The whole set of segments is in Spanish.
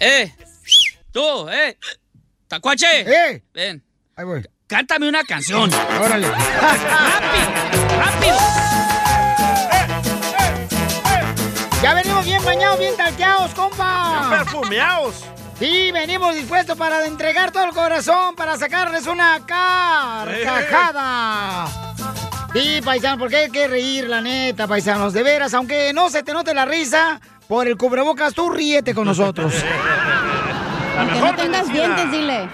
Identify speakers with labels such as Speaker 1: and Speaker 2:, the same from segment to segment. Speaker 1: ¡Eh! ¡Tú, eh! ¡Tacuache! ¡Eh! Ven. Ahí voy. Cántame una canción.
Speaker 2: Órale.
Speaker 1: ¡Rápido! ¡Rápido!
Speaker 2: Ya venimos bien bañados, bien talqueados, compa.
Speaker 3: Bien perfumeados.
Speaker 2: Sí, venimos dispuestos para entregar todo el corazón, para sacarles una carcajada. Sí, paisano, porque hay que reír, la neta, paisanos. De veras, aunque no se te note la risa, por el cubrebocas tú ríete con nosotros.
Speaker 4: Aunque no tengas dientes, dile.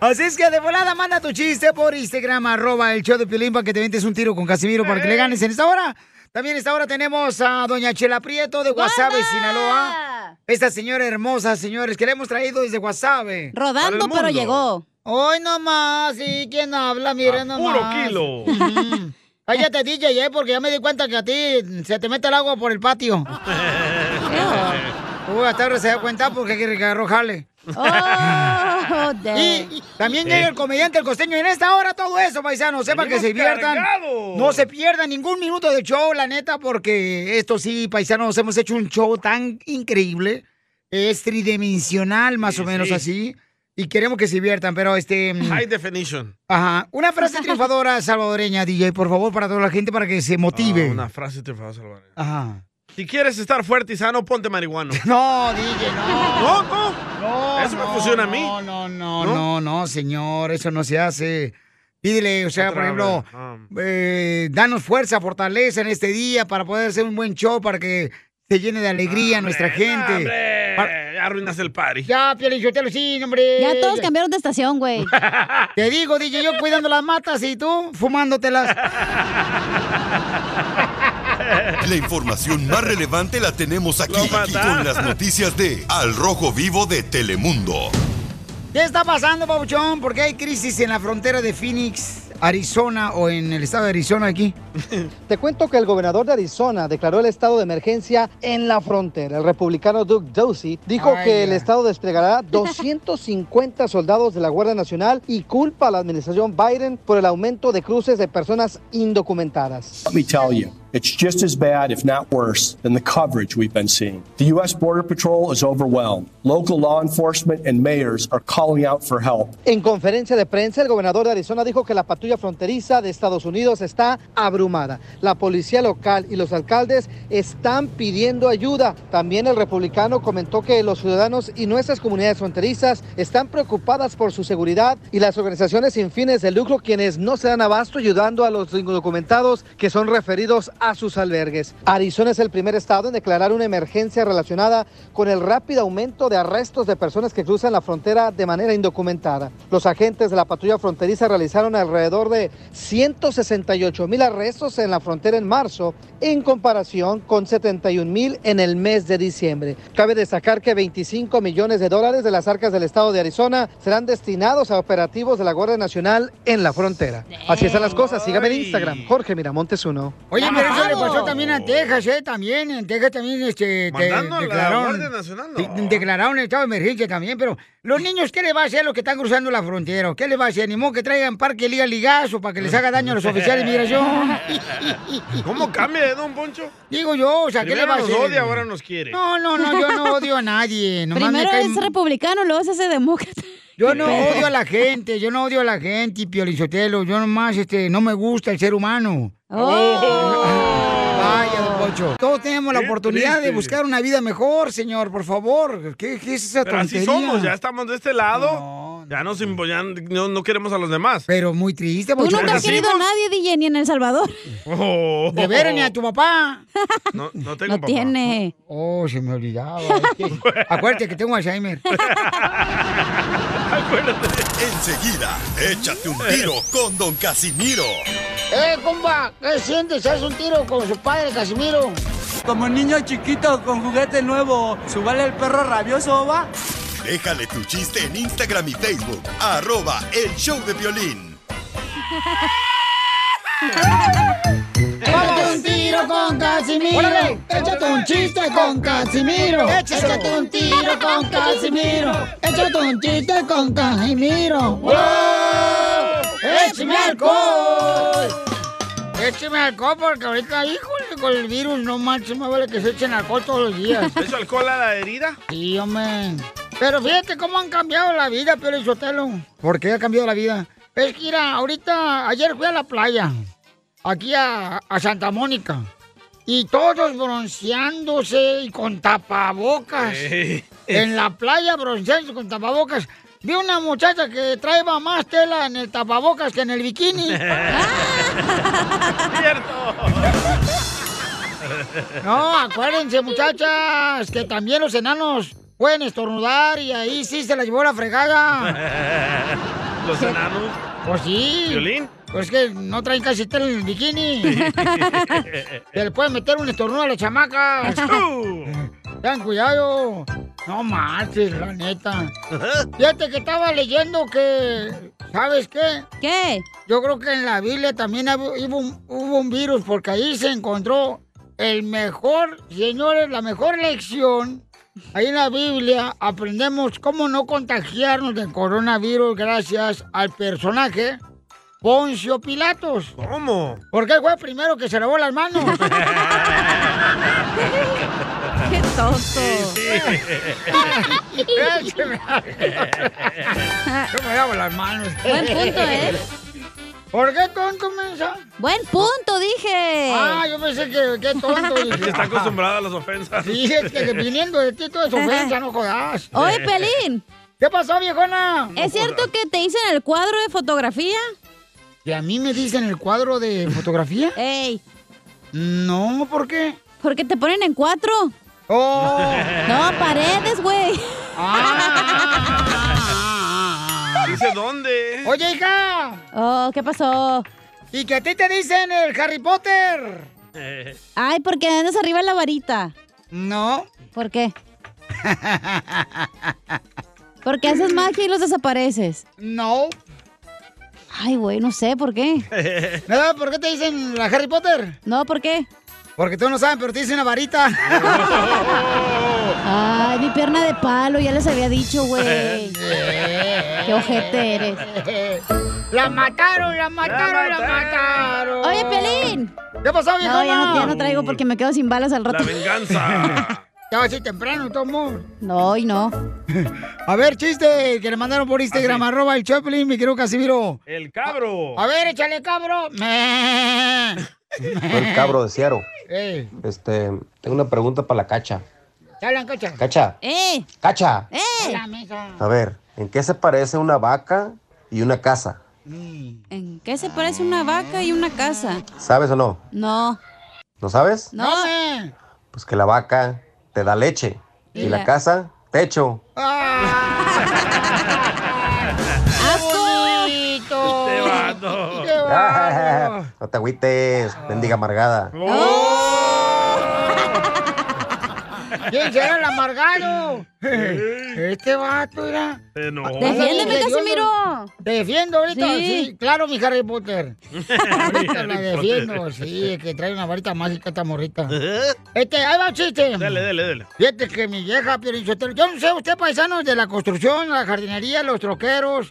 Speaker 2: Así es que de volada manda tu chiste por Instagram, arroba el show de Piolín, para que te ventes un tiro con Casimiro para que le ganes en esta hora. También en esta hora tenemos a doña Chela Prieto de Guasave, Sinaloa. Esta señora hermosa, señores, que la hemos traído desde Guasave.
Speaker 4: Rodando, Para el pero mundo. llegó.
Speaker 2: Hoy nomás, sí, ¿quién habla? Mira nomás.
Speaker 3: Puro kilo.
Speaker 2: Ujú. Cállate, DJ, eh, porque ya me di cuenta que a ti se te mete el agua por el patio. Uy, hasta ahora se da cuenta porque hay que arrojarle.
Speaker 4: Oh,
Speaker 2: y también llega el comediante, el costeño. En esta hora todo eso, paisanos. Sepa que se diviertan.
Speaker 3: cargados.
Speaker 2: No se pierdan ningún minuto de show, la neta, porque esto sí, paisanos, hemos hecho un show tan increíble. Es tridimensional, más o menos
Speaker 3: sí.
Speaker 2: así. Y queremos que se diviertan, pero este... mm,
Speaker 3: High definition.
Speaker 2: Ajá. Una frase triunfadora salvadoreña, DJ, por favor, para toda la gente, para que se motive.
Speaker 3: Ah, una frase te vas a salvar.
Speaker 2: Ajá.
Speaker 3: Si quieres estar fuerte y sano, ponte marihuano.
Speaker 2: No, DJ, no.
Speaker 3: No, no. Eso me
Speaker 2: no,
Speaker 3: funciona a mí.
Speaker 2: No, no, no, no, no, señor, eso no se hace. Pídele, o sea, por
Speaker 3: Otra
Speaker 2: ejemplo,
Speaker 3: vez, ah.
Speaker 2: eh, danos fuerza, fortaleza en este día para poder hacer un buen show, para que se llene de alegría nuestra gente.
Speaker 3: Hombre,
Speaker 2: Pa-
Speaker 3: eh, ya arruinas el party.
Speaker 2: Ya, Piolín, yo te lo sí, hombre.
Speaker 4: Ya todos cambiaron de estación, güey.
Speaker 2: Te digo, DJ, yo cuidando las matas y tú fumándotelas.
Speaker 5: La información más relevante la tenemos aquí,
Speaker 3: Lo
Speaker 5: aquí
Speaker 3: mata.
Speaker 5: con las noticias de Al Rojo Vivo de Telemundo.
Speaker 2: ¿Qué está pasando, Pabuchón? ¿Por qué hay crisis en la frontera de Phoenix, Arizona o en el estado de Arizona aquí?
Speaker 6: Te cuento que el gobernador de Arizona declaró el estado de emergencia en la frontera. El republicano Doug Ducey dijo
Speaker 2: Ay,
Speaker 6: que
Speaker 2: ya.
Speaker 6: el estado desplegará 250 soldados de la Guardia Nacional y culpa a la administración Biden por el aumento de cruces de personas indocumentadas.
Speaker 7: Let me tell you, it's just as bad, if not worse, than the coverage we've been seeing. The U.S. Border Patrol is overwhelmed. Local law enforcement and mayors are calling out for help.
Speaker 6: En conferencia de prensa, el gobernador de Arizona dijo que la patrulla fronteriza de Estados Unidos está abrumada. La policía local y los alcaldes están pidiendo ayuda. También el republicano comentó que los ciudadanos y nuestras comunidades fronterizas están preocupadas por su seguridad y las organizaciones sin fines de lucro quienes no se dan abasto ayudando a los indocumentados que son referidos a sus albergues. Arizona es el primer estado en declarar una emergencia relacionada con el rápido aumento de arrestos de personas que cruzan la frontera de manera indocumentada. Los agentes de la patrulla fronteriza realizaron alrededor de 168 mil arrestos en la frontera en marzo, en comparación con 71 mil en el mes de diciembre. Cabe destacar que 25 millones de dólares de las arcas del estado de Arizona serán destinados a operativos de la Guardia Nacional en la frontera. Así están las cosas. Sígame en Instagram, Jorge Miramontes 1.
Speaker 2: Oye, pero eso le
Speaker 4: Wow.
Speaker 2: pasó también a Texas, ¿eh? También, en Texas también este, te-
Speaker 3: Mandando a la
Speaker 2: declararon,
Speaker 3: Guardia Nacional,
Speaker 2: de-
Speaker 3: no.
Speaker 2: declararon el estado de emergencia también, pero los niños, ¿qué le va a hacer a los que están cruzando la frontera? ¿Qué le va a hacer? Ni modo que traigan parque liga ligazo para que les haga daño a los oficiales de migración.
Speaker 3: ¿Cómo cambia, eh, don Poncho?
Speaker 2: Digo yo, o sea, ¿qué le
Speaker 3: Primero
Speaker 2: va a
Speaker 3: nos
Speaker 2: hacer?
Speaker 3: odia, ahora nos quiere.
Speaker 2: No, no, no, yo no odio a nadie. nomás me
Speaker 4: Primero
Speaker 2: cae-
Speaker 4: es republicano, luego se hace demócrata.
Speaker 2: Yo no odio a la gente, yo no odio a la gente, Piolichotelo. Yo nomás este, no me gusta el ser humano.
Speaker 4: Oh.
Speaker 2: Vaya, don Pocho. Todos tenemos la
Speaker 3: Qué
Speaker 2: oportunidad de
Speaker 3: triste.
Speaker 2: buscar una vida mejor, señor, por favor. ¿Qué, qué es esa
Speaker 3: Pero
Speaker 2: tontería?
Speaker 3: así somos, ya estamos de este lado.
Speaker 2: No,
Speaker 3: Ya, nos, impo- ya no, no queremos a los demás.
Speaker 2: Pero muy triste,
Speaker 4: Tú
Speaker 2: Pocho.
Speaker 4: nunca has
Speaker 3: ¿Nacimos?
Speaker 4: querido a nadie, DJ, ni en El Salvador.
Speaker 3: Oh.
Speaker 2: De veras, ni a tu papá.
Speaker 3: No, no tengo
Speaker 4: No
Speaker 3: papá.
Speaker 4: tiene.
Speaker 2: Oh, se me olvidaba. Acuérdate que tengo Alzheimer.
Speaker 3: Acuérdate.
Speaker 5: Enseguida, échate un tiro con Don Casimiro.
Speaker 2: Eh, compa, ¿qué sientes? ¿Haz un tiro con su padre, Casimiro?
Speaker 8: Como niño chiquito con juguete nuevo, ¿subale el perro rabioso, va?
Speaker 5: Déjale tu chiste en Instagram y Facebook, arroba el show de violín.
Speaker 2: Échate un tiro con Casimiro. Échate un chiste con Casimiro. Échate un tiro con Casimiro. Échate un chiste con Casimiro. ¡Wow! ¡Échame alcohol! Échame alcohol porque ahorita, híjole, con el virus no manches, me vale que se echen alcohol todos los días.
Speaker 3: ¿Le echo alcohol a la herida?
Speaker 2: Sí, hombre. Pero fíjate cómo han cambiado la vida, Pio Sotelo. ¿Por qué ha cambiado la vida? Es que mira, ahorita, ayer fui a la playa, aquí a, a Santa Mónica, y todos bronceándose y con tapabocas.
Speaker 3: Ey.
Speaker 2: En la playa bronceándose con tapabocas. Vi una muchacha que traía más tela en el tapabocas que en el bikini. No, acuérdense, muchachas, que también los enanos pueden estornudar y ahí sí se la llevó la fregada.
Speaker 3: Los enanos.
Speaker 2: Pues sí.
Speaker 3: ¿Violín?
Speaker 2: Pues que no traen casi tela en el bikini. Se le pueden meter un estornudo a las chamacas. Ten cuidado. No marches, la neta. Fíjate que estaba leyendo que. ¿Sabes qué?
Speaker 4: ¿Qué?
Speaker 2: Yo creo que en la Biblia también hubo, hubo un, hubo un virus porque ahí se encontró el mejor, señores, la mejor lección. Ahí en la Biblia aprendemos cómo no contagiarnos del coronavirus gracias al personaje Poncio Pilatos.
Speaker 3: ¿Cómo?
Speaker 2: Porque él fue el primero que se lavó las manos.
Speaker 4: ¡Qué tonto!
Speaker 2: Él se me- Yo me lavo las manos.
Speaker 4: Buen punto, ¿eh?
Speaker 2: ¿Por qué tonto, mensa?
Speaker 4: Buen punto, dije.
Speaker 2: Ah, yo pensé que qué tonto.
Speaker 3: Es que está acostumbrada a las ofensas.
Speaker 2: Sí, es que viniendo de ti todo es ofensa, no jodas.
Speaker 4: Oye, Pelín,
Speaker 2: ¿Qué pasó, viejona?
Speaker 4: ¿es cierto que te hice en el cuadro de fotografía?
Speaker 2: ¿Y a mí me dicen el cuadro de fotografía?
Speaker 4: Ey,
Speaker 2: No, ¿por qué?
Speaker 4: porque te ponen en cuatro.
Speaker 2: ¡Oh!
Speaker 4: No, paredes, güey.
Speaker 2: Ah.
Speaker 3: Dice dónde.
Speaker 2: Oye, hija,
Speaker 4: Oh, ¿qué pasó?
Speaker 2: ¿y que a ti te dicen el Harry Potter?
Speaker 4: ¿eh? Ay, porque andas arriba de la varita.
Speaker 2: No.
Speaker 4: ¿Por qué? Porque haces magia y los desapareces.
Speaker 2: Mm. No.
Speaker 4: Ay, güey, no sé por qué.
Speaker 2: ¿Nada? ¿Por qué te dicen la Harry Potter?
Speaker 4: No, ¿por qué?
Speaker 2: Porque tú no sabes, pero te dicen la varita.
Speaker 4: Ay, mi pierna de palo, ya les había dicho, güey. Qué ojete eres.
Speaker 2: la mataron, la mataron, la mataron.
Speaker 3: mataron.
Speaker 4: Oye, Pelín.
Speaker 2: ¿Qué pasó,
Speaker 4: No,
Speaker 2: viejona?
Speaker 4: ya no, ya no traigo porque me quedo sin balas al
Speaker 3: La
Speaker 4: rato.
Speaker 3: venganza.
Speaker 2: Ya va a ser temprano, Tomo.
Speaker 4: No, y no.
Speaker 2: A ver, chiste que le mandaron por Instagram, arroba el Chaplin, mi querido Casimiro.
Speaker 3: El cabro.
Speaker 2: A ver, échale, cabro.
Speaker 9: Soy el cabro de Ciaro.
Speaker 2: Ey,
Speaker 9: Este, tengo una pregunta para la cacha.
Speaker 2: dale, cacha.
Speaker 9: Cacha,
Speaker 4: ¡Eh!
Speaker 9: cacha.
Speaker 4: ¡Eh!
Speaker 2: La mesa.
Speaker 9: A ver, ¿en qué se parece una vaca y una casa?
Speaker 4: ¿En qué se parece una vaca y una casa?
Speaker 9: ¿Sabes o no?
Speaker 4: No,
Speaker 9: ¿No sabes?
Speaker 4: no.
Speaker 2: No, me.
Speaker 9: Pues que la vaca te da leche y la
Speaker 4: Mira.
Speaker 9: casa, techo.
Speaker 4: ¡Asco!
Speaker 2: Bonito.
Speaker 3: Te vato.
Speaker 2: Qué bárbaro.
Speaker 9: no te agüites, bendiga amargada.
Speaker 4: ¡Oh!
Speaker 2: ¿Quién será el amargado? Este vato era.
Speaker 3: Se enojó.
Speaker 4: ¡Defiéndeme,
Speaker 2: Dios,
Speaker 4: Casimiro!
Speaker 2: Te defiendo ahorita, sí.
Speaker 4: Sí.
Speaker 2: claro, mi Harry Potter. Ahorita la
Speaker 3: Harry
Speaker 2: defiendo,
Speaker 3: Potter.
Speaker 2: sí, es que trae una varita mágica esta morrita. Este, ahí va un chiste.
Speaker 3: Dale, dale, dale.
Speaker 2: Fíjate que mi vieja, Piorinchotero, yo no sé, usted paisanos de la construcción, la jardinería, los troqueros.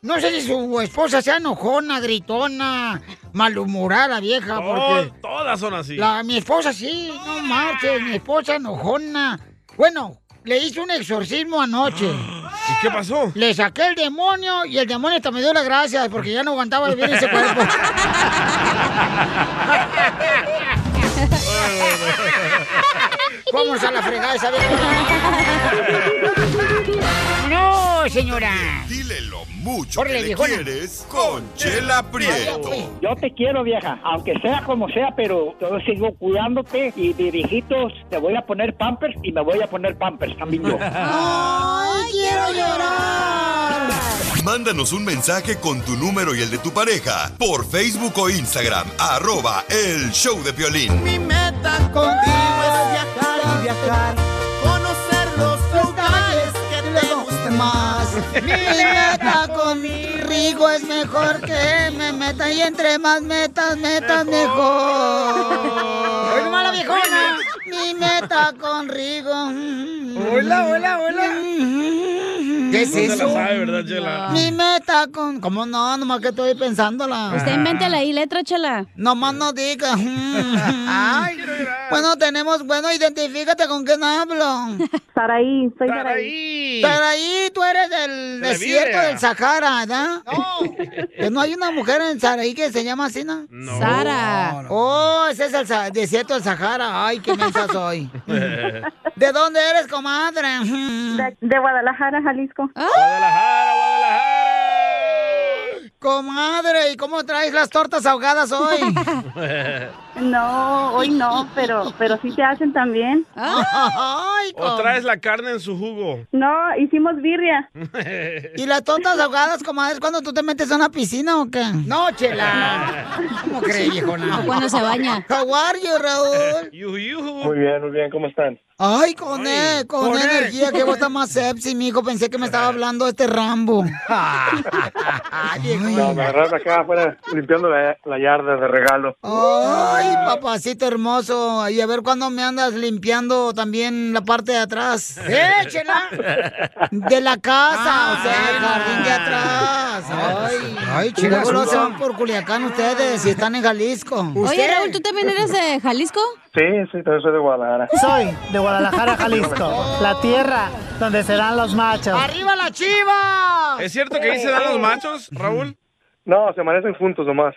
Speaker 2: No sé si su esposa sea enojona, gritona, malhumorada vieja, porque
Speaker 3: Oh, todas son así.
Speaker 2: la, mi esposa sí, no marches, mi esposa enojona. Bueno, le hice un exorcismo anoche.
Speaker 3: ¿Y qué pasó?
Speaker 2: Le saqué el demonio y el demonio hasta me dio las gracias porque ya no aguantaba vivir ese cuerpo. Vamos a la fregada esa vieja. No, señora.
Speaker 5: Dile lo mucho
Speaker 2: Órale,
Speaker 5: que le
Speaker 2: viejona.
Speaker 5: quieres con Chela Prieto.
Speaker 10: Yo te quiero, vieja, aunque sea como sea, pero yo sigo cuidándote y de viejitos te voy a poner pampers y me voy a poner pampers también yo.
Speaker 2: ¡Ay, quiero llorar!
Speaker 5: Mándanos un mensaje con tu número y el de tu pareja por Facebook o Instagram, arroba el show de violín.
Speaker 2: Mi meta contigo es viajar y viajar. Conocer los lugares que te gusten más. Mi meta conmigo es mejor que me meta y entre más metas, metas mejor. ¡Hoy mala viejona! Mi meta con Rigo. mm, Hola, hola, hola. ¿Qué es
Speaker 3: No se la
Speaker 2: eso?
Speaker 3: sabe, ¿verdad, Chela?
Speaker 2: mm, Mi meta con. ¿Cómo no? Nomás que estoy pensándola.
Speaker 4: Usted invéntale ahí letra, chela.
Speaker 2: Nomás no digas. Ay,
Speaker 3: Quiero llorar.
Speaker 2: Bueno, tenemos, bueno, identifícate con quién hablo. Saraí, soy
Speaker 11: Saraí. Saraí.
Speaker 2: Saraí, tú eres del
Speaker 11: De la
Speaker 2: desierto
Speaker 11: Biblia.
Speaker 2: del Sahara, ¿verdad? No. Que no hay una mujer en Saraí que se llama así, ¿no?
Speaker 11: No. Sara.
Speaker 2: No, no. Oh, ese es el Sa- desierto del Sahara. Ay, qué mensa soy. ¿De dónde eres, comadre? De, Guadalajara, Jalisco.
Speaker 11: ¡Ah!
Speaker 3: Guadalajara, Guadalajara.
Speaker 2: Comadre, ¿y cómo traes las tortas ahogadas hoy?
Speaker 12: No, hoy no, pero pero sí se hacen también.
Speaker 2: Ay,
Speaker 3: O traes la carne en su jugo.
Speaker 12: No, hicimos birria.
Speaker 2: ¿Y las tortas ahogadas, comadre, cuando tú te metes a una piscina o qué? No, chela. ¿Cómo crees, viejona?
Speaker 11: O cuando se baña.
Speaker 2: How are you, Raúl?
Speaker 13: Muy bien, muy bien, ¿cómo están?
Speaker 2: Ay, con él, con,
Speaker 13: con él.
Speaker 2: energía, que vos estás más sepsi, mijo. Pensé que me estaba hablando este Rambo.
Speaker 13: No, me agarraron acá afuera limpiando la, la yarda de regalo.
Speaker 2: Oh. Ay, papacito hermoso. Y a ver cuándo me andas limpiando también la parte de atrás. ¡Eh, chela! De la casa, o
Speaker 4: Ah.
Speaker 2: sea, el jardín de atrás. Ay, ay
Speaker 11: chela,
Speaker 2: Luego luego se
Speaker 11: suba.
Speaker 2: van por Culiacán ustedes si están en Jalisco.
Speaker 4: Oye, Raúl, ¿tú también eres de Jalisco?
Speaker 13: Sí, sí, también soy de Guadalajara.
Speaker 14: Soy de Guadalajara, Jalisco, la tierra donde se dan los machos.
Speaker 2: ¡Arriba la chiva!
Speaker 3: ¿Es cierto que ahí se dan los machos, Raúl?
Speaker 13: No, se amanecen juntos nomás.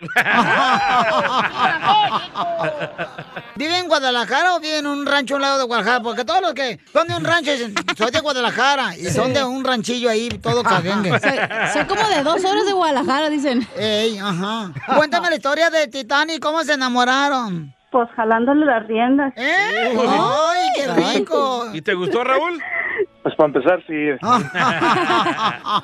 Speaker 2: ¿Vive en Guadalajara o vive en un rancho a un lado de Guadalajara? Porque todos los que son de un rancho dicen, soy de Guadalajara. Y son de un ranchillo ahí, todo caguengue.
Speaker 4: Soy, soy como de dos horas de Guadalajara, dicen.
Speaker 2: Ey, ajá. Cuéntame la historia de Titanic, cómo se enamoraron. Pues jalándole las riendas. ¿Eh? ¡Ay, qué rico!
Speaker 3: ¿Y te gustó, Raúl?
Speaker 13: Pues para empezar, sí.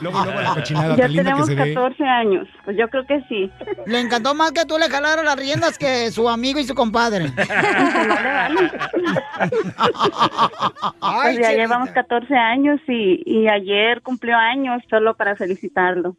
Speaker 3: luego, luego la cochinada
Speaker 12: Ya tenemos 14 años. Pues yo creo que sí.
Speaker 2: Le encantó más que tú le jalaron las riendas que su amigo y su compadre.
Speaker 12: Pues ya llevamos 14 años y, y ayer cumplió años solo para felicitarlo.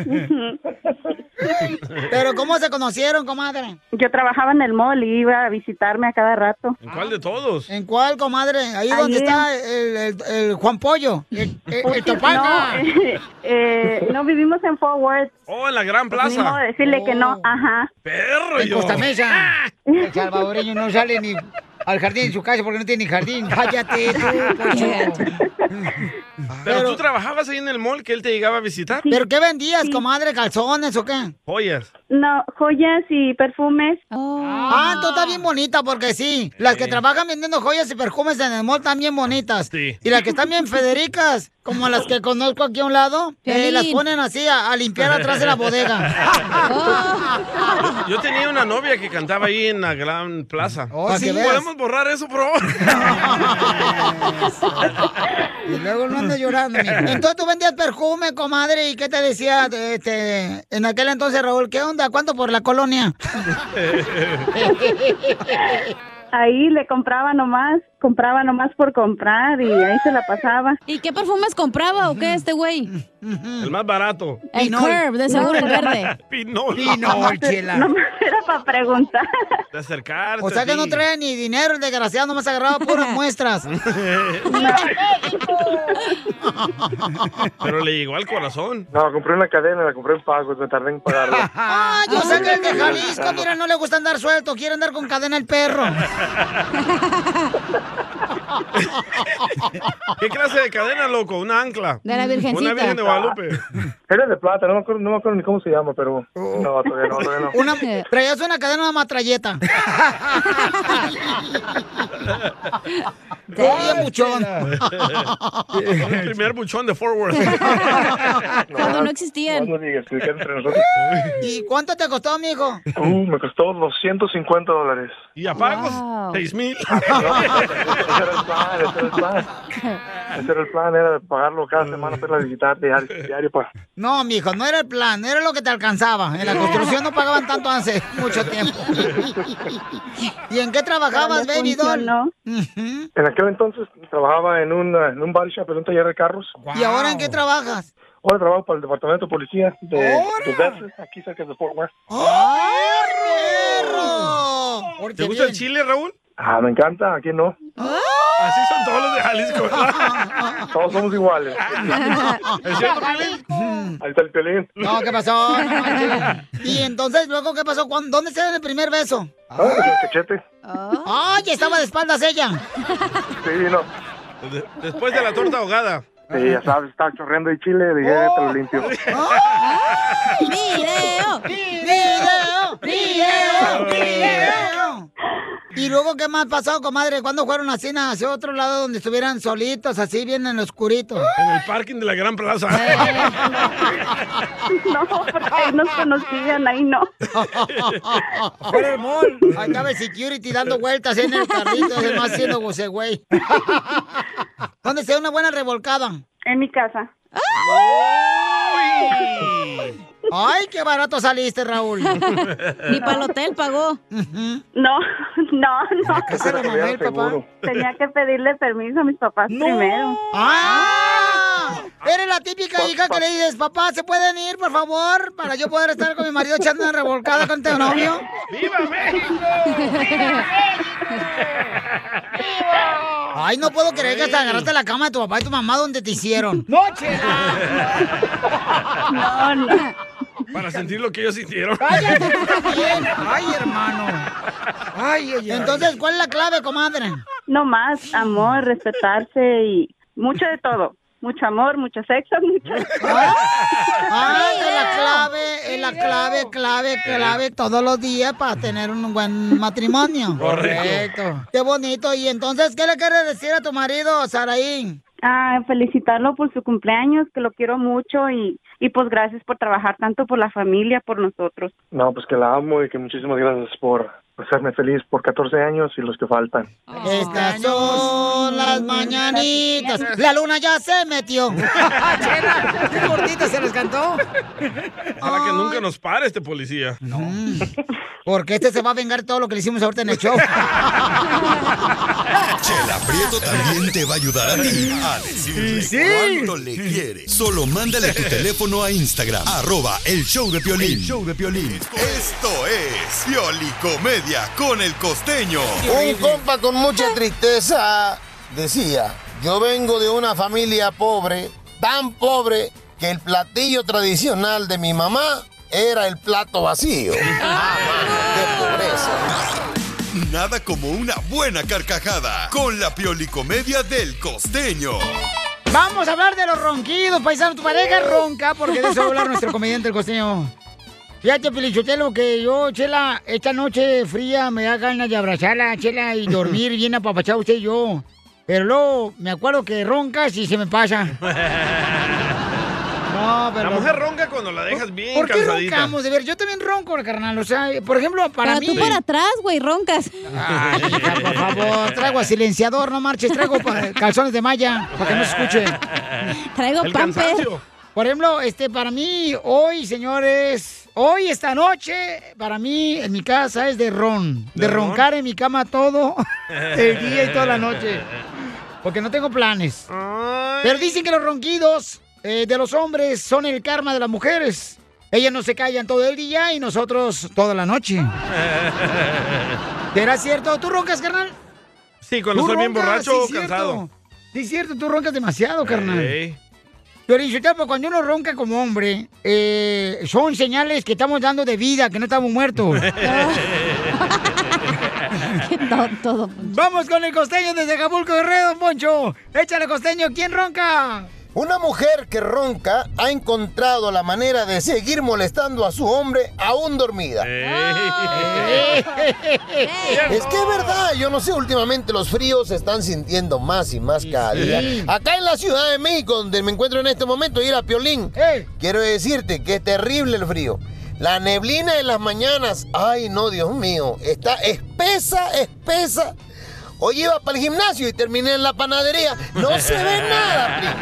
Speaker 2: Pero ¿cómo se conocieron, comadre?
Speaker 12: Yo trabajaba en el mall y iba a visitarme a cada rato.
Speaker 3: ¿En cuál de todos?
Speaker 2: ¿En cuál, comadre? Ahí
Speaker 12: Ahí
Speaker 2: donde
Speaker 12: en- Pues,
Speaker 2: está el, el- el Juan Pollo. El, el- el Topaca.
Speaker 12: No, eh, eh, no vivimos en Forward.
Speaker 3: Oh, en la gran
Speaker 12: Pues ni modo de
Speaker 3: plaza.
Speaker 12: decirle que no, ajá.
Speaker 3: Perro, yo. Ah.
Speaker 2: Mesa. El salvadoreño no sale ni al jardín de su casa porque no tiene ni jardín. Cállate tú, Poncho.
Speaker 3: Pero tú trabajabas ahí en el mall que él te llegaba a visitar.
Speaker 2: ¿Pero qué vendías, comadre? ¿Calzones o qué?
Speaker 3: Joyas.
Speaker 2: No, joyas y perfumes. Ah, tú estás bien bonita porque sí. Las que
Speaker 3: Sí.
Speaker 2: trabajan vendiendo joyas y perfumes en el mall están bien bonitas.
Speaker 3: Sí.
Speaker 2: Y las que están bien federicas, como las que conozco aquí a un lado, eh,
Speaker 3: Piolín.
Speaker 2: las ponen así a, a limpiar atrás de la bodega.
Speaker 3: Yo tenía una novia que cantaba ahí en la gran plaza.
Speaker 2: para Oh, que veas.
Speaker 3: ¿Podemos borrar eso, por favor?
Speaker 2: Y luego no ando llorando. mija. Entonces tú vendías perfume, comadre, ¿y qué te decía este, en aquel entonces, Raúl? ¿Qué onda? ¿Cuánto por la colonia?
Speaker 12: Ahí le compraba nomás, compraba nomás por comprar y ahí se la pasaba. ¿Y qué perfumes compraba o qué este güey?
Speaker 2: Mm.
Speaker 3: El más barato.
Speaker 12: El Pinol. Curb, de seguro el verde.
Speaker 3: Pinol.
Speaker 2: era para preguntar.
Speaker 3: De acercarte.
Speaker 2: O sea que no trae ni dinero, el desgraciado, nomás agarraba puras muestras.
Speaker 3: Pero le llegó al corazón.
Speaker 13: No, compré una cadena, la compré en pagos, me tardé en pagarla.
Speaker 2: Ah, yo sé que el de Jalisco, mira, no le gusta andar suelto, quiere andar con cadena el perro.
Speaker 3: ¿Qué clase de cadena, loco? Una ancla.
Speaker 13: De la Virgencita.
Speaker 3: Una virgen de Guadalupe.
Speaker 13: Era de plata, no me acuerdo, no me acuerdo ni cómo se llama, pero...
Speaker 3: Oh.
Speaker 13: No, todavía no, todavía no.
Speaker 2: Una,
Speaker 4: Eh.
Speaker 2: traías una cadena de matralleta. Todo bien buchón.
Speaker 3: Fue el primer buchón de Forward.
Speaker 4: Cuando no existían.
Speaker 13: No digas, que quede entre nosotros.
Speaker 2: ¿Y cuánto te costó, amigo?
Speaker 13: Uh, me costó 250 dólares.
Speaker 3: ¿Y a pagos?
Speaker 2: Wow.
Speaker 3: Seis mil.
Speaker 13: Ese era el plan, ese era el plan. Ese era el plan, era pagarlo cada semana para la visitar diario, diario pues. para...
Speaker 2: No, mijo, no era el plan, era lo que te alcanzaba. En la construcción no pagaban tanto hace mucho tiempo. ¿Y en qué trabajabas,
Speaker 13: Pero no
Speaker 2: baby doll?
Speaker 13: funcionó. En aquel entonces trabajaba en un, eh, en un body shop, en un taller de carros.
Speaker 2: ¿Y ahora en qué trabajas?
Speaker 13: Ahora trabajo para el departamento de policía de,
Speaker 2: ¡Ora!
Speaker 13: de Dallas, aquí cerca de Fort Worth.
Speaker 2: ¡Ay, perro!
Speaker 13: ¿Te gusta el chile, Raúl? Ah, me encanta, aquí no.
Speaker 3: Así son todos los de
Speaker 13: Jalisco. Todos somos iguales. ¿Es cierto, Piolín? Ahí está el Piolín.
Speaker 2: No, ¿qué pasó? No manches. y entonces, luego, ¿qué pasó? ¿Cuándo- ¿Dónde se dan el primer beso?
Speaker 13: Ah, pues el cachete.
Speaker 2: ¡Ay, estaba de espaldas ella!
Speaker 13: Sí, no.
Speaker 3: De- después de la torta ahogada.
Speaker 13: Sí, ya sabes, estaba chorreando de chile, dije, "Eh, te lo limpio.
Speaker 2: Oh. ¡Video! ¡Video! ¡Video! ¡Video! ¿Y luego qué más pasó, comadre? ¿Cuándo fueron a cena hacia otro lado donde estuvieran solitos, así bien en lo oscurito?
Speaker 3: En el parking de la Gran Plaza.
Speaker 12: No, porque ahí nos conocían, ahí no.
Speaker 2: Fuera el mall. Ahí estaba el security dando vueltas en el carrito, además haciendo goce, güey. ¿Dónde se da una buena revolcada?
Speaker 12: En mi casa.
Speaker 2: ¡Ay, qué barato saliste, Raúl!
Speaker 12: Ni para el hotel pagó. No, no, no.
Speaker 2: casa de Manuel, papá.
Speaker 12: Tenía que pedirle permiso a mis papás primero.
Speaker 2: ¡Ah! Eres la típica hija que le dices, papá, ¿se pueden ir, por favor? Para yo poder estar con mi marido echando una revolcada con tu novio.
Speaker 13: ¡Viva México!
Speaker 2: Ay, no puedo creer que hasta agarraste la cama de tu papá y tu mamá donde te hicieron. ¡Noche!
Speaker 12: No, no.
Speaker 3: Para sentir lo que ellos sintieron.
Speaker 2: ¡Cállate tú también! ¡Ay, hermano! ¡Ay, ay, ay! Entonces, ¿cuál es la clave, comadre?
Speaker 12: No más, amor, respetarse y mucho de todo. Mucho amor, mucho sexo, mucho...
Speaker 2: ¡Ah! ¡Ay, es la clave, es la clave, clave, clave todos los días para tener un buen matrimonio!
Speaker 13: Correcto.
Speaker 2: ¡Qué bonito! Y entonces, ¿qué le quieres decir a tu marido, Saraín?
Speaker 12: Ah, felicitarlo por su cumpleaños, que lo quiero mucho y, y pues gracias por trabajar tanto por la familia, por nosotros.
Speaker 13: No, pues que la amo y que muchísimas gracias por hacerme feliz por 14 años y los que faltan.
Speaker 2: Estas son las mañanitas. La luna ya se metió. Chela, qué cortita se les cantó.
Speaker 3: Para que nunca nos pare este policía.
Speaker 2: Porque este se va a vengar todo lo que le hicimos ahorita en el show.
Speaker 5: Chela Prieto también te va a ayudar a ti a decirle cuánto le quieres. Solo mándale tu teléfono a Instagram, arroba el show de Piolín.
Speaker 15: El
Speaker 5: show de Esto es Pioli Comedia con el costeño.
Speaker 15: Un compa con mucha tristeza decía, yo vengo de una familia pobre, tan pobre que el platillo tradicional de mi mamá era el plato vacío.
Speaker 5: Nada como una buena carcajada con la Pioli Comedia del costeño.
Speaker 2: Vamos a hablar de los ronquidos, paisano. Tu pareja ronca porque de eso va a hablar nuestro comediante, el costeño. Fíjate, Pelichotelo, que yo, Chela, esta noche fría me da ganas de abrazarla, Chela, y dormir bien apapachado usted y yo. Pero luego me acuerdo que roncas y se me pasa. No, pero-
Speaker 3: La mujer ronca cuando la dejas bien
Speaker 2: ¿Por qué
Speaker 3: cansadita.
Speaker 2: roncamos? De ver, yo también ronco, carnal. O sea, por ejemplo, para
Speaker 4: Pero
Speaker 2: mí...
Speaker 4: tú para atrás, güey, roncas.
Speaker 2: Ay, hija, por favor, traigo a silenciador, no marches, traigo pa- calzones de malla para que no se escuche.
Speaker 4: Traigo El pamper. cansancio.
Speaker 2: Por ejemplo, este, para mí, hoy, señores, hoy, esta noche, para mí, en mi casa es de ron. De,
Speaker 13: ¿De ron?
Speaker 2: roncar en mi cama todo el día y toda la noche. Porque no tengo planes. Pero dicen que los ronquidos eh, de los hombres son el karma de las mujeres. Ellas no se callan todo el día y nosotros toda la noche. ¿Era cierto? ¿Tú roncas, carnal?
Speaker 3: Sí, cuando
Speaker 2: Tú
Speaker 3: estoy bien
Speaker 2: roncas,
Speaker 3: borracho
Speaker 2: sí,
Speaker 3: o
Speaker 2: cierto.
Speaker 3: cansado.
Speaker 2: Sí, es cierto, tú roncas demasiado, carnal.
Speaker 3: Ey.
Speaker 2: Pero Inchotelo, cuando uno ronca como hombre, eh, son señales que estamos dando de vida, que no estamos muertos. Vamos con el costeño desde Acapulco Guerrero, don Poncho. Échale, costeño, ¿quién ronca?
Speaker 15: Una mujer que ronca ha encontrado la manera de seguir molestando a su hombre aún dormida. Es que es verdad, yo no sé, últimamente los fríos se están sintiendo más y más cada
Speaker 13: Sí.
Speaker 15: día. Acá en la Ciudad de México, donde me encuentro en este momento, ir a Piolín, quiero decirte que es terrible el frío. La neblina en las mañanas, ay no, Dios mío, está espesa, espesa. Hoy iba para el gimnasio y terminé en la panadería. No se ve nada, primo.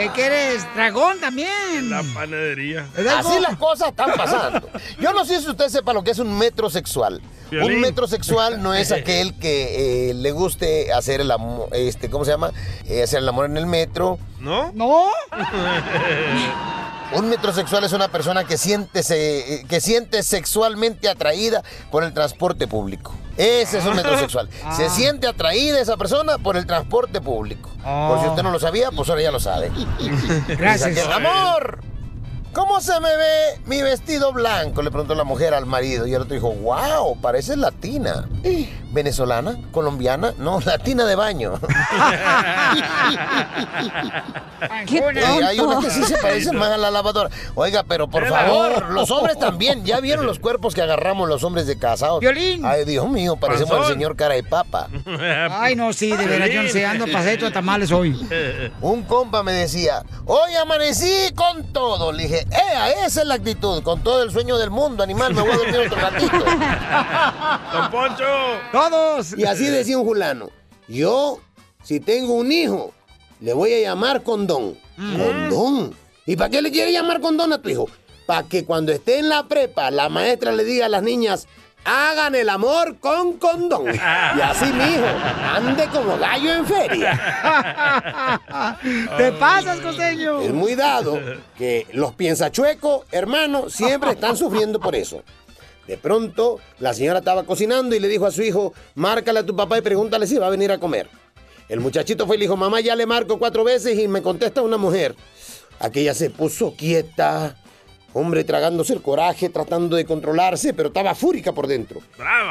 Speaker 2: Eh, que eres dragón también.
Speaker 3: La panadería.
Speaker 15: Así las cosas están pasando. Yo no sé si usted sepa lo que es un metrosexual.
Speaker 3: Violín.
Speaker 15: Un metrosexual no es aquel que eh, le guste hacer el amor, este, ¿cómo se llama? Eh, hacer el amor en el metro.
Speaker 3: ¿No?
Speaker 2: ¿No?
Speaker 15: Un metrosexual es una persona que siente, se- que siente sexualmente atraída por el transporte público. Ese es un metrosexual. Se
Speaker 2: Ah.
Speaker 15: siente atraída esa persona por el transporte público. Por si usted no lo sabía, pues ahora ya lo sabe.
Speaker 2: Gracias.
Speaker 15: Dice aquel, Amor, ¿cómo se me ve mi vestido blanco? Le preguntó la mujer al marido y el otro dijo, wow, pareces latina. ¿Venezolana? ¿Colombiana? No, latina de baño.
Speaker 2: ¡Qué
Speaker 15: Y hay unos que sí se parecen más a la lavadora. Oiga, pero por
Speaker 2: Era.
Speaker 15: favor, los hombres también. ¿Ya vieron los cuerpos que agarramos los hombres de casa?
Speaker 2: Violín.
Speaker 15: Ay, Dios mío, parecemos al
Speaker 2: Panzón.
Speaker 15: señor cara de papa.
Speaker 2: Ay, no, sí, de veras, yo no sé, ando pasadito de tamales hoy.
Speaker 15: Un compa me decía, hoy amanecí con todo. Le dije, ea, esa es la actitud, con todo el sueño del mundo, animal, me voy a dormir otro ratito. ¡Don Poncho! ¡Todos! Y así decía un fulano, yo, si tengo un hijo, le voy a llamar condón.
Speaker 2: Mm.
Speaker 15: ¿Condón? ¿Y para qué le quiere llamar condón a tu hijo? Para que cuando esté en la prepa, la maestra le diga a las niñas, hagan el amor con condón. Y así mi hijo ande como gallo en feria.
Speaker 2: Te pasas, costeño.
Speaker 15: Es muy dado que los piensachuecos, hermano, siempre están sufriendo por eso. De pronto, la señora estaba cocinando y le dijo a su hijo, márcale a tu papá y pregúntale si va a venir a comer. El muchachito fue y le dijo, mamá, ya le marco cuatro veces y me contesta una mujer. Aquella se puso quieta, hombre tragándose el coraje, tratando de controlarse, pero estaba fúrica por dentro.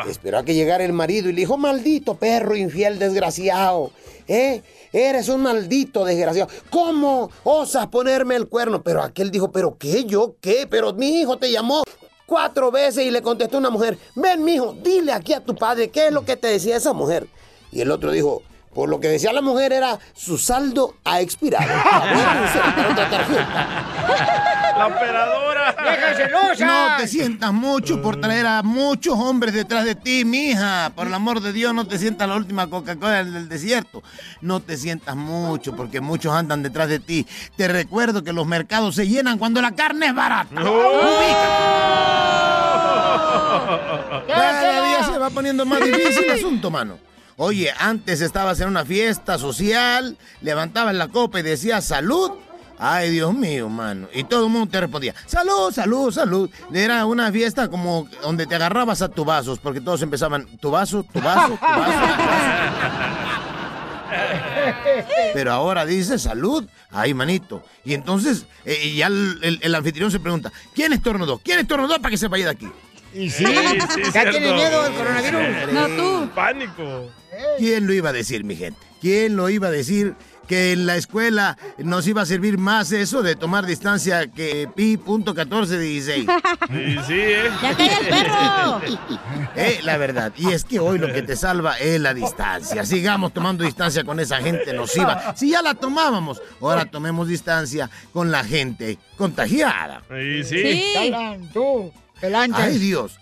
Speaker 15: Esperó a que llegara el marido y le dijo, maldito perro infiel desgraciado. ¿Eh? Eres un maldito desgraciado. ¿Cómo osas ponerme el cuerno? Pero aquel dijo, ¿pero qué? ¿Yo qué? Pero mi hijo te llamó cuatro veces y le contestó una mujer, ven mijo, dile aquí a tu padre qué es lo que te decía esa mujer. Y el otro dijo, por lo que decía la mujer era, su saldo ha expirado.
Speaker 3: La operadora.
Speaker 16: No te sientas mucho por traer a muchos hombres detrás de ti, mija. Por el amor de Dios, no te sientas la última Coca-Cola del desierto. No te sientas mucho porque muchos andan detrás de ti. Te recuerdo que los mercados se llenan cuando la carne es barata. Ubícate. Cada día se va poniendo más difícil el asunto, mano. Oye, antes estabas en una fiesta social, levantabas la copa y decías salud. Ay, Dios mío, mano. Y todo el mundo te respondía, salud, salud, salud. Era una fiesta como donde te agarrabas a tu vasos, porque todos empezaban, tu vaso, tu vaso, tu vaso. Pero ahora dice salud. Ay, manito. Y entonces eh, y ya el, el- el anfitrión se pregunta, ¿quién estornudó? ¿Quién estornudó para que se vaya de aquí?
Speaker 2: Y sí, ya tiene miedo el coronavirus. No, tú.
Speaker 16: Pánico. ¿Quién lo iba a decir, mi gente? ¿Quién lo iba a decir que en la escuela nos iba a servir más eso de tomar distancia que pi.1416?
Speaker 3: Sí, sí, ¿eh?
Speaker 16: Eh, la verdad. Y es que hoy lo que te salva es la distancia. Sigamos tomando distancia con esa gente nociva. Si ya la tomábamos, ahora tomemos distancia con la gente contagiada.
Speaker 3: Sí,
Speaker 2: Te hablan, tú, el ancha.
Speaker 16: Ay, Dios.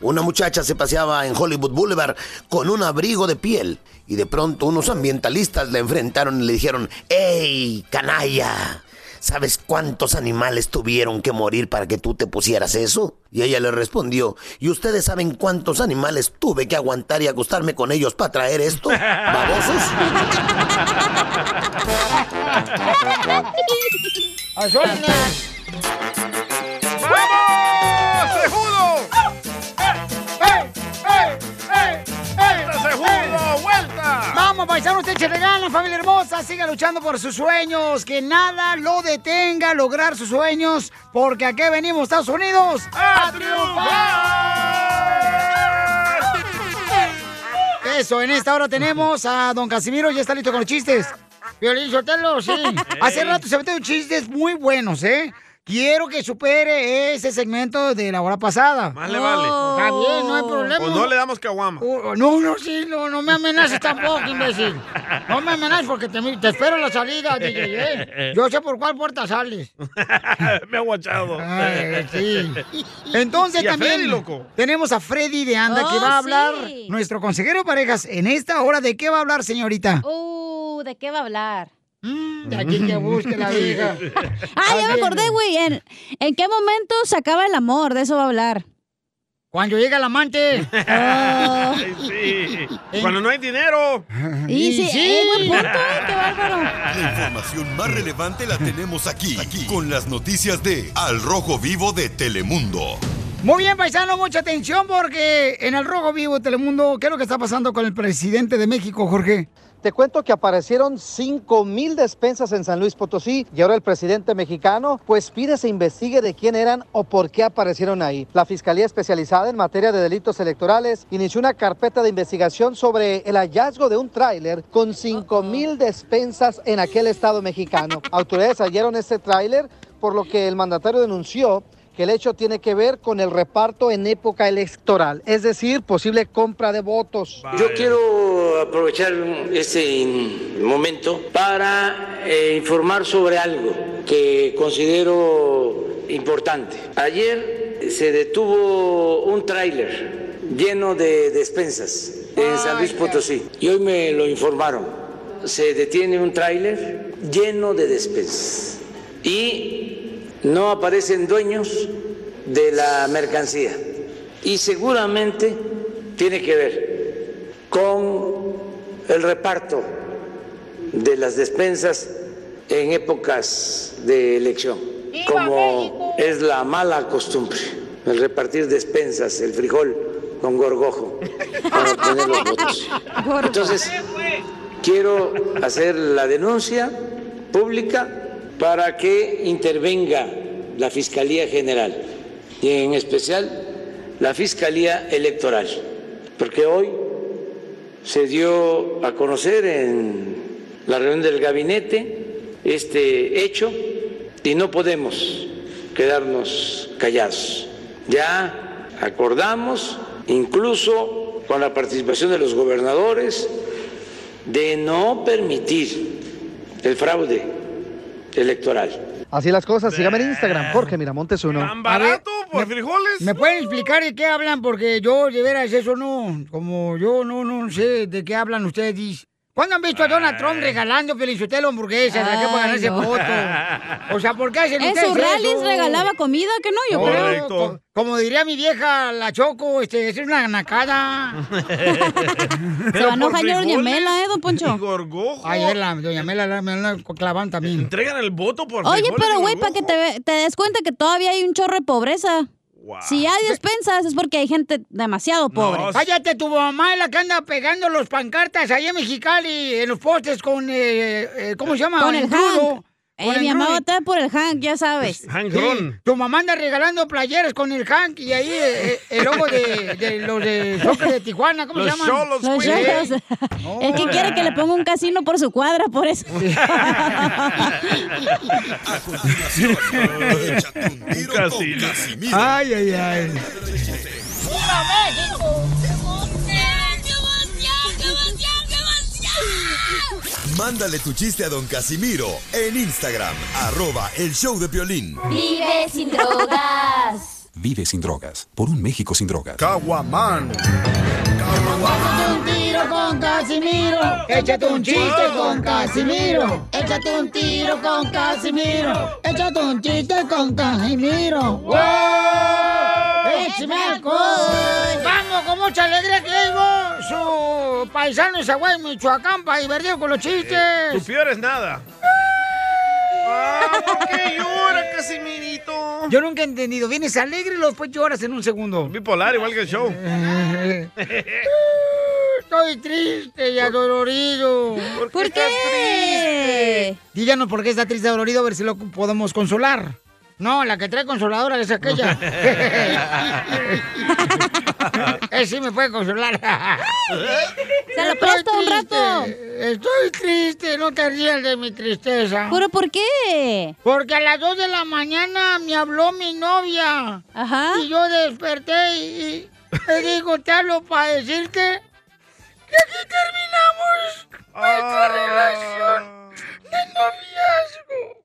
Speaker 15: Una muchacha se paseaba en Hollywood Boulevard con un abrigo de piel y de pronto unos ambientalistas la enfrentaron y le dijeron, ¡Ey, canalla! ¿Sabes cuántos animales tuvieron que morir para que tú te pusieras eso? Y ella le respondió, ¿y ustedes saben cuántos animales tuve que aguantar y acostarme con ellos para traer esto? ¿Babosos?
Speaker 2: ¡A su orden!
Speaker 3: ¡Vamos! ¡Sejudo!
Speaker 2: ¡Ey! ¡Ey! ¡Ey! ¡Ey!
Speaker 3: Segundo, ¡Vuelta!
Speaker 2: Vamos, paisanos, te echen regalo, familia hermosa. Siga luchando por sus sueños. Que nada lo detenga a lograr sus sueños. Porque aquí venimos, Estados Unidos, a triunfar. Eso, en esta hora tenemos a don Casimiro. Ya está listo con los chistes. Violín Sotelo, sí. Hace rato se metió chistes muy buenos, ¿eh? Quiero que supere ese segmento de la hora pasada.
Speaker 3: Más Ah, le vale.
Speaker 2: Está bien, no hay problema.
Speaker 3: O no le damos caguama.
Speaker 2: Uh, no, no, sí, no, no me amenaces tampoco, imbécil. No me amenaces porque te, te espero en la salida, DJ. ¿eh? Yo sé por cuál puerta sales.
Speaker 3: Me ha guachado.
Speaker 2: Ay, sí. Entonces
Speaker 3: Y a
Speaker 2: también
Speaker 3: Freddy, loco.
Speaker 2: tenemos a Freddy de Anda que
Speaker 4: Oh,
Speaker 2: va a hablar,
Speaker 4: sí.
Speaker 2: nuestro consejero de parejas, en esta hora. ¿De qué va a hablar, señorita?
Speaker 4: Uh, ¿de qué va a hablar?
Speaker 2: De aquí que busque la vieja.
Speaker 4: Ah, ya me acordé, güey. ¿En, en qué momento se acaba el amor? De eso va a hablar.
Speaker 2: Cuando llega el amante. Ah.
Speaker 3: Ay, sí. Cuando no hay dinero.
Speaker 5: Y sí, eh, buen punto, eh, qué La
Speaker 3: bárbaro.
Speaker 5: información más relevante la tenemos aquí, aquí, con las noticias de Al Rojo Vivo de Telemundo.
Speaker 2: Muy bien, paisano, mucha atención porque en el Rojo Vivo de Telemundo, ¿qué es lo que está pasando con el presidente de México, Jorge?
Speaker 6: Te cuento que aparecieron 5 mil despensas en San Luis Potosí y ahora el presidente mexicano pues pide se investigue de quién eran o por qué aparecieron ahí. La Fiscalía Especializada en Materia de Delitos Electorales inició una carpeta de investigación sobre el hallazgo de un tráiler con 5 mil despensas en aquel estado mexicano. Autoridades hallaron este tráiler por lo que el mandatario denunció que el hecho tiene que ver con el reparto en época electoral, es decir, posible compra de votos.
Speaker 17: Yo quiero aprovechar este momento para eh, informar sobre algo que considero importante. Ayer se detuvo un tráiler lleno de despensas en San Luis Potosí y hoy me lo informaron. Se detiene un tráiler lleno de despensas y no aparecen dueños de la mercancía y seguramente tiene que ver con el reparto de las despensas en épocas de elección, como es la mala costumbre, el repartir despensas, el frijol con gorgojo para obtener los votos. Entonces, quiero hacer la denuncia pública para que intervenga la Fiscalía General y en especial la Fiscalía Electoral, porque hoy se dio a conocer en la reunión del gabinete este hecho y no podemos quedarnos callados. Ya acordamos, incluso con la participación de los gobernadores, de no permitir el fraude electoral.
Speaker 6: Así las cosas, sígame en Instagram, Jorge Miramontes uno.
Speaker 2: barato por frijoles? ¿Me pueden explicar de qué hablan? Porque yo, de veras, eso no. Como yo no, no sé de qué hablan ustedes. ¿Cuándo han visto a Donald
Speaker 3: Ah.
Speaker 2: Trump regalando Felicitelo hamburguesas? ¿A qué para
Speaker 4: Ay,
Speaker 2: ganarse
Speaker 4: no.
Speaker 2: voto? O sea, ¿por qué hacen
Speaker 4: En
Speaker 2: ustedes
Speaker 4: sus rallies
Speaker 2: eso?
Speaker 4: regalaba comida, que no, yo creo.
Speaker 2: No, co- como diría mi vieja, la Choco, este, es una nacada.
Speaker 4: Se va a enojar ya doña Mela, ¿eh, don Poncho?
Speaker 2: Ayer la doña Mela la- me la clavan también.
Speaker 3: Entregan el voto por
Speaker 4: Oye,
Speaker 3: frijoles
Speaker 4: pero
Speaker 3: y
Speaker 4: güey, para que te, ve- te des cuenta que todavía hay un chorro de pobreza. Si hay despensas es porque hay gente demasiado pobre.
Speaker 2: Cállate, tu mamá es la que anda pegando los pancartas ahí en Mexicali, en los postes con, eh, eh, ¿cómo se llama?
Speaker 4: Con el
Speaker 2: Engrudo.
Speaker 4: Hank.
Speaker 2: Con
Speaker 4: Eh, mi
Speaker 2: engrudo.
Speaker 4: mamá votaba por el Pues, Hank, ya sabes.
Speaker 2: Sí, Tu mamá anda regalando playeras con el Hank y ahí eh, eh, el logo de, de los de Soccer de Tijuana, ¿cómo
Speaker 4: Los
Speaker 2: se llaman?
Speaker 4: Cholos, Los güey. Cholos. Es que quiere que le ponga un casino por su cuadra, por eso.
Speaker 5: A continuación, échate un tiro con Casimiro.
Speaker 2: Ay, ay, ay.
Speaker 18: ¡Viva México! ¡Qué emoción, qué emoción, qué emoción!
Speaker 5: Mándale tu chiste a don Casimiro en Instagram, arroba el show de violín.
Speaker 18: Vive sin drogas.
Speaker 19: Vive sin drogas. Por un México sin drogas.
Speaker 5: Caguaman.
Speaker 2: Échate un tiro con Casimiro. Échate un chiste con Casimiro. Échate un tiro con Casimiro. Échate un chiste con Casimiro. ¡Wow! ¡Échame alcohol! Vamos con mucha alegría que llegó su paisano Isaguay, Michoacán, para divertido con los
Speaker 4: Eh,
Speaker 3: Tu
Speaker 2: chistes.
Speaker 3: peor es nada.
Speaker 2: Ah, qué llora, Casimirito? Yo nunca he entendido. Vienes alegre y después lloras en un segundo.
Speaker 3: Bipolar, igual que el show.
Speaker 2: Estoy triste y adolorido. ¿Por qué? Díganos por qué está triste y adolorido, a ver si lo podemos consolar. No, la que trae consoladora es aquella. Eh, sí me puede consolar.
Speaker 4: Se lo
Speaker 2: Estoy
Speaker 4: presto un
Speaker 2: triste,
Speaker 4: rato.
Speaker 2: Estoy triste, no te rías de mi tristeza.
Speaker 4: ¿Pero por qué?
Speaker 2: Porque a las 2 de la mañana me habló mi novia. Ajá. Y yo desperté y, y le digo, te hablo para decirte que aquí terminamos nuestra relación de noviazgo.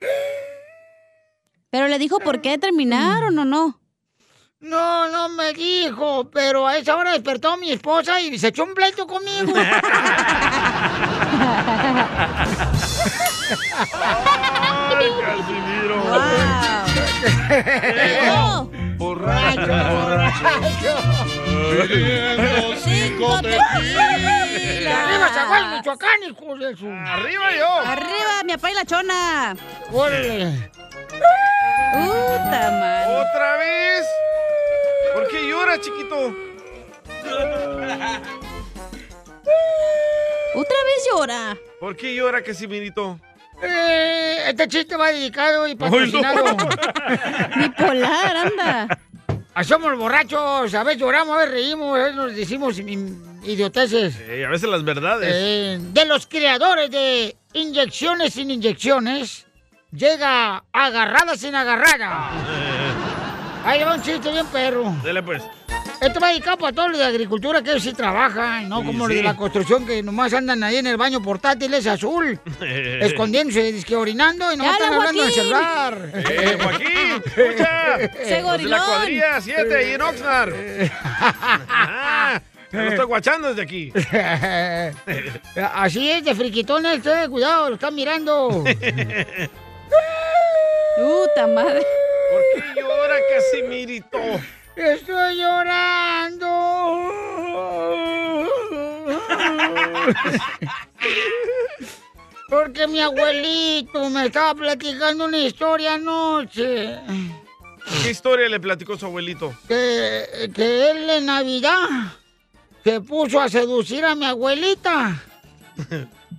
Speaker 4: ¿Pero le dijo por qué terminaron o no?
Speaker 2: No, no me dijo, pero a esa hora despertó mi esposa y se echó un pleito conmigo.
Speaker 18: Casimiro! ¡Wow!
Speaker 2: borracho, borracho.
Speaker 18: pidiendo cinco tequilas.
Speaker 2: ¡Arriba, Zagual, Michoacán, hijo de su!
Speaker 3: ¡Arriba
Speaker 2: yo!
Speaker 4: Arriba, mi apá y la chona.
Speaker 2: ¡Órale!
Speaker 4: ¡Puta madre!
Speaker 3: ¿Otra vez? ¿Por qué llora, chiquito?
Speaker 4: Otra vez llora.
Speaker 3: ¿Por qué llora, Casimirito?
Speaker 2: Eh, este chiste va dedicado y patrocinado.
Speaker 4: Bipolar, anda.
Speaker 2: Ah, Somos borrachos, a veces lloramos, a veces reímos, a veces nos decimos im- idioteces.
Speaker 3: Eh, a veces las verdades.
Speaker 2: Eh, de los creadores de inyecciones sin inyecciones, llega agarrada sin agarrada. Ahí va un chiste bien perro.
Speaker 3: Dele pues.
Speaker 2: Esto va dedicado para todos los de agricultura que ellos sí trabajan, no
Speaker 3: Sí,
Speaker 2: como los de
Speaker 3: sí.
Speaker 2: la construcción que nomás andan ahí en el baño portátil, es azul, Eh. escondiéndose, es que orinando y no
Speaker 18: ¡Dale,
Speaker 2: están hablando de
Speaker 18: Joaquín!
Speaker 2: celular.
Speaker 18: ¡Eh,
Speaker 3: Joaquín! ¡Escucha! Los de la cuadrilla 7 ahí en Oxnard.
Speaker 2: Eh.
Speaker 3: Ah, me lo estoy guachando desde aquí.
Speaker 2: Así es, de friquitones, eh, cuidado, lo están mirando.
Speaker 4: Puta madre.
Speaker 3: ¿Por qué llora, Casimirito?
Speaker 2: Estoy llorando. Porque mi abuelito me estaba platicando una historia anoche.
Speaker 3: ¿Qué historia le platicó su abuelito?
Speaker 2: Que, que él en Navidad se puso a seducir a mi abuelita.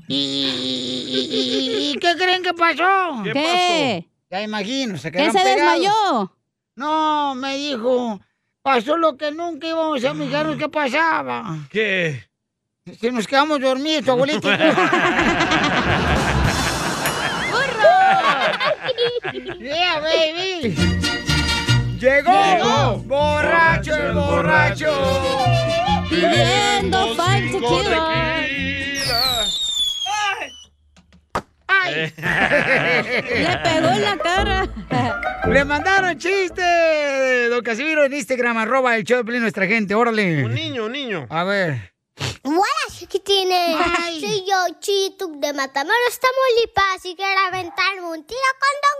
Speaker 2: ¿Y, y- y- y qué creen que pasó?
Speaker 18: ¿Qué ¿Qué? pasó?
Speaker 2: Ya imagino, se
Speaker 18: ¿Que
Speaker 2: quedaron
Speaker 18: se
Speaker 2: pegados.
Speaker 18: desmayó?
Speaker 2: No, me dijo, pasó lo que nunca íbamos a mirar qué pasaba.
Speaker 3: ¿Qué?
Speaker 2: Si nos quedamos dormidos, tu abuelito. y yo. yeah, baby. Llegó,
Speaker 18: Llegó
Speaker 2: borracho el borracho.
Speaker 18: Pidiendo five
Speaker 2: cinco
Speaker 18: ¡Ay!
Speaker 2: Eh. Le pegó en la
Speaker 4: cara.
Speaker 2: Le mandaron chiste. Don Casimiro en Instagram, arroba el show de Piolín, nuestra gente, órale.
Speaker 3: Un niño, un niño.
Speaker 2: A ver.
Speaker 20: Hola, chiquitines.
Speaker 2: Ay.
Speaker 20: Soy yo, Chituk de Matamoros, Tamaulipas, y quiero aventarme un tiro con Don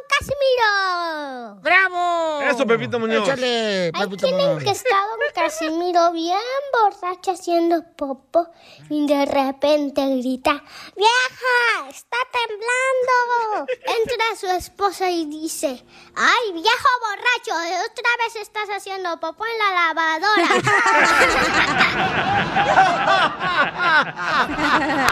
Speaker 20: Casimiro.
Speaker 2: ¡Bravo!
Speaker 3: Eso, Pepito Muñoz.
Speaker 2: Échale,
Speaker 20: Ahí tienen que estaba Don Casimiro bien borracho haciendo popo y de repente grita, ¡Vieja! ¡Está temblando! Entra su esposa y dice, ¡Ay, viejo borracho! Otra vez estás haciendo popo en la lavadora.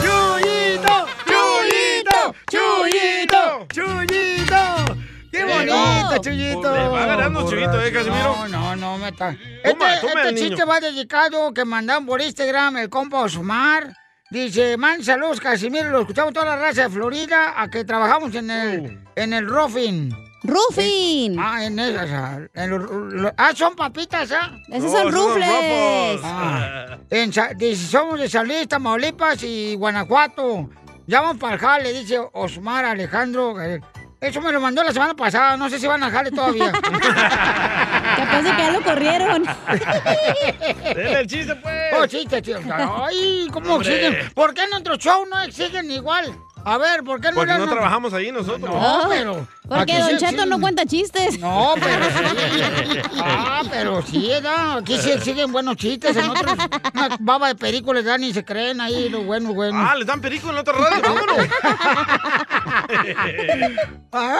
Speaker 2: ¡Chuyito! ¡Chuyito! ¡Chuyito! ¡Chuyito! ¡Qué
Speaker 4: Oh.
Speaker 2: bonito, Chuyito!
Speaker 3: Le va ganando Chuyito, ¿eh, Casimiro?
Speaker 2: No, no, no, me está.
Speaker 3: Toma,
Speaker 2: este
Speaker 3: toma
Speaker 2: este
Speaker 3: el niño.
Speaker 2: chiste va dedicado que mandan por Instagram el compa Osmar. Dice, man, saludos, Casimiro. Lo escuchamos toda la raza de Florida a que trabajamos en el,
Speaker 3: Oh.
Speaker 2: en el Ruffin.
Speaker 4: ¡Ruffin!
Speaker 2: ah, en esas. ah, en los- lo- ah, son papitas, ¿ah?
Speaker 4: Esos No, son esos son rufles. ruffles.
Speaker 2: Ah, en Sa- dice, somos de San Luis, Tamaulipas y Guanajuato. Llaman para el jale, dice Osmar Alejandro. Gael. Eso me lo mandó la semana pasada, no sé si van a jale todavía.
Speaker 4: Capaz de que ya lo corrieron.
Speaker 3: Dele el chiste, pues.
Speaker 2: Oh, chiste, tío. Ay, ¿cómo
Speaker 3: Hombre.
Speaker 2: exigen? ¿Por qué en nuestro show no exigen igual? A ver, ¿por qué no
Speaker 3: Porque
Speaker 2: le
Speaker 3: no
Speaker 2: han-
Speaker 3: trabajamos ahí nosotros. Ah,
Speaker 2: No, pero.
Speaker 4: Porque
Speaker 2: aquí
Speaker 4: Don
Speaker 2: sí
Speaker 4: Cheto no
Speaker 2: exigen.
Speaker 4: cuenta chistes.
Speaker 2: No, pero sí. Ah, pero sí, ¿no? Aquí sí exigen buenos chistes. En otros, una baba de perico les dan y se creen ahí los buenos, buenos.
Speaker 3: Ah, les dan perico en la otra radio. Vámonos.
Speaker 2: Ah.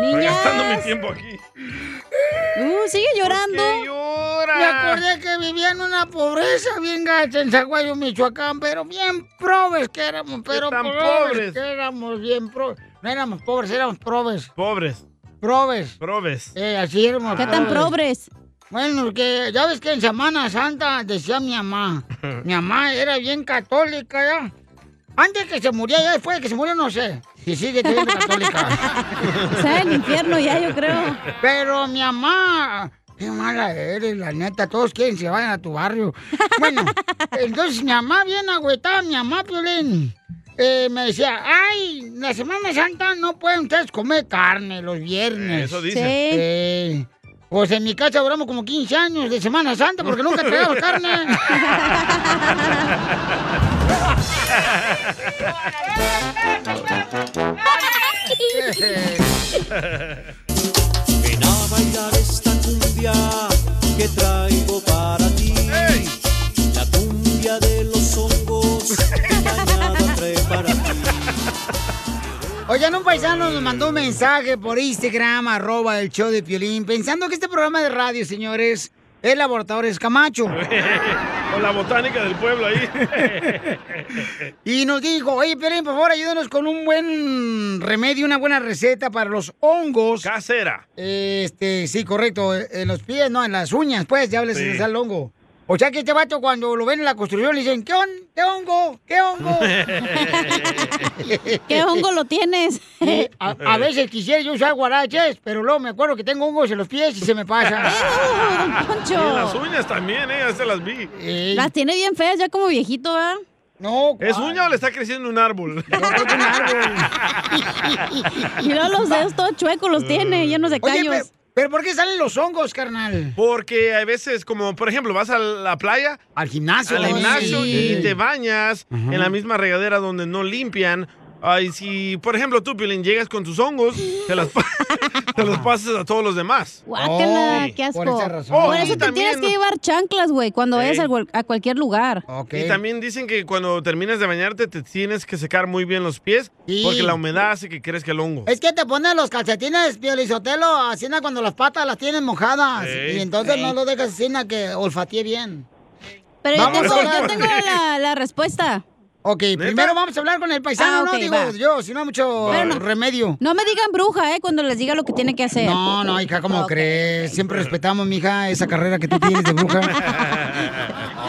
Speaker 3: Estoy gastando mi tiempo aquí.
Speaker 4: Uh, sigue llorando.
Speaker 2: Me acordé que vivía en una pobreza bien gacha en Zaguayo, Michoacán, pero bien pobres que éramos, pero
Speaker 18: tan pobres?
Speaker 2: que éramos bien pobres. No éramos pobres, éramos probes.
Speaker 3: Pobres.
Speaker 2: Probes.
Speaker 3: Probes.
Speaker 2: Eh, así éramos.
Speaker 4: ¿Qué tan
Speaker 2: pobres? Bueno, que ya ves que en Semana Santa decía mi mamá. mi mamá era bien católica ya. Antes que se muriera, ya después de que se murió, no sé. Si sigue siendo católica.
Speaker 4: Está en el infierno ya, yo creo.
Speaker 2: Pero mi mamá, qué mala eres, la neta, todos quieren que se vayan a tu barrio. Bueno, entonces mi mamá bien agüetada, mi mamá Piolín, eh, me decía, ay, la Semana Santa no pueden ustedes comer carne los viernes.
Speaker 18: Eso dice. Sí.
Speaker 2: Eh, pues en mi casa duramos como 15 años de Semana Santa porque nunca traíamos carne.
Speaker 18: Ven a bailar esta cumbia que traigo
Speaker 21: solo para ti. La cumbia de los hongos mañana prepara.
Speaker 2: Oigan, un paisano nos mandó un mensaje por Instagram, arroba el show de Piolín, pensando que este programa de radio, señores, es Laboratorios Camacho.
Speaker 3: Con la botánica del pueblo ahí.
Speaker 2: Y nos dijo, oye, Piolín, por favor, ayúdanos con un buen remedio, una buena receta para los hongos.
Speaker 3: Casera.
Speaker 2: Este, sí, correcto, en los pies, no, en las uñas, pues, ya les
Speaker 3: Sí.
Speaker 2: está el hongo. O sea que este vato cuando lo ven en la construcción le dicen, ¿qué, on, qué hongo? ¿Qué hongo?
Speaker 4: ¿Qué hongo lo tienes?
Speaker 2: a, a veces quisiera yo usar guaraches, pero luego me acuerdo que tengo hongos en los pies y se me pasa.
Speaker 3: Y en las uñas también, ¿eh? Ya se las vi.
Speaker 4: Las tiene bien feas, ya como viejito, ¿verdad?
Speaker 2: No.
Speaker 3: ¿Es uña o le está creciendo un árbol?
Speaker 4: Y luego los dedos todos chuecos los
Speaker 3: Mm.
Speaker 4: tiene, llenos de
Speaker 3: Oye,
Speaker 4: callos.
Speaker 3: pe-
Speaker 2: ¿Pero por qué salen los hongos, carnal?
Speaker 3: Porque a veces, como por ejemplo, vas a la playa.
Speaker 2: Al gimnasio.
Speaker 3: Al gimnasio
Speaker 2: Sí.
Speaker 3: y te bañas en la misma regadera donde no limpian. Ay, si, por ejemplo, tú, Pilín, llegas con tus hongos, te las, pa- te los pasas a todos los demás.
Speaker 4: Guácala,
Speaker 3: Sí.
Speaker 4: qué asco.
Speaker 3: Oh,
Speaker 4: Por
Speaker 3: y
Speaker 4: eso te
Speaker 3: también-
Speaker 4: tienes que llevar chanclas, güey, cuando vayas
Speaker 3: Ey.
Speaker 4: al gual- a cualquier lugar.
Speaker 3: Y también dicen que cuando terminas de bañarte te tienes que secar muy bien los pies
Speaker 2: Sí.
Speaker 3: porque la humedad hace que crezca el hongo.
Speaker 2: Es que te ponen los calcetines, Piolizotelo, así na, cuando las patas las tienen mojadas.
Speaker 3: Ey.
Speaker 2: Y entonces
Speaker 3: Ey.
Speaker 2: no lo dejas así na, que olfatee bien.
Speaker 4: Pero yo
Speaker 2: Vamos
Speaker 4: tengo,
Speaker 2: a hablar.
Speaker 4: yo tengo la, la respuesta.
Speaker 2: Ok, primero vamos a hablar con el paisano,
Speaker 4: Ah,
Speaker 2: no
Speaker 4: ok,
Speaker 2: digo
Speaker 4: va.
Speaker 2: yo, si no mucho
Speaker 4: Pero no.
Speaker 2: remedio.
Speaker 4: No me digan bruja, ¿eh? Cuando les diga lo que tiene que hacer.
Speaker 2: No, no, hija, ¿cómo crees? Siempre respetamos, mija, esa carrera que tú tienes de bruja.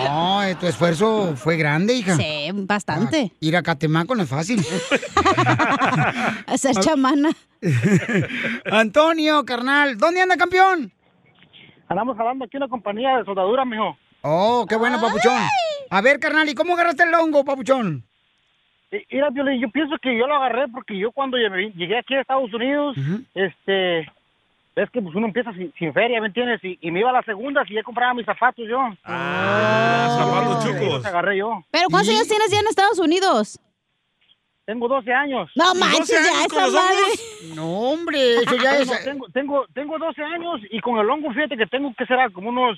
Speaker 2: No, eh, tu esfuerzo fue grande, hija.
Speaker 4: Sí, bastante.
Speaker 2: Ir a Catemaco no es fácil. Ah.
Speaker 4: Hacer chamana.
Speaker 2: Antonio, carnal, ¿dónde anda, campeón?
Speaker 22: Andamos hablando aquí en la compañía de soldadura, mijo. Ah.
Speaker 2: Oh, qué bueno, papuchón. A ver, carnal, ¿y cómo agarraste el hongo, papuchón?
Speaker 22: Y- Mira, Piolín, yo pienso que yo lo agarré porque yo cuando llegué llegué aquí a Estados Unidos, este, es que pues uno empieza sin, sin feria, ¿me entiendes? Y, y me iba a las segundas y ya compraba mis zapatos yo.
Speaker 3: Ah, zapatos
Speaker 22: Los
Speaker 3: chucos.
Speaker 22: agarré yo.
Speaker 4: ¿Pero cuántos años tienes ya en Estados Unidos?
Speaker 22: Tengo 12 años.
Speaker 4: No manches, ya esa madre.
Speaker 2: No, hombre, eso ya
Speaker 22: Tengo-
Speaker 2: es-
Speaker 22: Ah, Tengo, tengo, tengo 12 años y con el hongo, fíjate que tengo que será como unos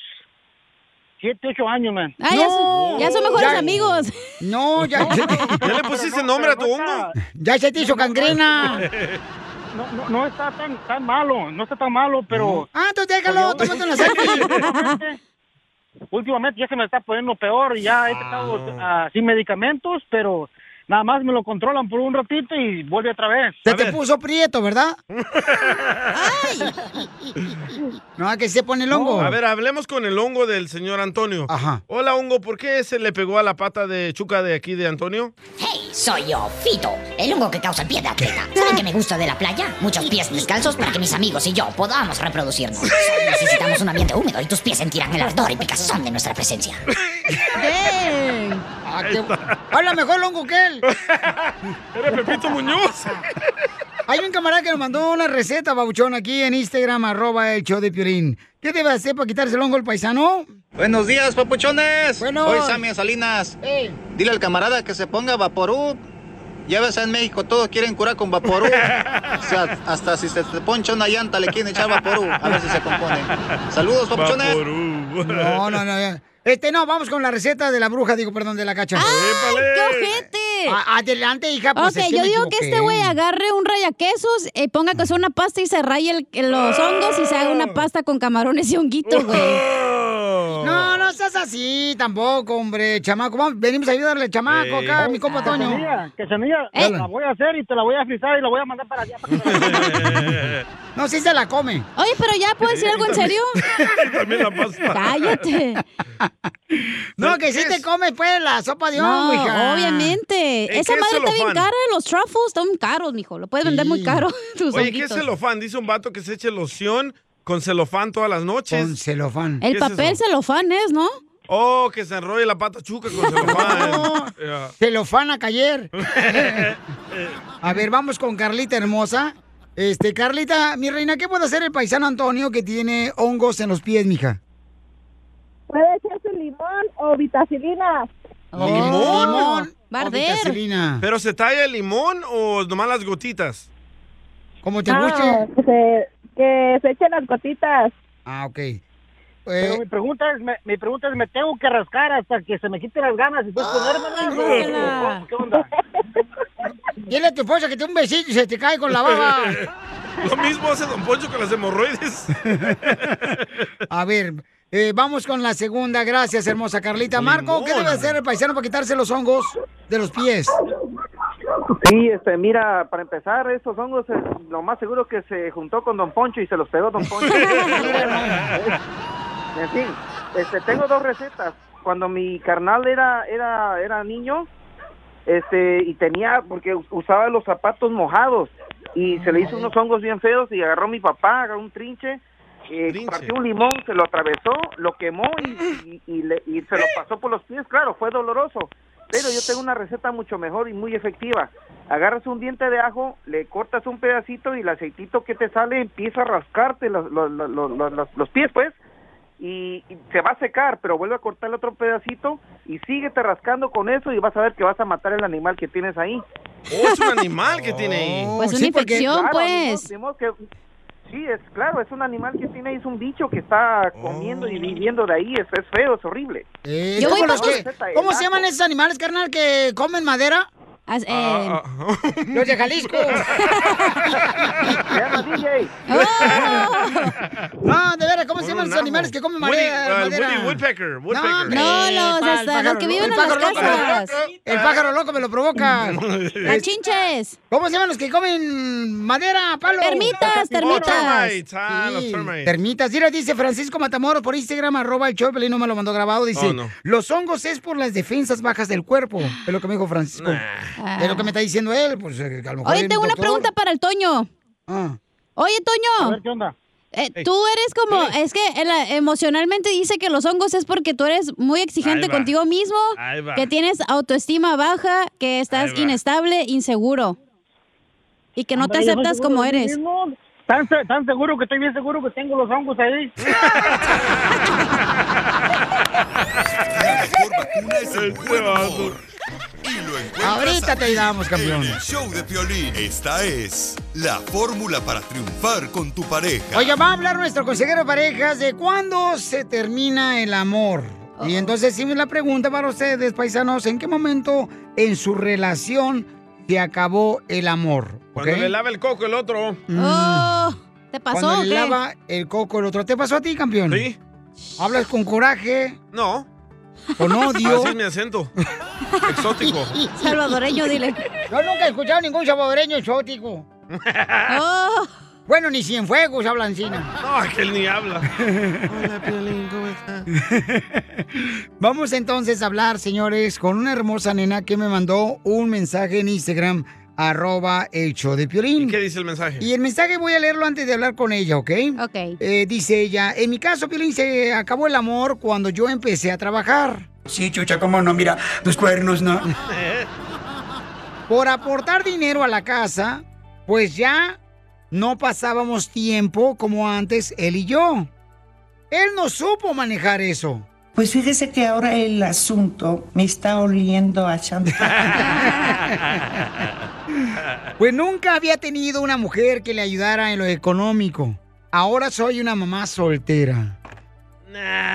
Speaker 22: 7, 8 años, man.
Speaker 4: Ah, ya son- ya son mejores amigos.
Speaker 2: No, ya.
Speaker 22: ¿Ya le
Speaker 3: pusiste nombre a tu hongo?
Speaker 2: Ya se te hizo cangrena.
Speaker 22: No, no, no está tan, tan malo, no está tan malo, pero...
Speaker 2: Ah, tú déjalo,
Speaker 22: Pues yo-
Speaker 2: tómate una selfie.
Speaker 22: Últimamente ya se me está poniendo peor, ya
Speaker 2: Ah.
Speaker 22: he estado ah, sin medicamentos, pero nada más me lo controlan por un ratito y vuelve otra vez.
Speaker 2: Se te puso prieto, ¿verdad? No, ¿a que se pone el hongo?
Speaker 3: A ver, hablemos con el hongo del señor Antonio.
Speaker 2: Ajá.
Speaker 3: Hola, hongo, ¿por qué se le pegó a la pata de chuca de aquí de Antonio?
Speaker 23: Soy yo, Fito, el hongo que causa pie de atleta. ¿Saben qué me gusta de la playa? Muchos pies descalzos para que mis amigos y yo podamos reproducirnos. Solo necesitamos un ambiente húmedo y tus pies sentirán el ardor y picazón de nuestra presencia.
Speaker 2: Ah, qué- Habla mejor hongo que él. Era Pepito Muñoz. Hay un camarada que nos mandó una receta, babuchón, aquí en Instagram, arroba el show de Piolín. ¿Qué debe hacer para quitarse el hongo el paisano?
Speaker 24: Buenos días, papuchones.
Speaker 2: Bueno. Eh.
Speaker 24: Soy Samia Salinas. Dile al camarada que se ponga Vaporub. Ya ves, en México todos quieren curar con Vaporub. o sea, hasta si se te poncha una llanta le quieren echar Vaporub. A ver si se compone. Saludos, papuchones.
Speaker 2: No, no, no. ya. Este no, vamos con la receta de la bruja, digo, perdón, de la cacha. ¡Ay,
Speaker 4: qué ojete!
Speaker 2: adelante, hija, pues
Speaker 4: ok,
Speaker 2: es que
Speaker 4: yo
Speaker 2: me
Speaker 4: digo que
Speaker 2: equivoqué.
Speaker 4: este güey agarre un rayaquesos, eh, ponga que sea una pasta y se raye el- el- los hongos y se haga una pasta con camarones y honguitos, güey.
Speaker 2: No, no seas así tampoco, hombre, chamaco. Vamos, venimos a ayudarle, chamaco, acá,
Speaker 22: Ey.
Speaker 2: mi compa Toño. Eh.
Speaker 22: Cachanilla, cachanilla, la voy a hacer y te la voy a frizar y la voy a mandar para allá.
Speaker 2: No, sí se la come.
Speaker 4: Oye, pero ya puedo decir algo en serio.
Speaker 3: También la pasta.
Speaker 4: Cállate.
Speaker 2: No, que sí te comes, pues, la sopa de
Speaker 4: No,
Speaker 2: hongo, hija.
Speaker 4: obviamente.
Speaker 2: Eh,
Speaker 4: Esa madre
Speaker 2: ¿qué es
Speaker 4: está
Speaker 3: celofán?
Speaker 4: bien cara, los truffles están caros, mijo. Lo puedes vender muy caro. Tus
Speaker 3: Oye, ¿qué es
Speaker 4: honguitos.
Speaker 3: celofán? Dice un vato que se eche loción con celofán todas las noches. Con
Speaker 2: celofán.
Speaker 3: Mm.
Speaker 4: El papel celofán es, ¿no?
Speaker 3: Oh, que se enrolle la pata chuca con celofán. Ya.
Speaker 2: Se lo fan a cayer. a ver, vamos con Carlita hermosa. Este, Carlita, mi reina, ¿qué puede hacer el paisano Antonio que tiene hongos en los pies, mija?
Speaker 25: Puede echarse limón o vitacilina.
Speaker 3: ¿Limón?
Speaker 25: Va
Speaker 2: Oh,
Speaker 25: a arder.
Speaker 3: ¿Pero se talla el limón o nomás las gotitas?
Speaker 2: Como
Speaker 25: pues, eh, Ah, que se, que se echen las gotitas.
Speaker 2: Ah, ok.
Speaker 22: Pero mi pregunta es, me, mi pregunta es, ¿me tengo que rascar hasta que se me quiten las ganas y puedes
Speaker 2: Ah,
Speaker 22: ponérmela? ¿O- o- ¿Qué onda?
Speaker 2: Dile a tu esposa que te dé un besito y se te cae con la baba.
Speaker 3: Lo mismo hace Don Poncho con las hemorroides.
Speaker 2: A ver, eh, vamos con la segunda. Gracias, hermosa Carlita. Marco, ¿qué debe hacer el paisano para quitarse los hongos de los pies?
Speaker 10: Sí, este, mira, para empezar, esos hongos, eh, lo más seguro que se juntó con Don Poncho y se los pegó Don Poncho. en fin, este, tengo dos recetas. Cuando mi carnal era, era, era niño, este, y tenía, porque us- usaba los zapatos mojados, y se le hizo unos hongos bien feos, y agarró mi papá, agarró un trinche, eh, partió un limón, se lo atravesó, lo quemó y, y- y le- y se lo pasó por los pies, claro, fue doloroso. Pero yo tengo una receta mucho mejor y muy efectiva. Agarras un diente de ajo, le cortas un pedacito y el aceitito que te sale empieza a rascarte los, los- los- los- los- los pies, pues, y, y se va a secar, pero vuelve a cortarle otro pedacito y síguete rascando con eso y vas a ver que vas a matar el animal que tienes ahí.
Speaker 3: Oh, es un animal que tiene ahí.
Speaker 10: Claro, ni modo- ni modo que- sí, es claro, es un animal que tiene ahí, es un bicho que está comiendo
Speaker 3: Oh.
Speaker 10: y viviendo de ahí, es, es feo, es horrible.
Speaker 2: Eh,
Speaker 10: ¿eh?
Speaker 2: es como los que- ¿Cómo se llaman
Speaker 10: esos
Speaker 2: esos animales, carnal, que comen madera? Eh.
Speaker 10: Ah,
Speaker 2: Los de Jalisco. No, de veras, ¿cómo se llaman esos animales que comen
Speaker 3: Woody,
Speaker 2: madera?
Speaker 3: uh,
Speaker 2: Ah, madera?
Speaker 3: Woody Woodpecker,
Speaker 2: No,
Speaker 3: Woodpecker.
Speaker 2: hombre, el pájaro lo- el pájaro loco me lo- El pájaro loco me lo provoca.
Speaker 3: Las
Speaker 2: chinches. ¿Cómo se llaman los que comen madera, palo?
Speaker 4: Termitas, termitas.
Speaker 3: Oh, termites, ah, los termites.
Speaker 2: Termitas. Mira, dice Francisco Matamoros por Instagram, arroba el show, Pelín no me lo mandó grabado. Dice,
Speaker 3: Oh, no.
Speaker 2: los hongos es por las defensas bajas del cuerpo. Es lo que me dijo Francisco.
Speaker 4: Ah.
Speaker 2: Es lo que me está diciendo él. Pues, eh, a lo mejor
Speaker 4: Oye,
Speaker 2: el
Speaker 4: tengo una
Speaker 2: doctor-
Speaker 4: pregunta para el Toño.
Speaker 2: Ah.
Speaker 4: Oye, Toño.
Speaker 2: A ver, ¿qué onda?
Speaker 4: Eh,
Speaker 2: Ey.
Speaker 4: tú eres como, es que el- eh, emocionalmente dice que los hongos es porque tú eres muy exigente
Speaker 20: Ahí va.
Speaker 4: contigo mismo,
Speaker 20: Ahí va.
Speaker 4: que tienes autoestima baja, que estás
Speaker 20: Ahí va.
Speaker 4: inestable, inseguro y que no te
Speaker 22: Hombre, yo soy
Speaker 4: aceptas
Speaker 22: seguro
Speaker 4: como
Speaker 22: de mí
Speaker 4: eres.
Speaker 22: mismo. ¿Tan, se- tan seguro que estoy bien seguro que tengo los hongos ahí.
Speaker 5: Es el buen humor. Y lo encuentras
Speaker 2: Ahorita te
Speaker 5: aquí,
Speaker 2: ayudamos, campeón.
Speaker 5: en el show de Piolín. Esta es la fórmula para triunfar con tu pareja.
Speaker 2: Oiga, va a hablar nuestro consejero de parejas de cuándo se termina el amor. Y entonces hicimos la pregunta para ustedes, paisanos, ¿en qué momento en su relación se acabó el amor?
Speaker 3: Cuando
Speaker 2: ¿Ok? Mm.
Speaker 3: le lava el coco el otro.
Speaker 4: Oh, ¿te pasó?
Speaker 2: Cuando
Speaker 4: o
Speaker 2: le
Speaker 4: qué?
Speaker 2: lava el coco el otro. ¿Te pasó a ti, campeón? Sí. ¿Hablas con coraje?
Speaker 3: No.
Speaker 2: Con odio.
Speaker 3: Así es mi acento. Exótico.
Speaker 4: Salvadoreño, dile.
Speaker 2: Yo nunca he escuchado ningún salvadoreño exótico.
Speaker 4: Oh.
Speaker 2: Bueno, ni Cienfuegos hablan chino.
Speaker 3: No, aquel ni habla.
Speaker 2: Vamos entonces a hablar, señores, con una hermosa nena que me mandó un mensaje en Instagram, arroba el show de Piolín.
Speaker 3: ¿Qué dice el mensaje?
Speaker 2: Y el mensaje voy a leerlo antes de hablar con ella, ¿ok? Eh,
Speaker 4: Ok.
Speaker 2: dice ella, en mi caso, Piolín, se acabó el amor cuando yo empecé a trabajar.
Speaker 18: Sí, chucha, cómo no, mira, tus cuernos, ¿no?
Speaker 2: Por aportar dinero a la casa, pues ya no pasábamos tiempo como antes él y yo. Él no supo manejar eso.
Speaker 18: Pues fíjese que ahora el asunto me está oliendo a
Speaker 3: ah,
Speaker 18: chantaje.
Speaker 2: Pues nunca había tenido una mujer que le ayudara en lo económico. Ahora soy una mamá soltera.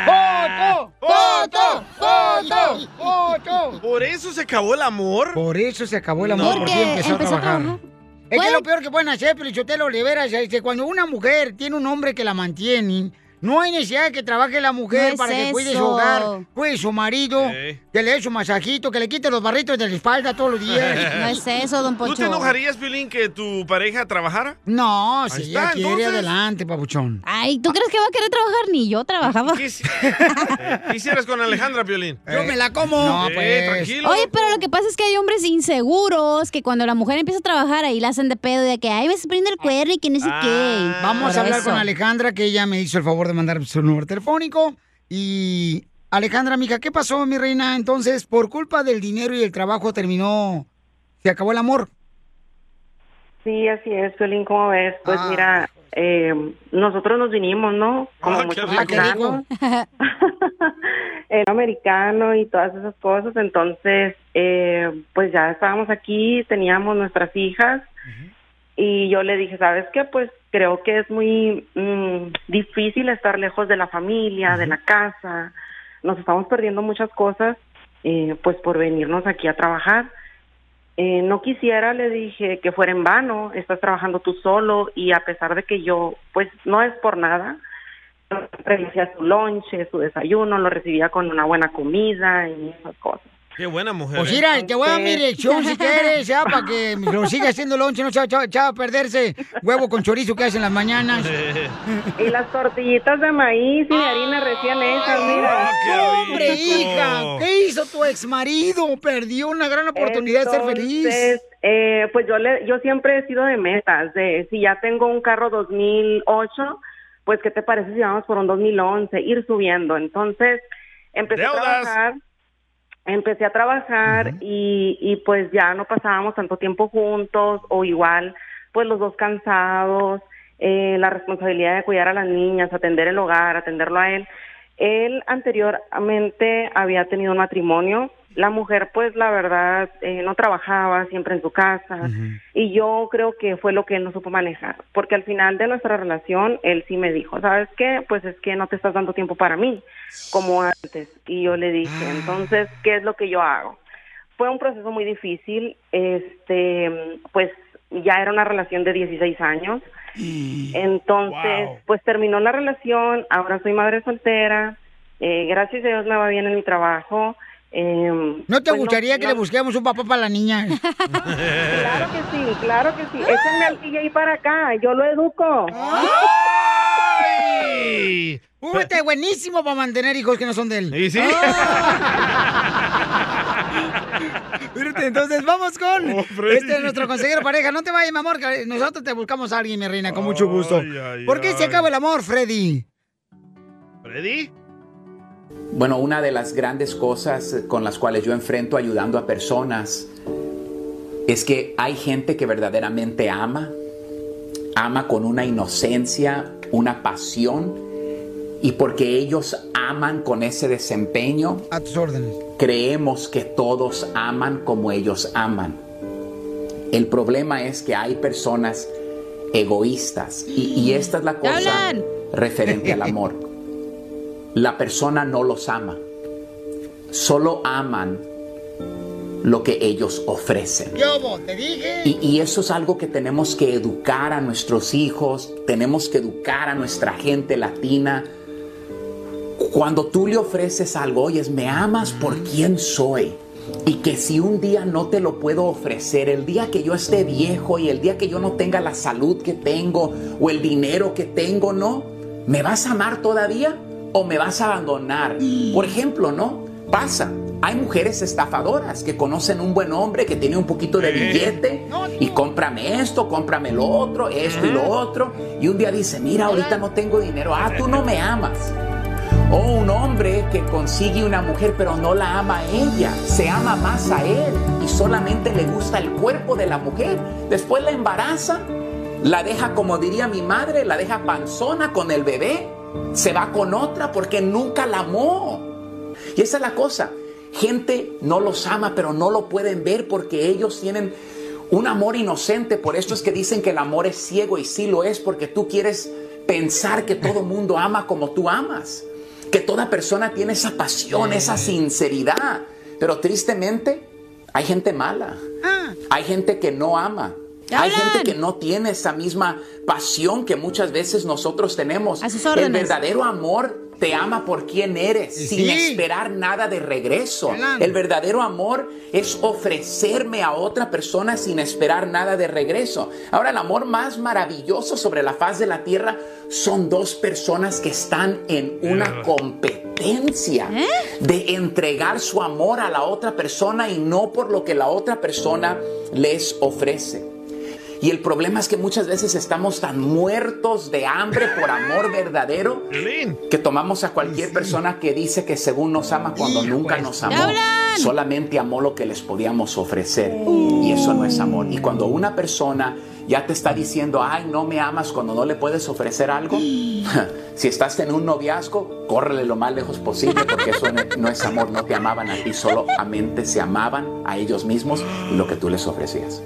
Speaker 3: ¡Foto!
Speaker 2: ¡Foto! ¡Foto! ¡Foto!
Speaker 3: ¿Por eso se acabó el amor?
Speaker 2: Por eso se acabó el amor, porque empezó, a trabajar. Es que lo peor que pueden hacer, Pelichotelo Olivera, es que cuando una mujer tiene un hombre que la mantiene, no hay necesidad de que trabaje la mujer
Speaker 18: No es
Speaker 2: para que cuide su
Speaker 18: eso.
Speaker 2: hogar, cuide su marido,
Speaker 18: Sí.
Speaker 2: que le dé su masajito, que le quite los barritos de la espalda todos los días.
Speaker 3: No es
Speaker 4: eso, don
Speaker 3: ¿Tú te enojarías, Pilín, que tu pareja trabajara?
Speaker 2: No,
Speaker 3: Ahí
Speaker 2: si
Speaker 3: está,
Speaker 2: ella quiere
Speaker 3: entonces.
Speaker 2: adelante, papuchón.
Speaker 4: Ay, ¿tú crees que va a querer trabajar? Ni yo trabajaba.
Speaker 3: ¿Qué hicieras con Alejandra, Piolín?
Speaker 2: Yo me la como. No,
Speaker 3: Eh,
Speaker 2: pues.
Speaker 3: tranquilo.
Speaker 4: Oye, pero lo que pasa es que hay hombres inseguros que cuando la mujer empieza a trabajar ahí la hacen de pedo de que, ay, me está poniendo el cuerno y que no sé qué.
Speaker 2: Ah, Vamos
Speaker 4: Por
Speaker 2: a hablar
Speaker 4: eso.
Speaker 2: con Alejandra, que ella me hizo el favor de mandar su número telefónico. Y Alejandra, mija, ¿qué pasó, mi reina? Entonces, por culpa del dinero y el trabajo terminó, se acabó el amor.
Speaker 9: Sí, así es, Piolín, ¿cómo ves? Pues mira, eh, nosotros nos vinimos, ¿no? Como Ah, qué muchos rico. mexicanos. el americano y todas esas cosas. Entonces, eh, pues ya estábamos aquí, teníamos nuestras hijas. Y yo le dije, ¿sabes qué? Pues creo que es muy mm, difícil estar lejos de la familia, de la casa. Nos estamos perdiendo muchas cosas, eh, pues por venirnos aquí a trabajar. Eh, no quisiera, le dije, que fuera en vano, estás trabajando tú solo y a pesar de que yo, pues no es por nada, recibía su lonche, su desayuno, lo recibía con una buena comida y esas cosas.
Speaker 3: Qué buena mujer.
Speaker 2: Pues
Speaker 3: ¿eh?
Speaker 2: mira, te voy a dar mi dirección si quieres, ya, para que lo siga haciendo lonche, no se va- se va se va a perderse huevo con chorizo que hacen las mañanas.
Speaker 9: Y las tortillitas de maíz y de harina recién hechas, mira.
Speaker 2: ¡Hombre, hija! ¿Qué hizo tu ex marido? Perdió una gran oportunidad de ser feliz.
Speaker 9: Entonces, eh, pues yo le, yo siempre he sido de metas, de si ya tengo un carro 2008, pues qué te parece si vamos por un 2011, ir subiendo. Entonces empecé
Speaker 18: Deudas.
Speaker 9: a trabajar, empecé a trabajar y, y pues ya no pasábamos tanto tiempo juntos o igual, pues los dos cansados, eh, la responsabilidad de cuidar a las niñas, atender el hogar, atenderlo a él. Él anteriormente había tenido un matrimonio. La mujer, pues la verdad, eh, no trabajaba, siempre en su casa. Y yo creo que fue lo que él no supo manejar. Porque al final de nuestra relación, él sí me dijo, ¿sabes qué? Pues es que no te estás dando tiempo para mí, como antes. Y yo le
Speaker 2: Ah.
Speaker 9: dije, entonces, ¿qué es lo que yo hago? Fue un proceso muy difícil. Este, pues ya era una relación de 16 años. Entonces, pues terminó la relación, ahora soy madre soltera, eh, gracias a Dios me va bien en mi trabajo. em,
Speaker 2: ¿No te
Speaker 9: pues
Speaker 2: gustaría que
Speaker 9: no-
Speaker 2: le busquemos un papá para la niña?
Speaker 9: Claro que sí, claro que sí. Échenme al DJ para acá, yo lo educo.
Speaker 2: ¡Ah! ¡Ay! Uh, este es buenísimo para mantener hijos que no son de él.
Speaker 3: sí.
Speaker 2: Espérate, entonces vamos con este es nuestro consejero pareja. No te vayas, mi amor, que nosotros te buscamos a alguien, mi reina, con mucho gusto. ¿Por qué se acaba el amor, Freddy?
Speaker 3: ¿Freddy?
Speaker 7: Bueno, una de las grandes cosas con las cuales yo enfrento ayudando a personas es que hay gente que verdaderamente ama, ama con una inocencia, una pasión, y porque ellos aman con ese desempeño,
Speaker 2: A tus órdenes.
Speaker 7: creemos que todos aman como ellos aman. El problema es que hay personas egoístas y, y esta es la cosa
Speaker 4: ¡Hablan!
Speaker 7: referente al amor. La persona no los ama, solo aman lo que ellos ofrecen.
Speaker 2: Yo, bo, te dije.
Speaker 7: Y, y eso es algo que tenemos que educar a nuestros hijos, tenemos que educar a nuestra gente latina. Cuando tú le ofreces algo, oyes, me amas por quién soy. Y que si un día no te lo puedo ofrecer, el día que yo esté viejo y el día que yo no tenga la salud que tengo o el dinero que tengo, no, ¿me vas a amar todavía o me vas a abandonar? Por ejemplo, ¿no? Pasa. Hay mujeres estafadoras que conocen un buen hombre que tiene un poquito de billete y cómprame esto, cómprame lo otro, esto y lo otro. Y un día dice, mira, ahorita no tengo dinero. Ah, tú no me amas. O un hombre que consigue una mujer pero no la ama a ella, se ama más a él y solamente le gusta el cuerpo de la mujer. Después la embaraza, la deja como diría mi madre, la deja panzona con el bebé, se va con otra porque nunca la amó. Y esa es la cosa. Gente no los ama, pero no lo pueden ver porque ellos tienen un amor inocente. Por esto es que dicen que el amor es ciego y sí lo es porque tú quieres pensar que todo mundo ama como tú amas. Que toda persona tiene esa pasión, esa sinceridad. Pero tristemente hay gente mala. Hay gente que no ama. Hay gente que no tiene esa misma pasión que muchas veces nosotros tenemos. El
Speaker 4: órdenes.
Speaker 7: verdadero amor te ama por quien eres, sin
Speaker 4: sí.
Speaker 7: esperar nada de regreso.
Speaker 4: Claro.
Speaker 7: El verdadero amor es ofrecerme a otra persona sin esperar nada de regreso. Ahora, el amor más maravilloso sobre la faz de la tierra son dos personas que están en una competencia de entregar su amor a la otra persona y no por lo que la otra persona les ofrece. Y el problema es que muchas veces estamos tan muertos de hambre por amor verdadero que tomamos a cualquier persona que dice que según nos ama cuando nunca nos amó. Solamente amó lo que les podíamos ofrecer. Y eso no es amor. Y cuando una persona ya te está diciendo, ay, no me amas cuando no le puedes ofrecer algo, si estás en un noviazgo, córrele lo más lejos posible porque eso no- no es amor. No te amaban a ti, solamente se amaban a ellos mismos y lo que tú les ofrecías.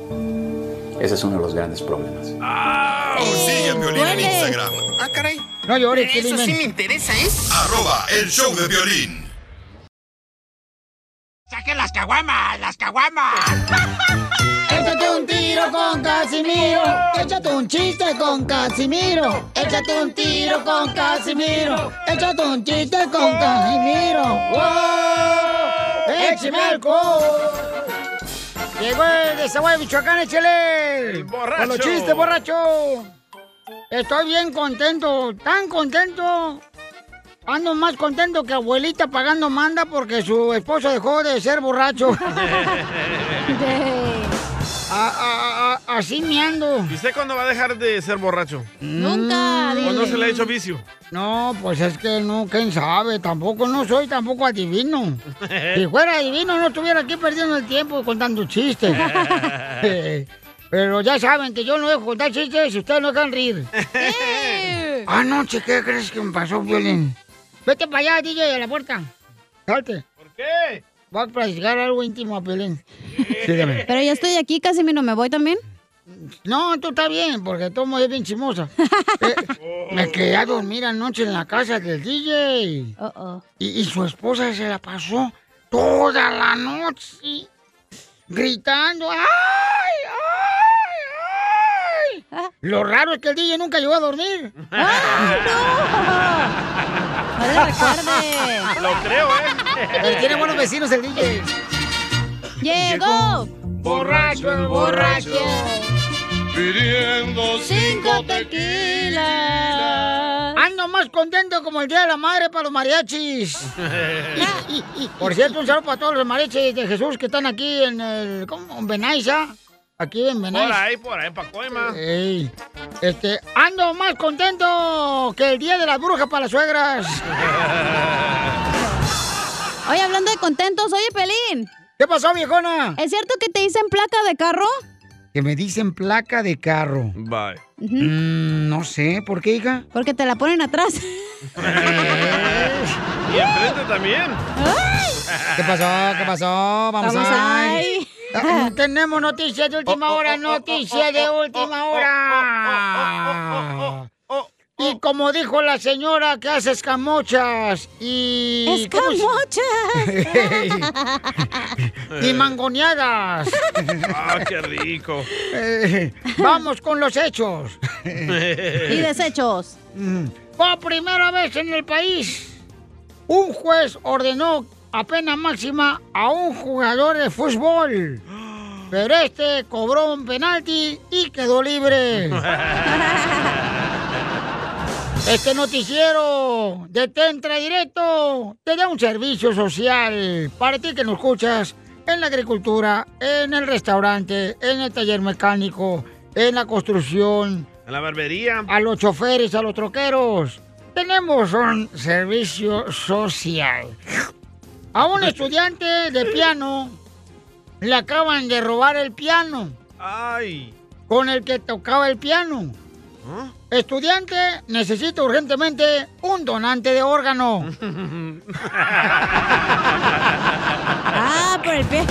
Speaker 7: Ese es uno de los grandes problemas.
Speaker 5: Sigue a Piolín en Instagram.
Speaker 2: Ah, caray. No llores,
Speaker 5: Eso
Speaker 2: Piolín,
Speaker 5: sí
Speaker 2: ven.
Speaker 5: me
Speaker 10: interesa, ¿es?
Speaker 5: Arroba el show de violín.
Speaker 10: ¡Saquen las caguamas! ¡Las caguamas!
Speaker 2: Échate un tiro con Casimiro. Échate un chiste con Casimiro. Échate un tiro con Casimiro. Échate un chiste con Casimiro. ¡Wow! ¡Échame alcohol! Llegó el de Zaguay, Michoacán, échale. Con los chistes, borracho. Estoy bien contento, tan contento. Ando más contento que abuelita pagando manda porque su esposo dejó de ser borracho. A- a- a- así me ando.
Speaker 3: ¿Y usted cuándo va a dejar de ser borracho?
Speaker 2: Nunca,
Speaker 3: ¿O no
Speaker 2: dile.
Speaker 3: se le ha hecho vicio?
Speaker 2: No, pues es que no, quién sabe, tampoco, no soy tampoco adivino. Si fuera adivino no estuviera aquí perdiendo el tiempo contando chistes. Eh, Pero ya saben que yo no dejo contar chistes si ustedes no dejan reír. Anoche, ¿qué crees que me pasó, Violín? Vete para allá, DJ, a la puerta. Salte. ¿Por qué? Va a platicar algo íntimo a Violín. Sígueme.
Speaker 4: Pero ya estoy aquí, Casimiro, ¿me voy también?
Speaker 2: No, tú estás bien, porque tomo es bien chimosa. Eh, me quedé a dormir anoche en la casa del DJ. Y, y su esposa se la pasó toda la noche gritando. ¡Ay! ¡Ay! ¡Ay! Lo raro es que el DJ nunca llegó a dormir. ¡No le recuerde!
Speaker 3: Lo creo, ¿eh?
Speaker 2: Pero tiene buenos vecinos el DJ.
Speaker 4: ¡Llegó!
Speaker 2: Borracho el
Speaker 4: borracho.
Speaker 2: Pidiendo cinco tequilas. Ando más contento como el Día de la Madre para los mariachis. Por cierto, un saludo para todos los mariachis de Jesús que están aquí en el... ¿Cómo? En Benaiza. Aquí en Benaiza.
Speaker 3: Por ahí, por ahí, pa' coima.
Speaker 2: Ey, este, ando más contento que el Día de las Brujas para las Suegras.
Speaker 4: Oye, hablando de contentos, oye, Pelín.
Speaker 2: ¿Qué pasó, viejona?
Speaker 4: ¿Es cierto que te dicen placa de carro?
Speaker 2: Que me dicen placa de carro. Bye. no sé, ¿por qué, hija?
Speaker 4: Porque te la ponen atrás.
Speaker 3: Y enfrente también.
Speaker 2: ¿Qué pasó? Ah, ¿Qué pasó? Vamos,
Speaker 4: Vamos
Speaker 2: a...
Speaker 4: ahí.
Speaker 2: Tenemos noticias de última hora, noticias de última hora. Y como dijo la señora que hace escamochas y... ¡Escamochas! y mangoneadas.
Speaker 3: ¡Ah, qué rico!
Speaker 2: Eh, vamos con los hechos.
Speaker 4: Y desechos.
Speaker 2: Por primera vez en el país, un juez ordenó a pena máxima a un jugador de fútbol. Pero este cobró un penalti y quedó libre. Este noticiero de Tentra Directo te da un servicio social para ti que nos escuchas en la agricultura, en el restaurante, en el taller mecánico, en la construcción,
Speaker 3: En la barbería.
Speaker 2: a los choferes, a los troqueros. Tenemos un servicio social. A un estudiante de piano le acaban de robar el piano
Speaker 3: ¡Ay!
Speaker 2: con el que tocaba el piano. Estudiante necesita urgentemente un donante de órgano.
Speaker 4: ah, por el pie.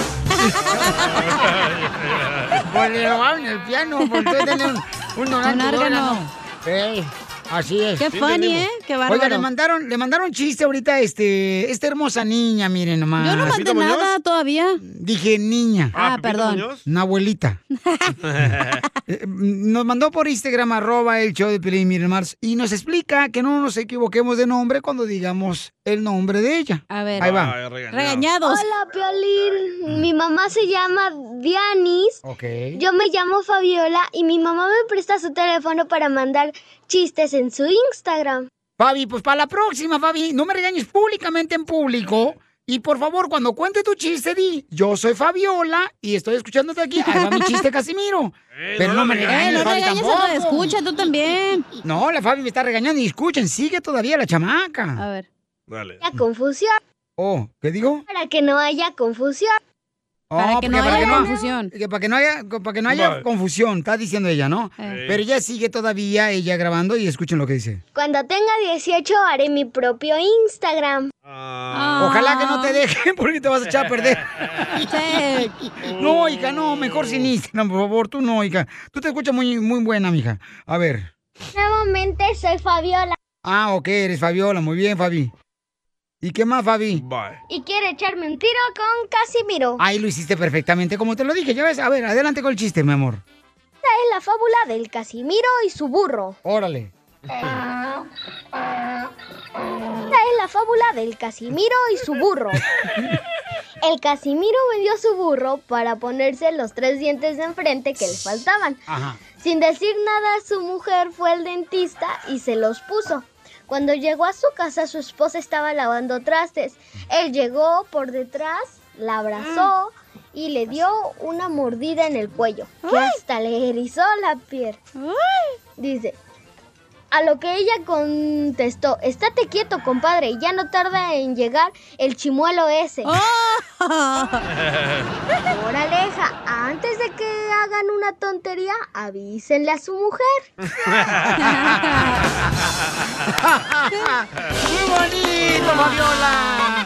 Speaker 2: Pues le robaron el piano, porque tiene un, un donante
Speaker 4: Un
Speaker 2: de
Speaker 4: órgano.
Speaker 2: órgano. Ey, así es.
Speaker 4: Qué Sí, funny, tenemos. ¿eh? Qué bárbaro.
Speaker 2: Oiga, le mandaron, le mandaron chiste ahorita este, esta hermosa niña, miren nomás.
Speaker 4: Yo no mandé nada todavía.
Speaker 2: Dije niña.
Speaker 4: Ah, Ah, ¿Pepito perdón. Muñoz?
Speaker 2: Una abuelita. Eh, Nos mandó por Instagram, arroba el show de Pelín Miren Mars, y nos explica que no nos equivoquemos de nombre cuando digamos el nombre de ella.
Speaker 4: A ver.
Speaker 2: Ahí va.
Speaker 4: Regañados.
Speaker 11: Hola, Piolín. Mi mamá se llama Dianis.
Speaker 2: Ok.
Speaker 11: Yo me llamo Fabiola y mi mamá me presta su teléfono para mandar chistes en su Instagram.
Speaker 2: Fabi, pues para la próxima, Fabi, no me regañes públicamente en público. Y por favor, cuando cuente tu chiste, di, yo soy Fabiola y estoy escuchándote aquí. Ahí va mi chiste, Casimiro. Pero no me regañes,
Speaker 4: Eh, no
Speaker 2: Fabi,
Speaker 4: regañes
Speaker 2: tampoco.
Speaker 4: a escucha, tú también.
Speaker 2: No, la Fabi me está regañando y escuchen, sigue todavía la chamaca.
Speaker 4: A ver.
Speaker 3: Dale.
Speaker 11: La confusión.
Speaker 2: Oh, ¿qué digo?
Speaker 11: Para que no haya confusión.
Speaker 4: Para que no
Speaker 2: Oh, porque
Speaker 4: haya
Speaker 2: ha-
Speaker 4: confusión.
Speaker 2: que para que no haya, para que no haya
Speaker 4: Vale.
Speaker 2: confusión, está diciendo ella, ¿no?
Speaker 11: Eh.
Speaker 2: Pero ella sigue todavía, ella grabando y escuchen lo que dice.
Speaker 11: Cuando tenga 18 haré mi propio Instagram.
Speaker 4: Ah.
Speaker 2: Ojalá que no te dejen porque te vas a echar a perder.
Speaker 4: Oh.
Speaker 2: No, hija, no, mejor sin Instagram, por favor, tú no, hija. Tú te escuchas muy, muy buena, mija. A ver.
Speaker 20: Nuevamente soy Fabiola
Speaker 2: Ah, ok, eres Fabiola, muy bien, Fabi. ¿Y qué más, Fabi?
Speaker 20: y quiero echarme un tiro con Casimiro.
Speaker 2: Ahí lo hiciste perfectamente, como te lo dije, ya ves. A ver, adelante con el chiste, mi amor.
Speaker 20: Esta es la fábula del Casimiro y su burro.
Speaker 2: Órale.
Speaker 20: Esta es la fábula del Casimiro y su burro. El Casimiro vendió su burro para ponerse los tres dientes de enfrente que le faltaban.
Speaker 18: Ajá.
Speaker 20: Sin decir nada, su mujer fue al dentista y se los puso. Cuando llegó a su casa, su esposa estaba lavando trastes. Él llegó por detrás, la abrazó y le dio una mordida en el cuello, que hasta le erizó la piel. Dice, a lo que ella contestó, estate quieto, compadre, ya no tarda en llegar el chimuelo ese. Moraleja, antes de que hagan una tontería, avísenle a su mujer.
Speaker 2: ¡Qué bonito, Fabiola!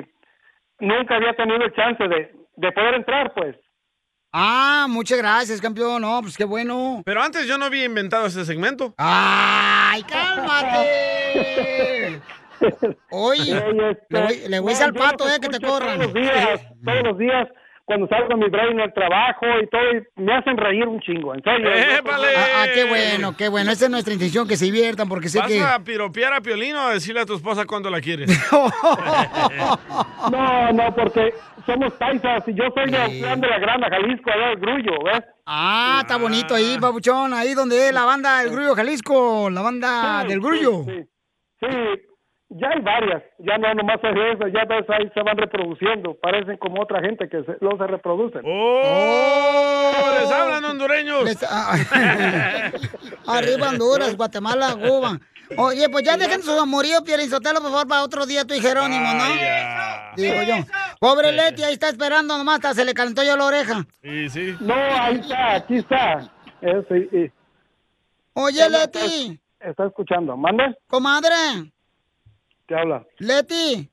Speaker 22: nunca había tenido el chance de, de poder entrar, pues.
Speaker 2: Ah, muchas gracias, campeón. No, pues qué bueno.
Speaker 3: Pero antes yo no había inventado ese segmento.
Speaker 2: ¡Ay, cálmate! Oye,
Speaker 22: este,
Speaker 2: le voy, le voy a decir al pato, eh, que te corran.
Speaker 22: Todos los días, todos los días, cuando salgo mi brain al trabajo y todo, y me hacen reír un chingo, en serio. pues,
Speaker 2: Ah, ah, qué bueno, qué bueno. Esa es nuestra intención, que se diviertan, porque sé
Speaker 3: ¿Vas
Speaker 2: que...
Speaker 3: a piropear a Piolín o a decirle a tu esposa cuándo la quieres?
Speaker 22: No, no, porque somos paisas y yo soy de Autlán de la Grana, Jalisco, allá del Grullo, ¿ves?
Speaker 2: Ah, está bonito ahí, papuchón, ahí donde es la banda El Grullo Jalisco, la banda del Grullo.
Speaker 22: Sí, sí. Sí, ya hay varias, ya no nomás es esa, ya ves, ahí se van reproduciendo, parecen como otra gente que se, luego se reproducen.
Speaker 3: ¡Oh! ¡Les hablan hondureños!
Speaker 2: Les- ah, Arriba Honduras, Guatemala, Cuba. Oye, pues ya dejen su amorío, Pierre Sotelo, por favor, para otro día tú y Jerónimo, ¿no? Digo yo. Pobre Leti, ahí está esperando nomás, hasta se le calentó yo la oreja.
Speaker 3: Sí, sí.
Speaker 22: No, ahí está, aquí está.
Speaker 1: Eh,
Speaker 22: Eso, y- y-
Speaker 2: Oye, Leti,
Speaker 22: está escuchando, ¿mande?
Speaker 2: comadre,
Speaker 22: ¿Qué habla?
Speaker 2: Leti.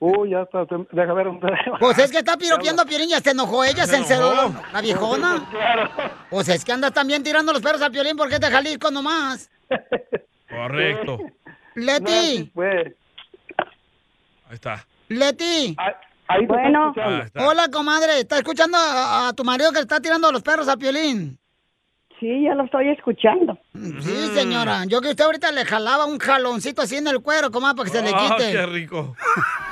Speaker 22: Uy, ya está, se- deja ver un
Speaker 2: Pues es que está piropeando a Piolín y hasta enojó ella, se encerró la viejona.
Speaker 22: Claro.
Speaker 2: Pues es que andas también tirando los perros a Piolín porque es de Jalisco nomás.
Speaker 3: Correcto.
Speaker 2: Leti.
Speaker 22: pues.
Speaker 3: Ahí está.
Speaker 2: Leti.
Speaker 22: Ah, ahí te Bueno.
Speaker 3: Ah,
Speaker 22: está escuchando.
Speaker 2: Hola, comadre. ¿Está escuchando a, a tu marido que le está tirando los perros a Piolín?
Speaker 12: Sí, yo lo estoy escuchando.
Speaker 2: Sí, señora. Yo que usted ahorita le jalaba un jaloncito así en el cuero, comadre, para que se le
Speaker 3: Ah,
Speaker 2: quite.
Speaker 3: qué rico.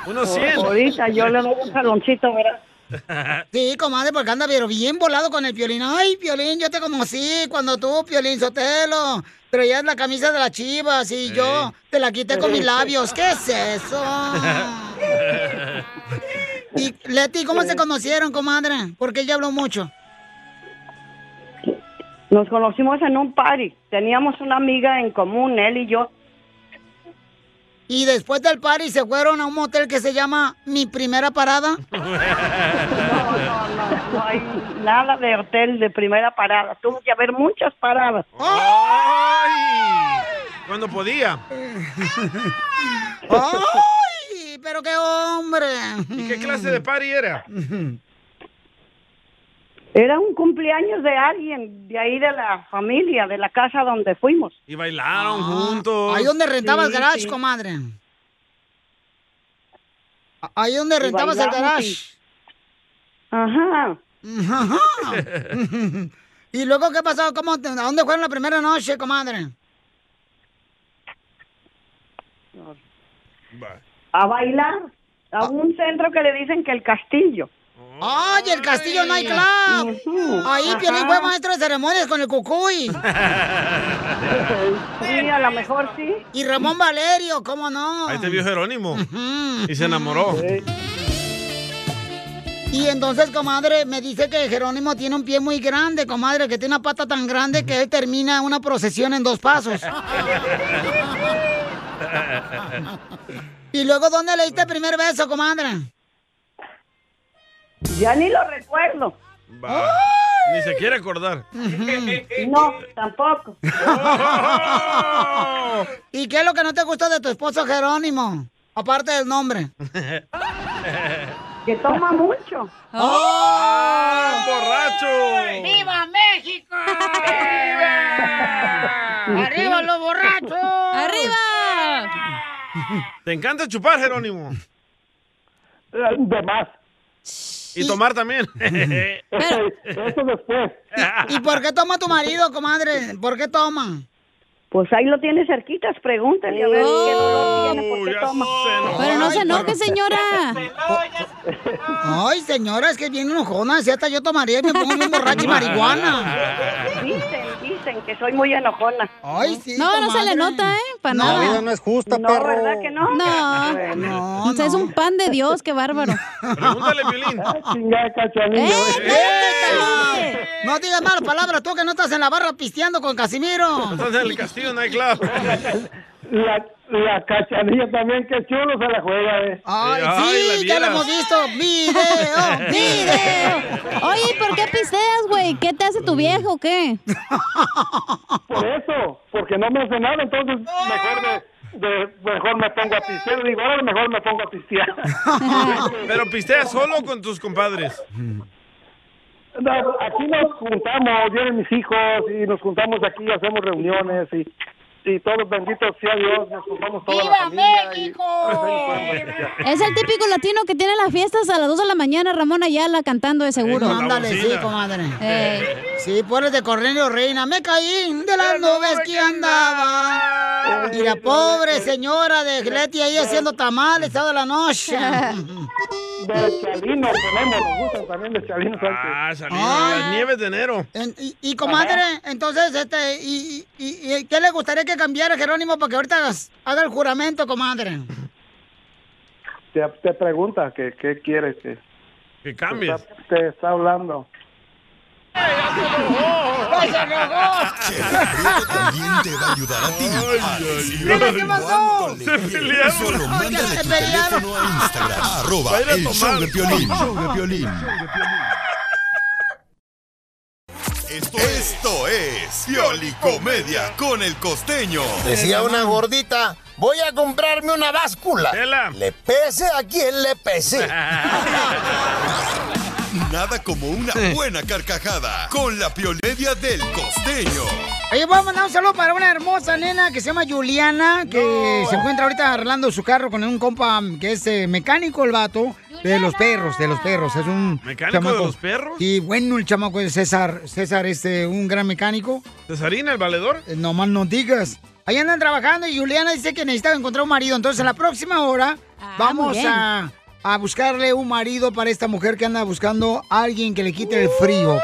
Speaker 3: Unos
Speaker 12: O-
Speaker 3: 100.
Speaker 12: Ahorita yo le doy un jaloncito, ¿verdad?
Speaker 2: Sí, comadre, porque anda pero bien volado con el Piolín. Ay, Piolín, yo te conocí cuando tú, Piolín Sotelo, traías la camisa de las chivas y yo te la quité con mis labios. ¿Qué es eso? Y Leti, ¿cómo se conocieron, comadre? Porque ella habló mucho.
Speaker 12: Nos conocimos en un party. Teníamos una amiga en común, él y yo.
Speaker 2: Y después del party se fueron a un motel que se llama Mi Primera Parada.
Speaker 12: No hay nada de hotel de primera parada. Tuvo que haber muchas paradas.
Speaker 3: ¡Ay! Cuando podía.
Speaker 2: ¡Ay! Pero qué hombre.
Speaker 3: ¿Y qué clase de party era?
Speaker 12: Era un cumpleaños de alguien de ahí de la familia, de la casa donde fuimos.
Speaker 3: Y bailaron juntos.
Speaker 2: Ah, Ahí donde rentabas
Speaker 12: Sí,
Speaker 2: garage,
Speaker 12: sí.
Speaker 2: comadre. A- Ahí donde
Speaker 12: Y
Speaker 2: rentabas el
Speaker 12: bailamos
Speaker 2: garage.
Speaker 12: Ajá.
Speaker 2: Ajá. ¿Y luego qué pasó? ¿Cómo te- ¿A dónde fueron la primera noche, comadre?
Speaker 12: A bailar a un centro que le dicen que el castillo.
Speaker 2: Ah. ¡Ay, el Castillo Nightclub! Ahí
Speaker 12: Ajá.
Speaker 2: Piolín fue maestro de ceremonias con el Cucuy.
Speaker 12: Sí, a lo mejor sí.
Speaker 2: Y Ramón Valerio, ¿cómo no?
Speaker 3: Ahí te vio Jerónimo. Y se enamoró.
Speaker 2: Y entonces, comadre, me dice que Jerónimo tiene un pie muy grande, comadre, que tiene una pata tan grande que él termina una procesión en dos pasos. ¿Y luego dónde le diste el primer beso, comadre?
Speaker 12: Ya ni lo recuerdo.
Speaker 3: Va. Ni se quiere acordar.
Speaker 12: No, tampoco.
Speaker 2: ¿Y qué es lo que no te gustó de tu esposo Jerónimo? Aparte del nombre.
Speaker 12: Que toma mucho.
Speaker 2: ¡Oh!
Speaker 3: ¡Borracho!
Speaker 2: ¡Viva México! ¡Viva! ¡Arriba los borrachos! ¡Arriba!
Speaker 3: ¿Te encanta chupar, Jerónimo?
Speaker 1: Eh, De más.
Speaker 3: Y tomar también.
Speaker 1: Eso después.
Speaker 2: ¿Y por qué toma tu marido, comadre? ¿Por qué toma?
Speaker 12: Pues ahí lo tiene cerquitas, pregúntale a ver qué
Speaker 2: Oh.
Speaker 12: dolor tiene, por qué toma.
Speaker 2: Pero no se enoje,
Speaker 12: señora.
Speaker 2: Ay, señora, es que es bien enojona. Si hasta yo tomaría y me pongo bien borracha y marihuana.
Speaker 12: Dicen, dicen que soy muy enojona.
Speaker 2: Ay, sí.
Speaker 4: No, no se le nota, ¿eh? Para
Speaker 12: No,
Speaker 4: nada.
Speaker 12: la vida no es justa, No, perro. ¿verdad que no?
Speaker 4: No.
Speaker 12: No,
Speaker 4: O sea, es un pan de Dios, qué bárbaro. ¡Eh,
Speaker 3: Pregúntale, Piolín.
Speaker 2: ¡Eh! No digas malas palabras, tú que no estás en la barra pisteando con Casimiro.
Speaker 3: Estás en el castillo nightclub.
Speaker 1: La, la cachanilla también, qué chulo se la juega, eh.
Speaker 2: Ay, sí, ya lo hemos visto. Video, video.
Speaker 4: Oye, ¿y ¿por qué pisteas, güey? ¿Qué te hace tu viejo o qué?
Speaker 1: Por eso, porque no me hace nada, entonces mejor de, de- mejor me pongo a pistear. Digo, ahora mejor me pongo a pistear.
Speaker 3: Pero pistea solo o con tus compadres.
Speaker 1: No, aquí nos juntamos, vienen mis hijos y nos juntamos aquí, hacemos reuniones y, y todos benditos sea Dios, nos juntamos toda la familia. México!
Speaker 4: Es el típico latino que tiene las fiestas a las 2 de la mañana, Ramón Ayala cantando de seguro.
Speaker 2: Eh, con la Ándale, sí, bocina. comadre. Sí, pobres de Cornelio Reina, me caí de las nubes que andaba. Y la pobre señora de Gleti ahí haciendo tamales toda la noche.
Speaker 1: De Chalino tenemos, nos gustan también de Chalino Sánchez.
Speaker 3: Ah, salieron
Speaker 1: Ay.
Speaker 3: las nieves de enero.
Speaker 2: En- y, y, comadre, entonces, este, y, y- y- y ¿qué le gustaría que cambiara Jerónimo para que ahorita hagas- haga el juramento, comadre?
Speaker 1: Te, te pregunta que qué quieres que...
Speaker 3: Que
Speaker 1: cambies. Te está hablando.
Speaker 5: También te va a ayudar a ti a decirle
Speaker 2: Mira, ¿qué pasó?
Speaker 5: cuánto le
Speaker 2: Se
Speaker 5: quieres.
Speaker 2: pelearon.
Speaker 5: Solo mándale
Speaker 2: Se
Speaker 5: tu
Speaker 2: pelearon.
Speaker 5: teléfono a Instagram.
Speaker 2: Va
Speaker 5: Arroba
Speaker 2: a ir a
Speaker 5: el show
Speaker 2: tomar.
Speaker 5: de Piolín. Show de Piolín. Esto, esto es Piolicomedia con el costeño.
Speaker 15: Decía una gordita, voy a comprarme una báscula.
Speaker 5: Tela.
Speaker 15: Le pese a quien le pese.
Speaker 5: Nada como una buena carcajada con la Pioledia del costeño.
Speaker 2: Oye, voy a mandar un saludo para una hermosa nena que se llama Juliana, que se encuentra ahorita arreglando su carro con un compa que es eh, mecánico el vato. De los perros, de los perros. Es un.
Speaker 3: ¿Mecánico de los perros?
Speaker 2: Y bueno, el chamaco de César. César, este, un gran mecánico. Eh,
Speaker 3: ¿Cesarina, el valedor?
Speaker 2: No más no digas. Ahí andan trabajando y Juliana dice que necesitaba encontrar un marido. Entonces, a la próxima hora vamos
Speaker 18: Ah, muy bien.
Speaker 2: a, a buscarle un marido para esta mujer que anda buscando a alguien que le quite el frío, ¿ok?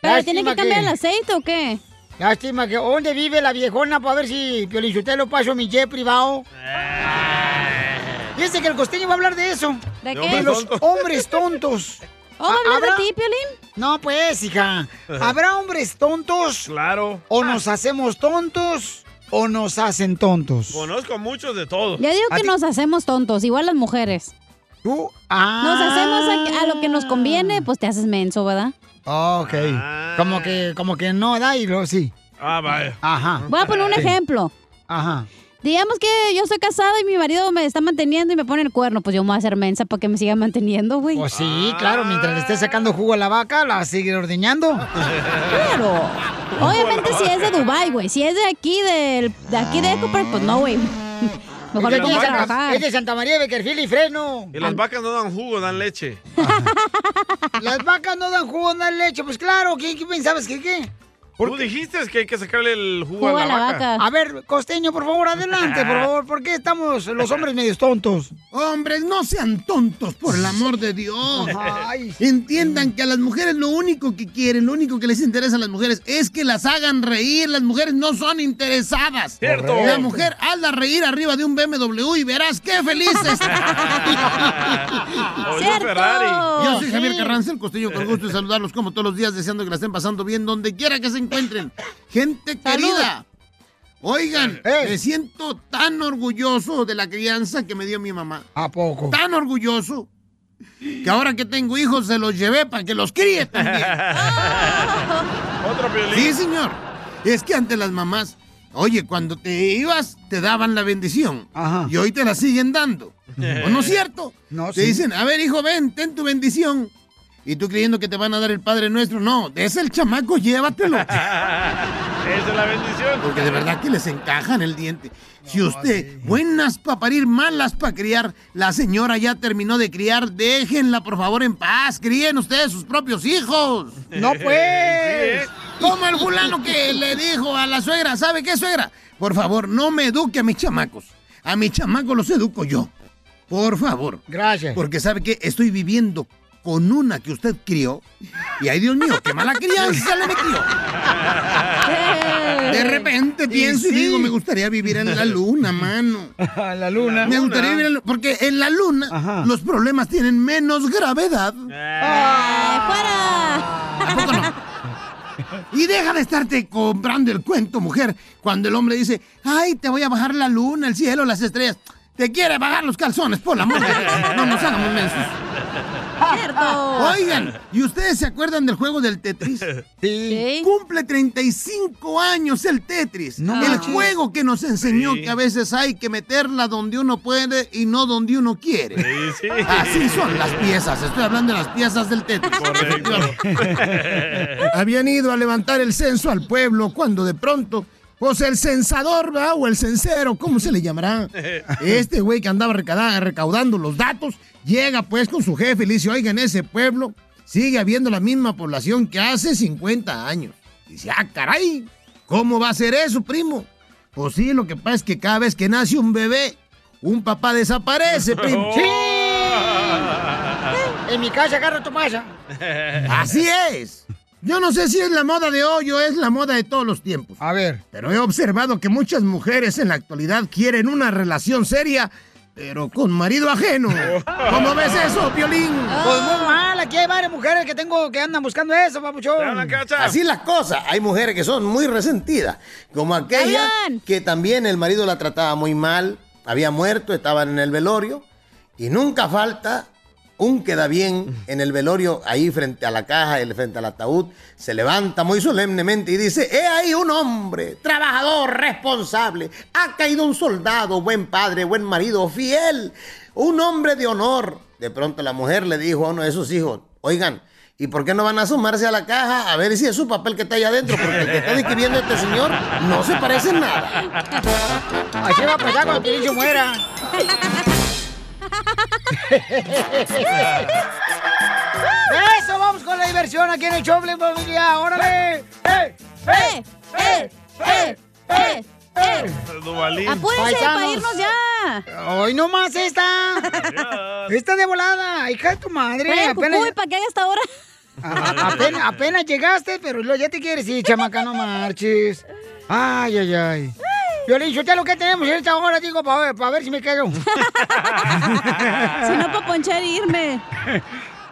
Speaker 4: ¿Pero tiene que cambiar el
Speaker 2: aceite o qué? Lástima que... ¿Dónde vive la viejona para ver si Piolichotelo paso mi jet privado?
Speaker 3: Eh.
Speaker 2: Fíjense que el costeño va a hablar de eso.
Speaker 4: ¿De qué?
Speaker 2: De los
Speaker 4: tontos.
Speaker 2: hombres tontos.
Speaker 4: ¿va a hablar de ti,
Speaker 2: Piolín? No, pues, hija. ¿Habrá hombres tontos?
Speaker 3: Claro.
Speaker 2: ¿O nos hacemos tontos o nos hacen tontos?
Speaker 3: Conozco muchos de todos.
Speaker 4: Ya digo que nos hacemos tontos, igual las mujeres.
Speaker 2: ¿Tú? Ah.
Speaker 4: Nos hacemos a, a lo que nos conviene, pues te haces menso, ¿verdad?
Speaker 2: Ok. Como que como que no da y luego sí.
Speaker 3: Ah, vaya.
Speaker 2: Ajá.
Speaker 4: Voy a poner un
Speaker 2: Sí.
Speaker 4: ejemplo.
Speaker 2: Ajá.
Speaker 4: Digamos que yo estoy casada y mi marido me está manteniendo y me pone el cuerno, pues yo me voy a hacer mensa para que me siga manteniendo, güey. Ah.
Speaker 2: Pues sí, claro, mientras le esté sacando jugo a la vaca, la sigue ordeñando.
Speaker 4: Claro. Obviamente si es de Dubai, güey. Si es de aquí, del, de aquí de Ecopark, pues no, güey. Mejor me
Speaker 2: es, de
Speaker 4: pongo a
Speaker 2: Santa-
Speaker 4: trabajar.
Speaker 2: es de Santa María de Beckerfield y Fresno.
Speaker 3: Y las vacas no dan jugo, dan leche.
Speaker 2: Las vacas no dan jugo, no dan leche. Pues claro, ¿qué, qué pensabas que qué?
Speaker 3: Tú dijiste que hay que sacarle el jugo, a la, vaca.
Speaker 2: A ver, costeño, por favor, adelante, por favor. ¿Por qué estamos los hombres medios tontos?
Speaker 15: Hombres, no sean tontos, por el amor de Dios.
Speaker 2: Ay.
Speaker 15: Entiendan que a las mujeres lo único que quieren, lo único que les interesa a las mujeres es que las hagan reír. Las mujeres no son interesadas.
Speaker 18: Cierto.
Speaker 15: La mujer hazla reír arriba de un BMW y verás qué felices.
Speaker 18: O de un Cierto. Pues Ferrari.
Speaker 15: Yo soy Javier
Speaker 18: Sí.
Speaker 15: Carranza, el costeño, con gusto de saludarlos como todos los días, deseando que la estén pasando bien donde quiera que se encuentren. Gente querida. Oigan,
Speaker 18: Eh.
Speaker 15: me siento tan orgulloso de la crianza que me dio mi mamá.
Speaker 2: ¿A poco?
Speaker 15: Tan orgulloso que ahora que tengo hijos se los llevé para que los críe también.
Speaker 3: Otro violín.
Speaker 15: Sí, señor. Es que antes las mamás, oye, cuando te ibas, te daban la bendición. Y hoy te la siguen dando. ¿O no es cierto?
Speaker 2: Pues No,
Speaker 15: Te
Speaker 2: sí.
Speaker 15: dicen, a ver, hijo, ven, ten tu bendición. Y tú creyendo que te van a dar el Padre Nuestro. No, es el chamaco, llévatelo.
Speaker 3: Esa es la bendición.
Speaker 15: Porque de verdad que les encajan el diente. Si usted, buenas para parir, malas para criar, la señora ya terminó de criar, déjenla por favor en paz. Críen ustedes sus propios hijos. ¿eh?
Speaker 2: No pues.
Speaker 15: Como el fulano que le dijo a la suegra, ¿sabe qué suegra? Por favor, no me eduque a mis chamacos. A mis chamacos los educo yo. Por favor.
Speaker 2: Gracias.
Speaker 15: Porque sabe que estoy viviendo con una que usted crió. Y ay Dios mío, qué mala crianza le metió. De repente pienso y digo, me gustaría vivir en la luna, mano.
Speaker 2: la luna.
Speaker 15: Me gustaría vivir en la Porque en la luna los problemas tienen menos gravedad.
Speaker 2: Eh,
Speaker 15: ¿A poco no? Y deja de estarte comprando el cuento, mujer, cuando el hombre dice, ay, te voy a bajar la luna, el cielo, las estrellas. Te quiere bajar los calzones, por la amor de Dios. No nos hagamos mensos. Oigan, ¿y ustedes se acuerdan del juego del Tetris? Sí. Cumple 35 años el Tetris. el juego que nos enseñó que a veces hay que meterla donde uno puede y no donde uno quiere.
Speaker 18: sí.
Speaker 15: Así son las piezas. Estoy hablando de las piezas del Tetris. Habían ido a levantar el censo al pueblo cuando de pronto, pues el censador, ¿verdad? O el censero, ¿cómo se le llamará? Este güey que andaba recada- recaudando los datos, llega pues con su jefe y le dice, oigan, ese pueblo sigue habiendo la misma población que hace 50 años. Dice, ah, caray, ¿cómo va a ser eso, primo? Pues sí, lo que pasa es que cada vez que nace un bebé, un papá desaparece, primo.
Speaker 2: En mi casa agarra tu pasa.
Speaker 15: Así es. Yo no sé si es la moda de hoy o es la moda de todos los tiempos.
Speaker 2: A ver.
Speaker 15: Pero he observado que muchas mujeres en la actualidad quieren una relación seria, pero con marido ajeno. ¿Cómo ves eso, Piolín?
Speaker 3: Ah.
Speaker 26: Ah.
Speaker 2: Pues muy mal, aquí hay varias mujeres que tengo que andan buscando eso, papuchón.
Speaker 26: Así las cosas. Hay mujeres que son muy resentidas, como aquella que también el marido la trataba muy mal, había muerto, estaban en el velorio, y nunca falta un queda bien en el velorio, ahí frente a la caja, el- frente al ataúd, se levanta muy solemnemente y dice, he ahí un hombre, trabajador, responsable, ha caído un soldado, buen padre, buen marido, fiel, un hombre de honor. De pronto la mujer le dijo a uno de sus hijos, oigan, ¿y por qué no van a asomarse a la caja a ver si es su papel que está allá adentro? Porque el que está describiendo este señor no se parece en nada.
Speaker 2: Así va a pasar cuando Piolín se muera. ¡Eso! ¡Vamos con la diversión aquí en el Choble, familia! ¡Órale! ¡Eh! ¡Eh! ¡Eh! ¡Eh! ¡Eh! ¡Eh!
Speaker 3: Duvalín.
Speaker 4: Apúrense
Speaker 2: Paisanos.
Speaker 4: para irnos ya.
Speaker 2: ¡Hoy no más esta! ¡Esta de volada! ¡Hija de tu madre!
Speaker 4: Vaya, cucuy,
Speaker 2: ¿Para qué hay hasta ahora? apenas, apenas llegaste, pero luego ya te quieres ir, chamaca, no marches. ¡Ay, ay, ay! Violín, yo lo que tenemos en esta hora, digo, para ver, pa' ver si me quedo. si no, para
Speaker 4: e
Speaker 2: ponchar irme.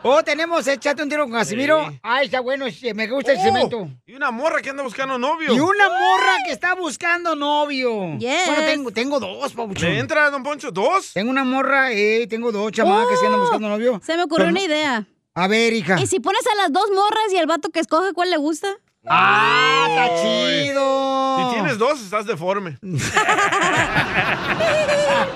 Speaker 2: Oh, tenemos, échate un tiro con Casimiro.
Speaker 3: Sí. Oh,
Speaker 2: Ay, está bueno, sí, me gusta el cemento.
Speaker 3: Y una morra que anda buscando novio.
Speaker 2: Y una morra que está buscando novio.
Speaker 3: Yes.
Speaker 2: Bueno, tengo, tengo dos, Pabuchón.
Speaker 3: ¿Le entra, don Poncho? ¿Dos?
Speaker 2: Tengo una morra, eh, tengo dos chamacas que andan buscando novio.
Speaker 4: Se me ocurrió
Speaker 2: Pero-
Speaker 4: una idea.
Speaker 2: A ver, hija.
Speaker 4: ¿Y si pones a las dos morras y el vato que escoge cuál le gusta?
Speaker 2: ¡Ah, está
Speaker 3: Ay.
Speaker 2: chido!
Speaker 3: Si tienes dos, estás deforme.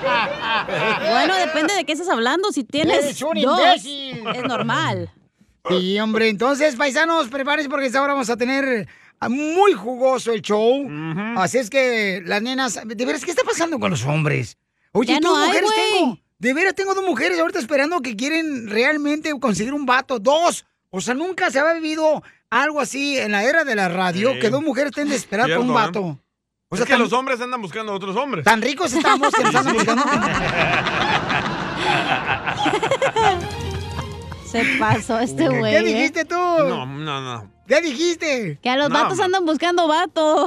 Speaker 2: Ah.
Speaker 4: Bueno, depende de qué estás hablando. Si tienes
Speaker 2: Eres un
Speaker 4: dos,
Speaker 2: imbécil.
Speaker 4: es normal.
Speaker 2: Sí, hombre, entonces, paisanos, prepárense porque esta hora vamos a tener ah, muy jugoso el show. Así es que las nenas, de veras, ¿qué está pasando con los hombres? Oye,
Speaker 4: Ya
Speaker 2: ¿qué
Speaker 4: no hay,
Speaker 2: mujeres
Speaker 4: güey.
Speaker 2: tengo? De veras, tengo dos mujeres ahorita esperando que quieren realmente conseguir un vato. Dos. O sea, nunca se había vivido algo así en la era de la radio,
Speaker 3: Sí.
Speaker 2: que dos mujeres estén desesperadas por un
Speaker 3: Cierto, ¿eh?
Speaker 2: vato. O
Speaker 3: O
Speaker 2: sea,
Speaker 3: sea, que los hombres andan buscando a otros hombres.
Speaker 2: Tan ricos estamos que nos andan buscando.
Speaker 4: Se pasó este
Speaker 2: ¿Qué
Speaker 4: güey. ¿eh?
Speaker 2: dijiste tú?
Speaker 3: No, no, no.
Speaker 2: ¿Qué dijiste?
Speaker 4: Que a los
Speaker 3: No,
Speaker 4: vatos
Speaker 3: ma-
Speaker 4: andan buscando vato.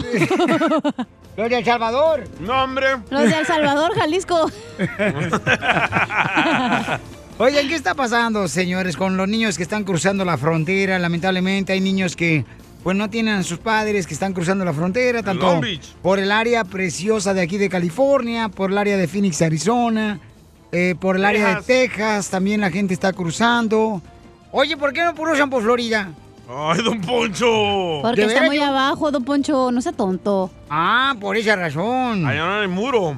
Speaker 2: Los de El Salvador.
Speaker 3: No, hombre.
Speaker 4: Los de El Salvador, Jalisco.
Speaker 2: Oigan, ¿qué está pasando, señores, con los niños que están cruzando la frontera? Lamentablemente hay niños que pues no tienen a sus padres, que están cruzando la frontera, tanto
Speaker 3: Long Beach.
Speaker 2: por el área preciosa de aquí de California, por el área de Phoenix, Arizona, eh, por el área de Texas, también la gente está cruzando. Oye, ¿por qué no cruzan por Florida?
Speaker 3: Ay, don Poncho.
Speaker 4: Porque está muy abajo, don Poncho. No sea tonto.
Speaker 2: Ah, por esa razón.
Speaker 3: Allá no hay muro.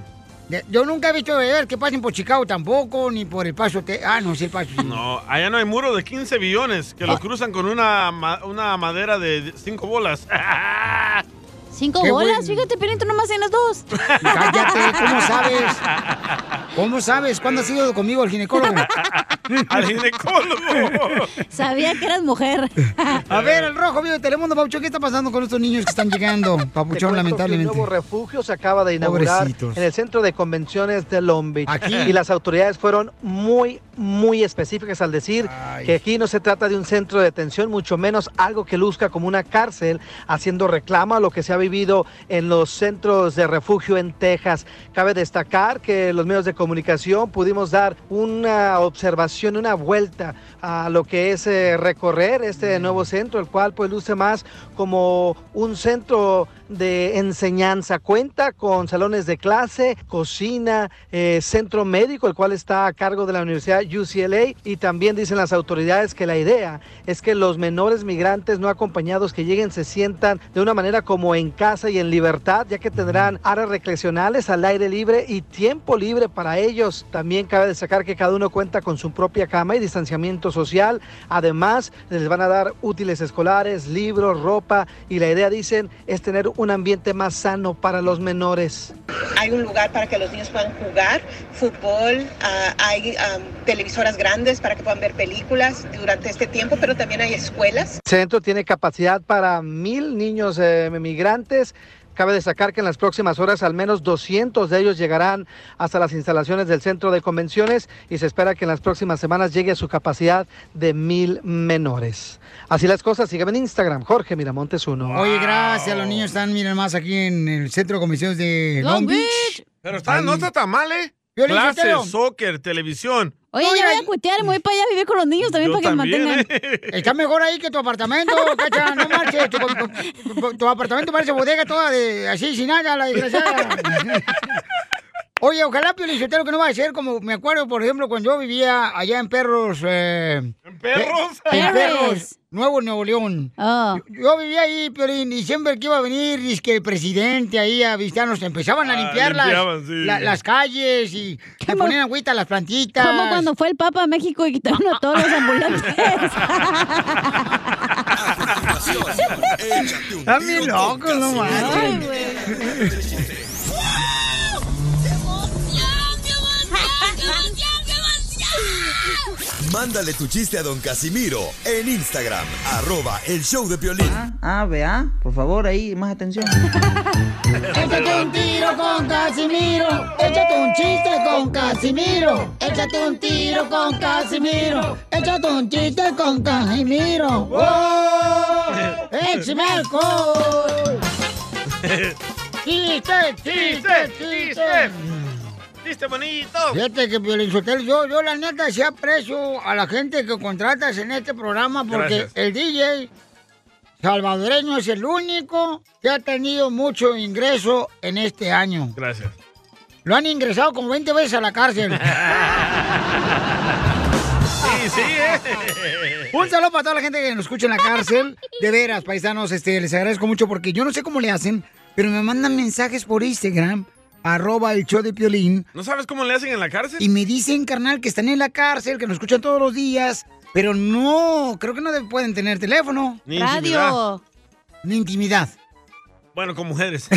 Speaker 2: Ya- Yo nunca he visto ver que pasen por Chicago tampoco, ni por el paso... Te- ah, no, sí, el paso.
Speaker 3: No, allá no hay muro de 15 billones que
Speaker 2: Ah.
Speaker 3: lo cruzan con una, ma- una madera de 5 bolas.
Speaker 4: Cinco
Speaker 3: Qué
Speaker 4: bolas.
Speaker 3: buen-
Speaker 4: Fíjate, Piolín, tú nomás en las dos.
Speaker 2: Cállate, ¿cómo sabes? ¿Cómo sabes? ¿Cuándo has ido conmigo al ginecólogo?
Speaker 3: Al ginecólogo.
Speaker 4: Sabía que eras mujer.
Speaker 2: A ver, el rojo vivo de Telemundo, Papuchón, ¿qué está pasando con estos niños que están llegando?
Speaker 6: Te cuento
Speaker 2: Papuchón,
Speaker 6: que
Speaker 2: lamentablemente.
Speaker 6: Un nuevo refugio se acaba de inaugurar
Speaker 2: Pobrecitos.
Speaker 6: en el centro de convenciones de Long Beach.
Speaker 2: Aquí.
Speaker 6: Y las autoridades fueron muy, muy específicas al decir que aquí no se trata de un centro de detención, mucho menos algo que luzca como una cárcel, haciendo reclamo a lo que se ha vivido en los centros de refugio en Texas. Cabe destacar que los medios de comunicación pudimos dar una observación, una vuelta a lo que es eh, recorrer
Speaker 2: Mm.
Speaker 6: este nuevo centro, el cual pues luce más como un centro de enseñanza. Cuenta con salones de clase, cocina, eh, centro médico, el cual está a cargo de la Universidad UCLA y también dicen las autoridades que la idea es que los menores migrantes no acompañados que lleguen se sientan de una manera como en casa y en libertad, ya que tendrán áreas recreacionales al aire libre y tiempo libre para ellos. También cabe destacar que cada uno cuenta con su propia cama y distanciamiento social. Además, les van a dar útiles escolares, libros, ropa y la idea, dicen, es tener un ambiente más sano para los menores.
Speaker 16: Hay un lugar para que los niños puedan jugar fútbol, ah, hay am, televisoras grandes para que puedan ver películas durante este tiempo, pero también hay escuelas.
Speaker 6: centro tiene capacidad para mil niños eh, migrantes. Cabe destacar que en las próximas horas al menos 200 de ellos llegarán hasta las instalaciones del centro de convenciones y se espera que en las próximas semanas llegue a su capacidad de mil menores. Así las cosas, sígueme en Instagram, Jorge Miramontes 1.
Speaker 2: Oye, gracias, los niños están, miren más, aquí en el centro de comisiones de
Speaker 3: Long
Speaker 2: Long Beach.
Speaker 3: Pero está, no está tan mal, ¿eh?
Speaker 2: Violín, Sotelo.
Speaker 3: Clases, soccer, televisión.
Speaker 4: Oye, ya voy a cuitear, me voy para allá a vivir con los niños también
Speaker 3: Yo
Speaker 4: para que
Speaker 3: también, ¿eh?
Speaker 4: me mantengan.
Speaker 2: Está mejor ahí que tu apartamento, cacha, no marches. Tu, tu- tu- tu apartamento parece bodega toda de así, sin nada, la desgraciada. Oye, ojalá, Piolichotero, que no va a ser como, me acuerdo, por ejemplo, cuando yo vivía allá en Perros. eh, ¿En
Speaker 3: Perros?
Speaker 2: En
Speaker 3: Perros.
Speaker 2: Perros, Nuevo Nuevo León.
Speaker 4: Ah.
Speaker 2: Yo, yo vivía ahí, Piolín, y siempre que iba a venir, es que el presidente ahí a visitarnos, empezaban a
Speaker 18: Ah,
Speaker 2: limpiar las-
Speaker 18: limpiaban, sí.
Speaker 2: la- las calles y le ponían agüita a las plantitas.
Speaker 4: Como cuando fue el Papa a México y quitaron a todos los ambulantes.
Speaker 2: Están bien locos, no
Speaker 18: Ay,
Speaker 2: mames.
Speaker 5: Mándale tu chiste a don Casimiro en Instagram, arroba el show de violín.
Speaker 6: Ah, vea, por favor, ahí, más atención.
Speaker 18: Échate un tiro con Casimiro. Échate un chiste con Casimiro. Échate un tiro con Casimiro. Échate un chiste con Casimiro. ¡Wow! ¡Échame alcohol! ¡Chiste, chiste, chiste!
Speaker 3: ¡Chiste bonito!
Speaker 2: Fíjate que Piolín Sotelo, yo, yo la neta sí aprecio a la gente que contratas en este programa porque
Speaker 18: Gracias.
Speaker 2: el DJ salvadoreño es el único que ha tenido mucho ingreso en este año.
Speaker 3: Gracias.
Speaker 2: Lo han ingresado como 20 veces a la cárcel.
Speaker 3: Sí, sí, eh.
Speaker 2: Un saludo para toda la gente que nos escucha en la cárcel. De veras, paisanos, este, les agradezco mucho porque yo no sé cómo le hacen, pero me mandan mensajes por Instagram, arroba el show de Piolín,
Speaker 3: ¿No sabes cómo le hacen en la cárcel?
Speaker 2: y me dicen, carnal, que están en la cárcel, que nos escuchan todos los días, pero no, creo que no de- pueden tener teléfono.
Speaker 3: Ni Radio. intimidad.
Speaker 2: Ni intimidad.
Speaker 3: Bueno, con mujeres.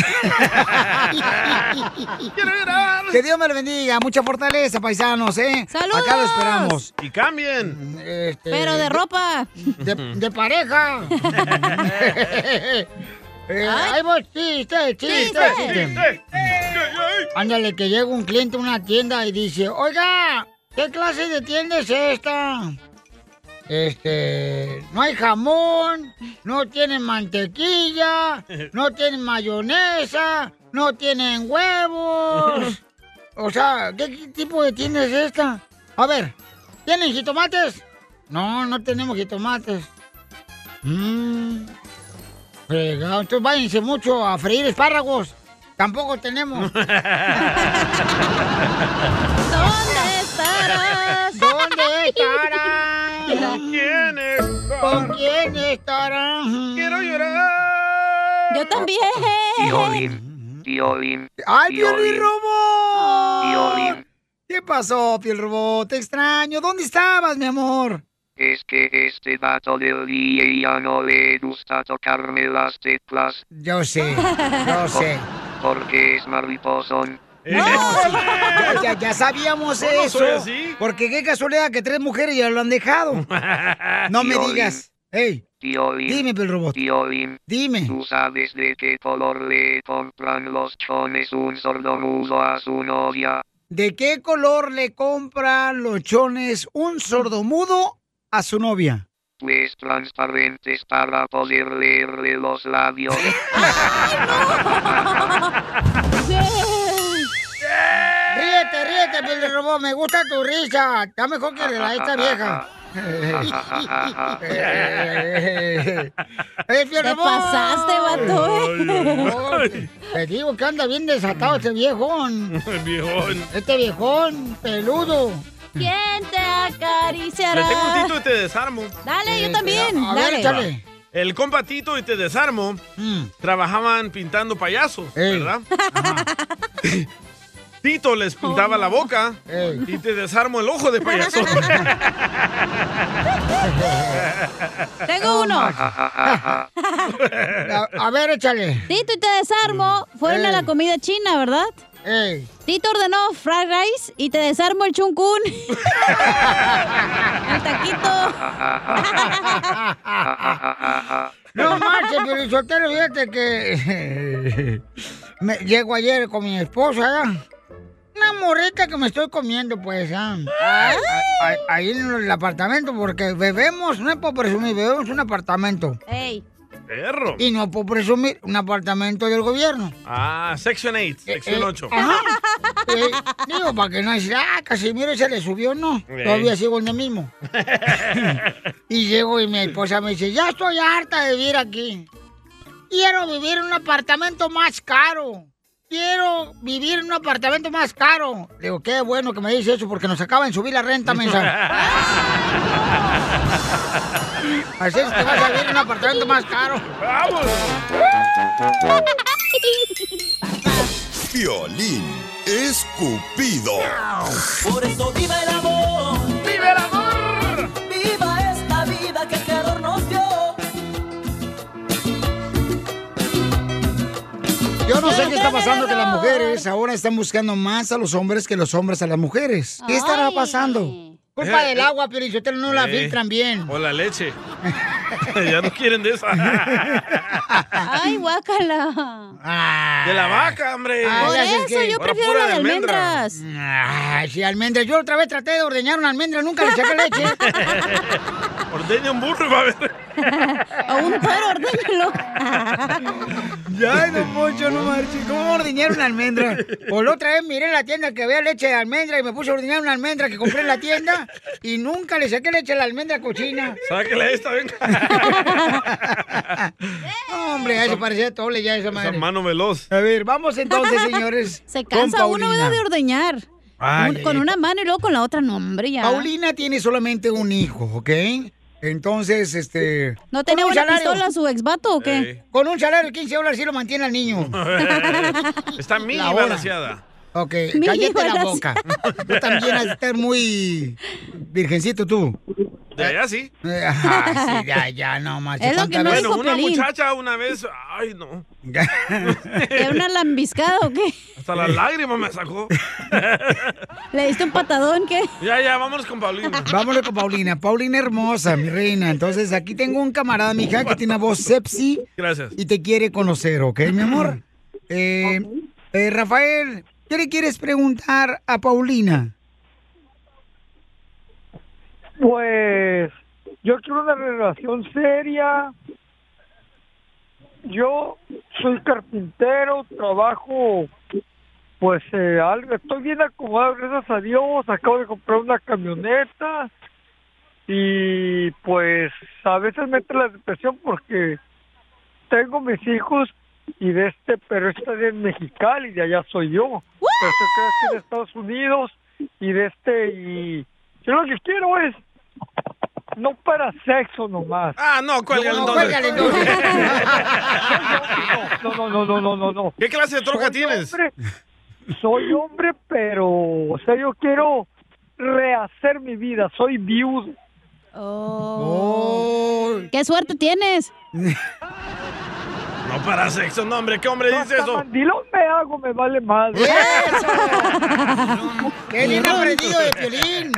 Speaker 2: Que Dios me lo bendiga, mucha fortaleza, paisanos, ¿eh?
Speaker 3: ¡Saludos!
Speaker 2: Acá lo esperamos.
Speaker 3: Y cambien.
Speaker 2: Este,
Speaker 4: Pero de ropa.
Speaker 2: De, de pareja. Eh, ahí voy, chiste, chiste,
Speaker 18: Chiste.
Speaker 2: chiste. Ándale, que llega un cliente a una tienda y dice, oiga, ¿qué clase de tienda es esta? Este, no hay jamón, no tienen mantequilla, no tienen mayonesa, no tienen huevos. O sea, ¿qué qué tipo de tienda es esta? A ver, ¿tienen jitomates? No, no tenemos jitomates. Mmm. Fregado, entonces váyanse mucho a freír espárragos. Tampoco tenemos.
Speaker 18: ¿Dónde
Speaker 2: estarás? ¿Dónde estarás?
Speaker 18: ¿Con
Speaker 3: quién estarás?
Speaker 2: ¿Con quién estarás? Quiero
Speaker 3: llorar.
Speaker 4: Yo también.
Speaker 19: Tío Bim. Tío Bim.
Speaker 2: ¡Ay,
Speaker 19: tío
Speaker 2: Piolín
Speaker 19: Bim, Tío
Speaker 2: Robot!
Speaker 19: Bim.
Speaker 2: ¿Qué pasó, Piel Robot? Te extraño. ¿Dónde estabas, mi amor?
Speaker 19: Es que este vato del DJ ya no le gusta tocarme las teclas.
Speaker 2: Yo sé, yo sé.
Speaker 19: Porque es mariposón.
Speaker 2: Ya, ya- ya sabíamos
Speaker 19: Yo no
Speaker 2: eso.
Speaker 19: soy así.
Speaker 2: Porque qué casualidad que tres mujeres ya lo han dejado. No me
Speaker 19: Tío
Speaker 2: digas. Ey,
Speaker 19: Tío Bim.
Speaker 2: Dime, Piel Robot.
Speaker 19: Tío Bim.
Speaker 2: Dime.
Speaker 19: ¿Tú sabes de qué color le compran los chones un sordomudo a su novia?
Speaker 2: ¿de qué color le compran los chones un sordomudo a su novia?
Speaker 19: Pues transparentes para poder leerle los labios.
Speaker 2: Ríete, ríete, Piel Robot. Me gusta tu risa. Está mejor que la de esta vieja. ¡Eh,
Speaker 4: Te
Speaker 2: Piel Robot!
Speaker 4: pasaste, vato, ¿eh?
Speaker 2: Te digo que anda bien desatado este viejón.
Speaker 3: Viejón.
Speaker 2: Este viejón peludo.
Speaker 4: ¿Quién te acariciará?
Speaker 3: Le tengo un tito y te desarmo.
Speaker 4: Dale, yo también.
Speaker 2: a ver,
Speaker 4: dale.
Speaker 2: échale. Mm.
Speaker 3: El compa Tito y te desarmo trabajaban pintando payasos, ¿verdad? Tito les pintaba la boca y te desarmo el ojo de payaso.
Speaker 4: Tengo uno.
Speaker 19: a,
Speaker 2: a ver, échale. Mm.
Speaker 4: Tito y te desarmo. Fueron a la comida china, ¿verdad? Tito ordenó fried rice y te desarmo el chuncún. el taquito.
Speaker 2: No marches, pero soltero, fíjate que. me- llego ayer con mi esposa, ¿ya? Una morrita que me estoy comiendo, pues, ¿ya? A- a- a- Ahí en el apartamento, porque bebemos, no es por presumir, bebemos un apartamento.
Speaker 4: Ey.
Speaker 3: Perro.
Speaker 2: Y no por presumir, un apartamento del gobierno.
Speaker 3: Ah, Section 8, Section
Speaker 2: Eh,
Speaker 3: 8.
Speaker 2: Ajá. Eh, digo, para que no decir, ah, Casimiro se le subió, no.
Speaker 3: Eh.
Speaker 2: Todavía sigo en el mismo. y llego y mi esposa me dice, ya estoy harta de vivir aquí. Quiero vivir en un apartamento más caro. Quiero vivir en un apartamento más caro. Le digo, qué bueno que me dice eso porque nos acaban de subir la renta mensual. Así es que vas a vivir en un apartamento más caro.
Speaker 3: ¡Vamos!
Speaker 5: Violín escupido.
Speaker 27: Por eso viva el amor. ¡Viva el amor! ¡Viva esta vida que el creador nos dio!
Speaker 2: Yo no sé qué está pasando que las mujeres ahora están buscando más a los hombres que los hombres a las mujeres. ¿Qué estará pasando? culpa del agua, pero yo no la
Speaker 3: Eh.
Speaker 2: filtran bien.
Speaker 3: O la leche. ya no quieren de esa.
Speaker 4: Ay, guácala.
Speaker 3: De la vaca, hombre.
Speaker 2: Ay,
Speaker 4: Por
Speaker 2: Ah. ya sé
Speaker 4: eso
Speaker 2: qué.
Speaker 4: yo prefiero la de almendras.
Speaker 2: Ay, sí, almendras. Yo otra vez traté de ordeñar una almendra, nunca le saqué leche.
Speaker 3: Ordeña un burro y va a ver.
Speaker 2: A un perro, ordéñalo. ya, no Poncho, no marches. ¿Cómo ordeñar una almendra? Por la otra vez miré en la tienda que había leche de almendra y me puse a ordeñar una almendra que compré en la tienda y nunca le saqué leche a la almendra cochina.
Speaker 3: Sáquela esta, venga.
Speaker 2: No, hombre, a eso parecía tole ya esa
Speaker 3: Esa
Speaker 2: madre.
Speaker 3: mano veloz.
Speaker 2: A ver, vamos entonces, señores.
Speaker 4: Se
Speaker 2: con
Speaker 4: cansa uno
Speaker 2: Paulina.
Speaker 4: ¿verdad? de ordeñar.
Speaker 2: Ay,
Speaker 4: Un-
Speaker 2: ay,
Speaker 4: con
Speaker 2: ay.
Speaker 4: una mano y luego con la otra, no, hombre, ya.
Speaker 2: Paulina tiene solamente un hijo, ¿ok? Entonces, este...
Speaker 4: ¿No
Speaker 2: con
Speaker 4: tenía
Speaker 2: un
Speaker 4: una
Speaker 2: salario-
Speaker 4: pistola su exvato o qué?
Speaker 2: Con un salario de 15 dólares sí lo mantiene al niño.
Speaker 3: Está mini
Speaker 2: La hora.
Speaker 3: balanceada.
Speaker 2: Ok,
Speaker 3: Mi
Speaker 2: cállate la
Speaker 3: igual
Speaker 2: boca.
Speaker 3: así.
Speaker 2: Tú también has de estar muy virgencito tú.
Speaker 3: De allá sí.
Speaker 2: Eh, ajá, sí, ya, ya, no, macho. ¿cuántas veces?
Speaker 3: Bueno, una muchacha una vez, ay no,
Speaker 4: ¿Era una lambiscada o qué?
Speaker 3: hasta las lágrimas me sacó.
Speaker 4: ¿Le diste un patadón qué?
Speaker 3: Ya, ya, vámonos con Paulina.
Speaker 2: Vámonos con Paulina. Paulina hermosa, mi reina. Entonces, aquí tengo un camarada, mi hija, que tiene una voz sepsi
Speaker 3: Gracias.
Speaker 2: y te quiere conocer, ¿ok, mi amor? Eh, eh, Rafael, ¿qué le quieres preguntar a Paulina?
Speaker 1: Pues yo quiero una relación seria. Yo soy carpintero, trabajo, pues eh, algo. Estoy bien acomodado, gracias a Dios. Acabo de comprar una camioneta y pues a veces me entra la depresión porque tengo mis hijos y de este, pero esta es en Mexicali, de allá soy yo. Pero estoy aquí en Estados Unidos y de este y yo lo que quiero es no para sexo nomás.
Speaker 3: Ah, no, cuélgale
Speaker 1: No,
Speaker 3: entonces.
Speaker 1: cuélgale entonces. No, no, no, no, no, no, no.
Speaker 3: ¿Qué clase de troca tienes?
Speaker 1: Hombre, soy hombre, pero o sea, yo quiero rehacer mi vida. Soy viudo.
Speaker 2: Oh.
Speaker 4: ¿Qué suerte tienes?
Speaker 3: No para sexo, no, hombre, ¿qué hombre
Speaker 1: No,
Speaker 3: dice
Speaker 1: hasta
Speaker 3: eso?
Speaker 1: Mandilón me hago, me vale madre.
Speaker 2: ¡Qué bien aprendido de Piolín!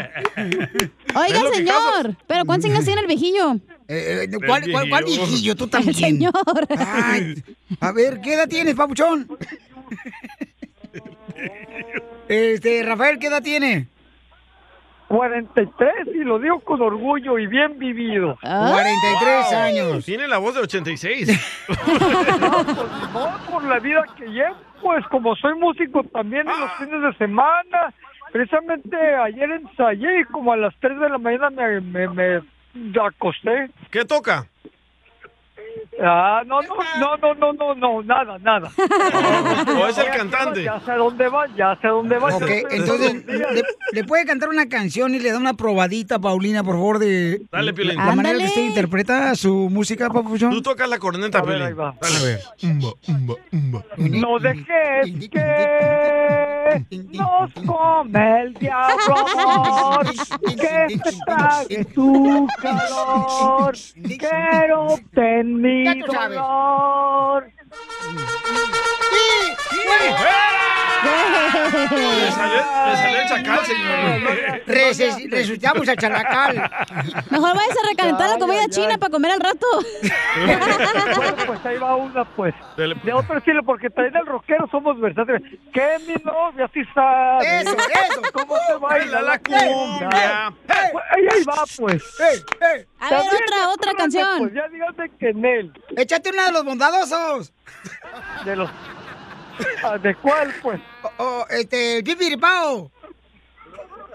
Speaker 4: Oiga,
Speaker 1: Es lo que
Speaker 4: señor, ¿pero cuántos años tiene el viejillo?
Speaker 2: Eh, ¿Cuál, cuál, cuál viejillo? Tú también.
Speaker 4: señor.
Speaker 2: Ay, a ver, ¿qué edad tienes, papuchón? Este, Rafael, ¿qué edad tiene?
Speaker 1: 43 y lo digo con orgullo y bien vivido.
Speaker 2: Ah.
Speaker 3: Ah.
Speaker 2: 43
Speaker 3: Wow.
Speaker 2: años.
Speaker 3: Tiene la voz de 86.
Speaker 1: pues, No, por la vida que llevo, pues como soy músico también en
Speaker 3: Ah.
Speaker 1: los fines de semana, precisamente ayer ensayé y como a las 3 de la mañana me, me, me acosté.
Speaker 3: ¿Qué toca?
Speaker 1: Ah, no, no, no, no, no, no, no, nada, nada.
Speaker 3: O es el cantante.
Speaker 1: Ya sé dónde va, ya sé dónde va.
Speaker 2: Ok, entonces, ¿le, le puede cantar una canción y le da una probadita a Paulina, por favor, de
Speaker 3: Dale, Piolín.
Speaker 2: la manera que
Speaker 3: Ándale.
Speaker 2: usted interpreta su música, papuchón?
Speaker 3: Tú tocas la corneta, Piolín. Dale.
Speaker 2: A ver.
Speaker 1: No dejes que nos come el diablo, amor, que te trague tu calor, quiero obtener mi dolor.
Speaker 3: Le salió, le salió el chacal, señor.
Speaker 2: Reses- Resucitamos a Chalacal.
Speaker 4: Mejor vayas a recalentar la comida china para comer al rato.
Speaker 1: Bueno, pues ahí va una, pues. De otro estilo, porque también el rockero somos versátiles. Que mi novia sí sabe.
Speaker 18: Eso, eso.
Speaker 1: ¿Cómo se baila la cumbia? Ahí, ahí va, pues.
Speaker 4: A ver, otra, otra canción.
Speaker 1: Pues ya dígame que en él.
Speaker 2: Échate una de los bondadosos.
Speaker 1: De los... Ah, ¿De cuál, pues?
Speaker 2: O, o, este, el pipiripao.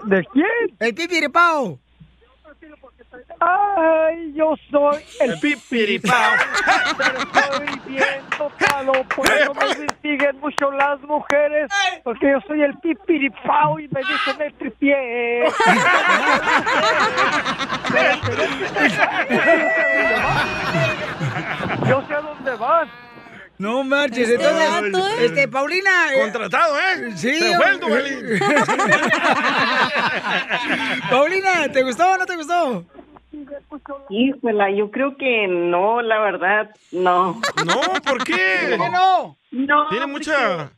Speaker 1: ¿De quién?
Speaker 2: El pipiripao.
Speaker 1: Ay, yo soy el
Speaker 3: pipiripao.
Speaker 1: Pero estoy bien tocado, por eso me distinguen mucho las mujeres. Porque yo soy el pipiripao y me dicen el tripié. Yo sé a dónde vas.
Speaker 2: No marches,
Speaker 1: Este
Speaker 2: entonces,
Speaker 1: vato, ¿eh?
Speaker 2: este, Paulina. eh,
Speaker 3: Contratado, ¿eh?
Speaker 2: Sí.
Speaker 3: Te fue el
Speaker 2: eh, Paulina, ¿te gustó o no te gustó?
Speaker 9: Híjola, yo creo que no, la verdad, no.
Speaker 3: No, ¿por qué?
Speaker 2: no?
Speaker 9: No.
Speaker 3: Tiene mucha...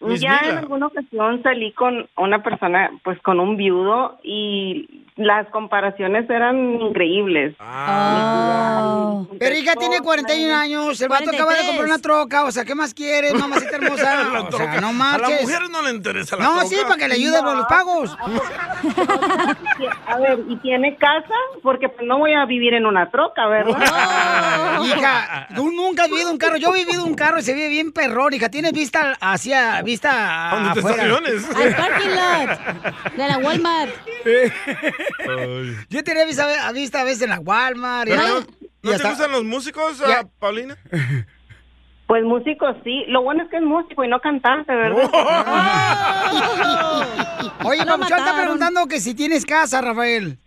Speaker 9: Ya
Speaker 3: Luis
Speaker 9: en
Speaker 3: Mila.
Speaker 9: alguna ocasión salí con una persona, pues con un viudo y las comparaciones eran increíbles.
Speaker 2: Pero hija tiene 41 años, el vato acaba de
Speaker 9: 43.
Speaker 2: comprar una troca, o sea, ¿qué más quiere, mamacita hermosa?
Speaker 3: La
Speaker 2: O sea,
Speaker 3: troca.
Speaker 2: no
Speaker 3: a la
Speaker 2: marches.
Speaker 3: mujer no le interesa la
Speaker 2: No,
Speaker 3: troca.
Speaker 2: sí, para que le ayude con los pagos.
Speaker 9: A ver, ¿y tiene casa? Porque pues, no voy a vivir en una troca, ¿verdad?
Speaker 2: Hija, tú nunca has vivido un carro. Yo he vivido un carro y se ve bien perrón, hija. Tienes vista hacia, vista
Speaker 18: ¿A dónde te
Speaker 2: afuera.
Speaker 18: estaciones? Al parking
Speaker 2: lot de la Walmart.
Speaker 3: Eh.
Speaker 2: Yo tenía vista, vista a veces en la Walmart. y
Speaker 3: Pero
Speaker 2: a-
Speaker 3: ¿No,
Speaker 2: y
Speaker 3: ¿no te
Speaker 2: hasta-
Speaker 3: gustan los músicos,
Speaker 2: Ya.
Speaker 3: ah, Paulina?
Speaker 9: Pues músico sí. Lo bueno es que es músico y no cantante, ¿verdad?
Speaker 2: Oye,
Speaker 9: Lo
Speaker 2: Papuchón está
Speaker 9: mataron.
Speaker 2: preguntando que si tienes casa, Rafael.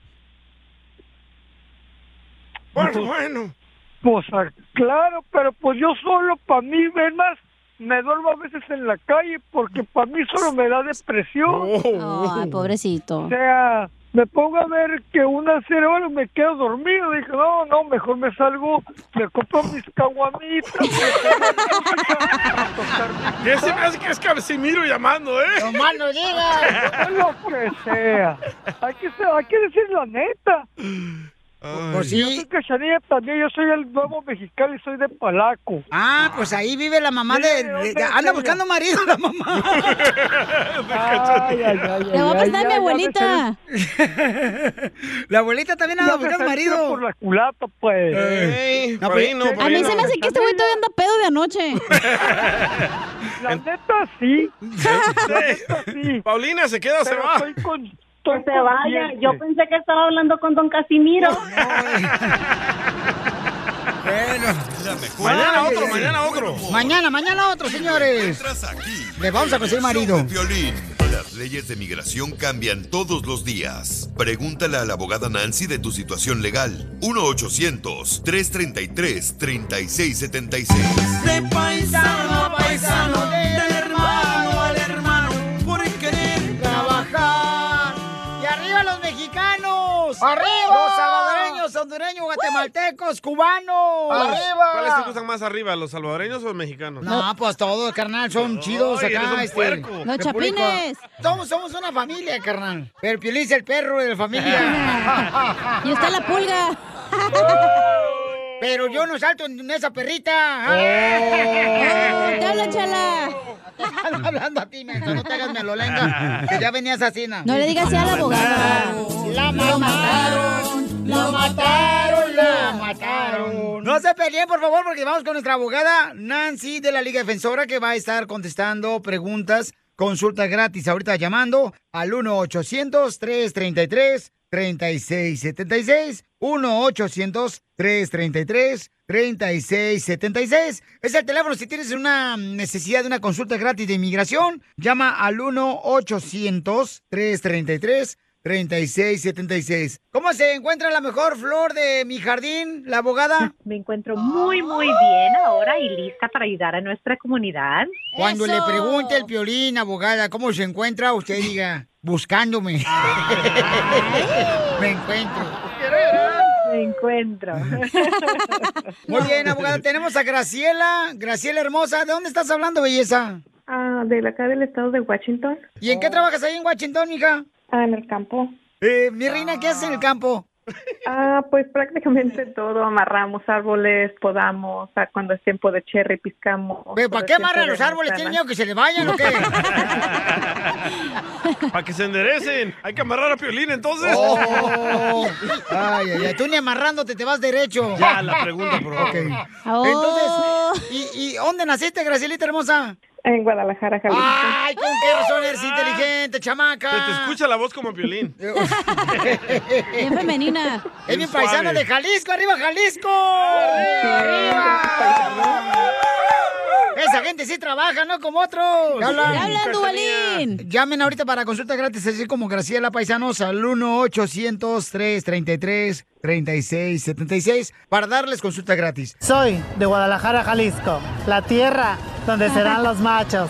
Speaker 1: Bueno, bueno. Pues ah, claro, pero pues yo solo para mí, ven más, me duermo a veces en la calle porque para mí solo me da depresión.
Speaker 3: Oh.
Speaker 4: Ay, pobrecito.
Speaker 1: O sea, me pongo a ver que una serie bueno, me quedo dormido. Dije, no, no, mejor me salgo, me compro mis caguamitas.
Speaker 3: ¿Qué se me hace que es Casimiro llamando, eh?
Speaker 2: No más no digas.
Speaker 1: Lo que sea. Hay que, ser- hay que decir la neta.
Speaker 2: Pues sí.
Speaker 1: Yo soy cachanilla también, yo soy el nuevo mexicano y soy de Palaco.
Speaker 2: Ah, pues ahí vive la mamá
Speaker 1: Sí,
Speaker 2: de,
Speaker 1: ¿dónde
Speaker 2: de-
Speaker 1: es
Speaker 2: Anda
Speaker 1: ella?
Speaker 2: buscando marido la mamá.
Speaker 1: ay, ay, ay, Le voy a ay, prestar a mi ay, abuelita.
Speaker 2: la abuelita también anda
Speaker 1: Ya me
Speaker 2: buscando
Speaker 1: salió
Speaker 2: marido.
Speaker 1: por la culata, pues.
Speaker 2: Ey, No, pues, por ahí pero- no, por
Speaker 4: A
Speaker 2: ahí
Speaker 4: mí
Speaker 2: no.
Speaker 4: se me hace que este güey todavía anda pedo de anoche.
Speaker 1: La neta sí.
Speaker 3: Paulina se queda, o se
Speaker 1: Pero
Speaker 3: va.
Speaker 1: estoy con-
Speaker 9: Que se vaya.
Speaker 1: consciente.
Speaker 9: Yo pensé que estaba hablando con don Casimiro.
Speaker 3: Mañana otro, mañana otro.
Speaker 2: Mañana, mañana otro, señores. Le vamos a conseguir marido.
Speaker 5: Piolín. Las leyes de migración cambian todos los días. Pregúntale a la abogada Nancy de tu situación legal. 1-800-333-3676.
Speaker 18: De paisano a paisano, del hermano al hermano, por querer
Speaker 2: trabajar. Y arriba los mexicanos.
Speaker 18: ¡Arriba!
Speaker 2: Los salvadoreños, hondureños, guatemaltecos, cubanos.
Speaker 3: ¿Cuáles te gustan más arriba, los salvadoreños o los mexicanos?
Speaker 2: No, pues todos, carnal, son chidos
Speaker 3: eres
Speaker 2: acá.
Speaker 3: un
Speaker 2: este,
Speaker 3: puerco. Los
Speaker 2: República.
Speaker 3: chapines.
Speaker 2: Somos, somos una familia, carnal. Pero Piolín es el perro de la familia.
Speaker 4: Y usted la pulga.
Speaker 2: Pero yo no salto en esa perrita.
Speaker 4: Oh, te hablan, chala.
Speaker 2: Estaba hablando a ti, menso, no te hagas melolenga. Que ya venías asesina.
Speaker 4: No le digas así a la abogada.
Speaker 2: La mataron, la mataron, la mataron. No se peleen, por favor, porque vamos con nuestra abogada Nancy de la Liga Defensora que va a estar contestando preguntas, consultas gratis ahorita llamando al 1-800-333-3676. 1-800-333-3676. Es el teléfono. Si tienes una necesidad de una consulta gratis de inmigración, llama al 1-800-333-3676. 3676. ¿Cómo se encuentra la mejor flor de mi jardín, la abogada?
Speaker 25: Me encuentro muy, muy bien ahora y lista para ayudar a nuestra comunidad.
Speaker 2: Cuando le pregunte el piolín, abogada, ¿cómo se encuentra? Usted diga, buscándome.
Speaker 25: Ah.
Speaker 2: Me encuentro.
Speaker 25: Me encuentro.
Speaker 2: Muy bien, abogada, tenemos a Graciela. Graciela hermosa, ¿de dónde estás hablando, belleza?
Speaker 25: Ah, de acá del estado de Washington. Oh.
Speaker 2: ¿Y en qué trabajas ahí en Washington, mija?
Speaker 25: Ah, en el campo.
Speaker 2: Eh, mi reina, ¿qué haces en el campo?
Speaker 25: Ah, pues prácticamente todo. Amarramos árboles, podamos. ah, cuando es tiempo de cherry, piscamos.
Speaker 2: Ve,
Speaker 25: cuando
Speaker 2: ¿Para
Speaker 25: es
Speaker 2: qué
Speaker 25: tiempo
Speaker 2: amarran
Speaker 25: de
Speaker 2: los árboles?
Speaker 25: manzana.
Speaker 2: ¿Tienen miedo que se le vayan o qué?
Speaker 3: Para que se enderecen. Hay que amarrar a Piolín, entonces.
Speaker 2: Oh. Ay, ay, ay. Tú ni amarrándote te vas derecho.
Speaker 3: Ya, la pregunta, por favor.
Speaker 2: Ok. Entonces, ¿y, y dónde naciste, Gracielita hermosa?
Speaker 25: En Guadalajara, Jalisco.
Speaker 2: Ay, con qué razón eres inteligente, chamaca.
Speaker 3: Se te escucha la voz como Piolín.
Speaker 2: Bien
Speaker 25: femenina.
Speaker 2: Es mi
Speaker 3: Suave.
Speaker 2: paisano de Jalisco, arriba Jalisco. Arriba, Esa gente sí trabaja, ¿no? Como otros.
Speaker 18: Ya hablan. Ya hablan, Duvalín.
Speaker 2: Llamen ahorita para consulta gratis, así como Graciela Paisanos, al 1-800-333-3676 para darles consulta gratis.
Speaker 28: Soy de Guadalajara, Jalisco, la tierra donde serán los machos.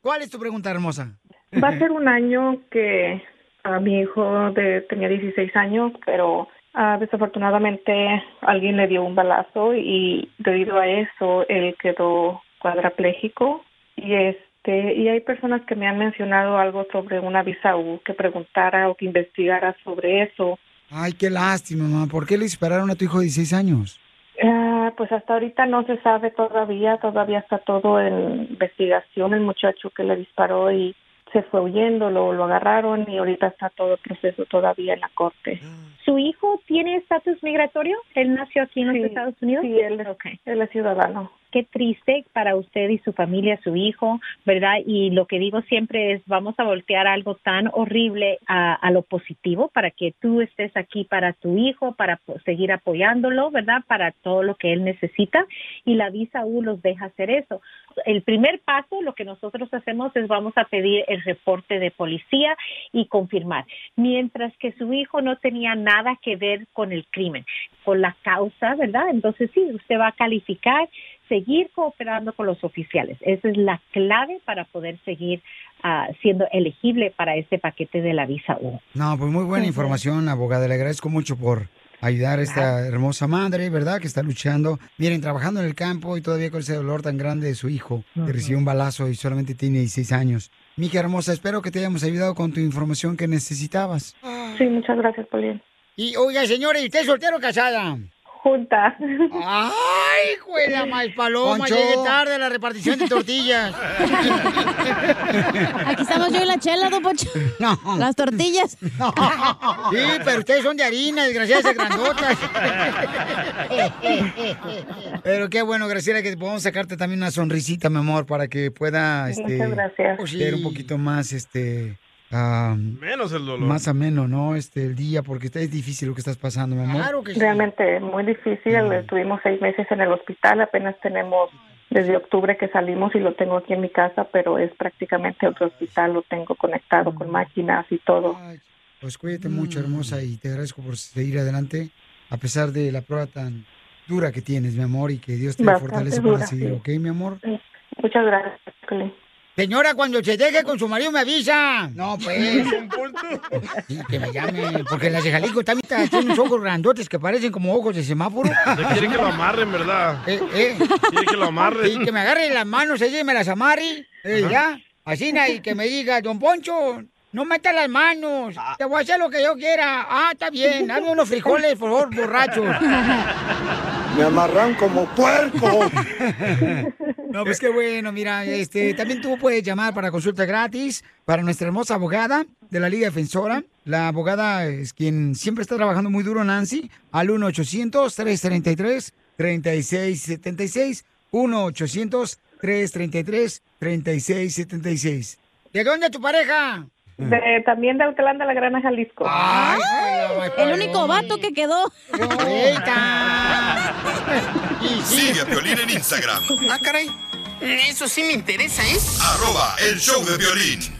Speaker 2: ¿Cuál es tu pregunta, hermosa?
Speaker 25: Va a ser un año que a mi hijo de, tenía 16 años, pero ah, desafortunadamente alguien le dio un balazo y debido a eso él quedó cuadrapléjico y es Este, y hay personas que me han mencionado algo sobre una visa U, que preguntara o que investigara sobre eso.
Speaker 2: Ay, qué lástima, mamá. ¿Por qué le dispararon a tu hijo de 16 años?
Speaker 25: Ah, pues hasta ahorita no se sabe todavía, todavía está todo en investigación el muchacho que le disparó y se fue huyendo, lo, lo agarraron y ahorita está todo el proceso todavía en la corte.
Speaker 16: ¿Su hijo tiene estatus migratorio? ¿Él nació aquí en los
Speaker 25: Sí,
Speaker 16: Estados Unidos?
Speaker 25: sí, él es- él es ciudadano.
Speaker 16: Qué triste para usted y su familia, su hijo, ¿verdad? Y lo que digo siempre es, vamos a voltear algo tan horrible a, a lo positivo para que tú estés aquí para tu hijo, para po- seguir apoyándolo, ¿verdad? Para todo lo que él necesita. Y la visa U los deja hacer eso. El primer paso, lo que nosotros hacemos es vamos a pedir el reporte de policía y confirmar. Mientras que su hijo no tenía nada que ver con el crimen, con la causa, ¿verdad? Entonces sí, usted va a calificar, seguir cooperando con los oficiales. Esa es la clave para poder seguir ah, siendo elegible para este paquete de la visa U.
Speaker 2: No, pues muy buena
Speaker 16: Ujú.
Speaker 2: información, abogada. Le agradezco mucho por ayudar a esta hermosa madre, ¿verdad? Que está luchando. Miren, trabajando en el campo y todavía con ese dolor tan grande de su hijo, que recibió un balazo y solamente tiene 16 años. Mija hermosa, espero que te hayamos ayudado con tu información que necesitabas.
Speaker 25: Sí, muchas gracias, Paulín.
Speaker 2: Y oiga, señores, ¿usted es soltero o casada?
Speaker 25: Junta.
Speaker 2: ¡Ay, juela, más paloma!
Speaker 29: Poncho.
Speaker 2: Llegué tarde a la repartición de tortillas.
Speaker 4: Aquí estamos yo y la chela, don Poncho.
Speaker 2: No.
Speaker 4: Las tortillas.
Speaker 2: Sí, pero ustedes son de harina, desgraciadas grandotas. Pero qué bueno, Graciela, que podamos sacarte también una sonrisita, mi amor, para que pueda
Speaker 3: Muchas
Speaker 2: este,
Speaker 3: gracias.
Speaker 2: ser un poquito más, este, ah,
Speaker 3: Menos el dolor.
Speaker 2: más ameno, ¿no? Este, el día, porque está- es difícil lo que estás pasando, mi amor.
Speaker 25: Realmente muy difícil. Estuvimos seis meses en el hospital. Apenas tenemos desde octubre que salimos y lo tengo aquí en mi casa, pero es prácticamente otro hospital. Lo tengo conectado con máquinas y todo.
Speaker 2: Pues cuídate mucho,
Speaker 25: Mm.
Speaker 2: hermosa, y te agradezco por seguir adelante, a pesar de la prueba tan dura que tienes, mi amor, y que Dios te
Speaker 25: Bastante
Speaker 2: fortalece para
Speaker 25: dura,
Speaker 2: seguir,
Speaker 25: sí.
Speaker 2: ¿ok, mi amor?
Speaker 25: Muchas gracias, Piolín.
Speaker 2: Señora, cuando se deje con su marido me avisa. No, pues. Sí, que me llame. Porque las de Jalisco también ta- tienen unos ojos grandotes que parecen como ojos de semáforo.
Speaker 3: Se quiere que lo amarren, ¿verdad?
Speaker 2: Eh, eh.
Speaker 3: Quiere que lo amarren.
Speaker 2: Y que me agarre las manos ella y me las amarre. eh, ya. Así, na, y que me diga, don Poncho, no metas las manos.
Speaker 3: Ah.
Speaker 2: Te voy a hacer lo que yo quiera. Ah, está bien. Dame unos frijoles, por favor, borrachos.
Speaker 13: Me amarran como puerco.
Speaker 2: No, pues qué bueno, mira, este, también tú puedes llamar para consulta gratis para nuestra hermosa abogada de la Liga Defensora. La abogada es quien siempre está trabajando muy duro, Nancy, al 1-800-333-3676. 1-800-333-3676. ¿De dónde es tu pareja?
Speaker 25: De- también de Alcalá de la Grana, Jalisco.
Speaker 4: Ah, El único vato que quedó.
Speaker 5: Sigue a Piolín en Instagram.
Speaker 30: Ah, caray. Eso sí me interesa, ¿eh?
Speaker 5: Arroba el show de violín.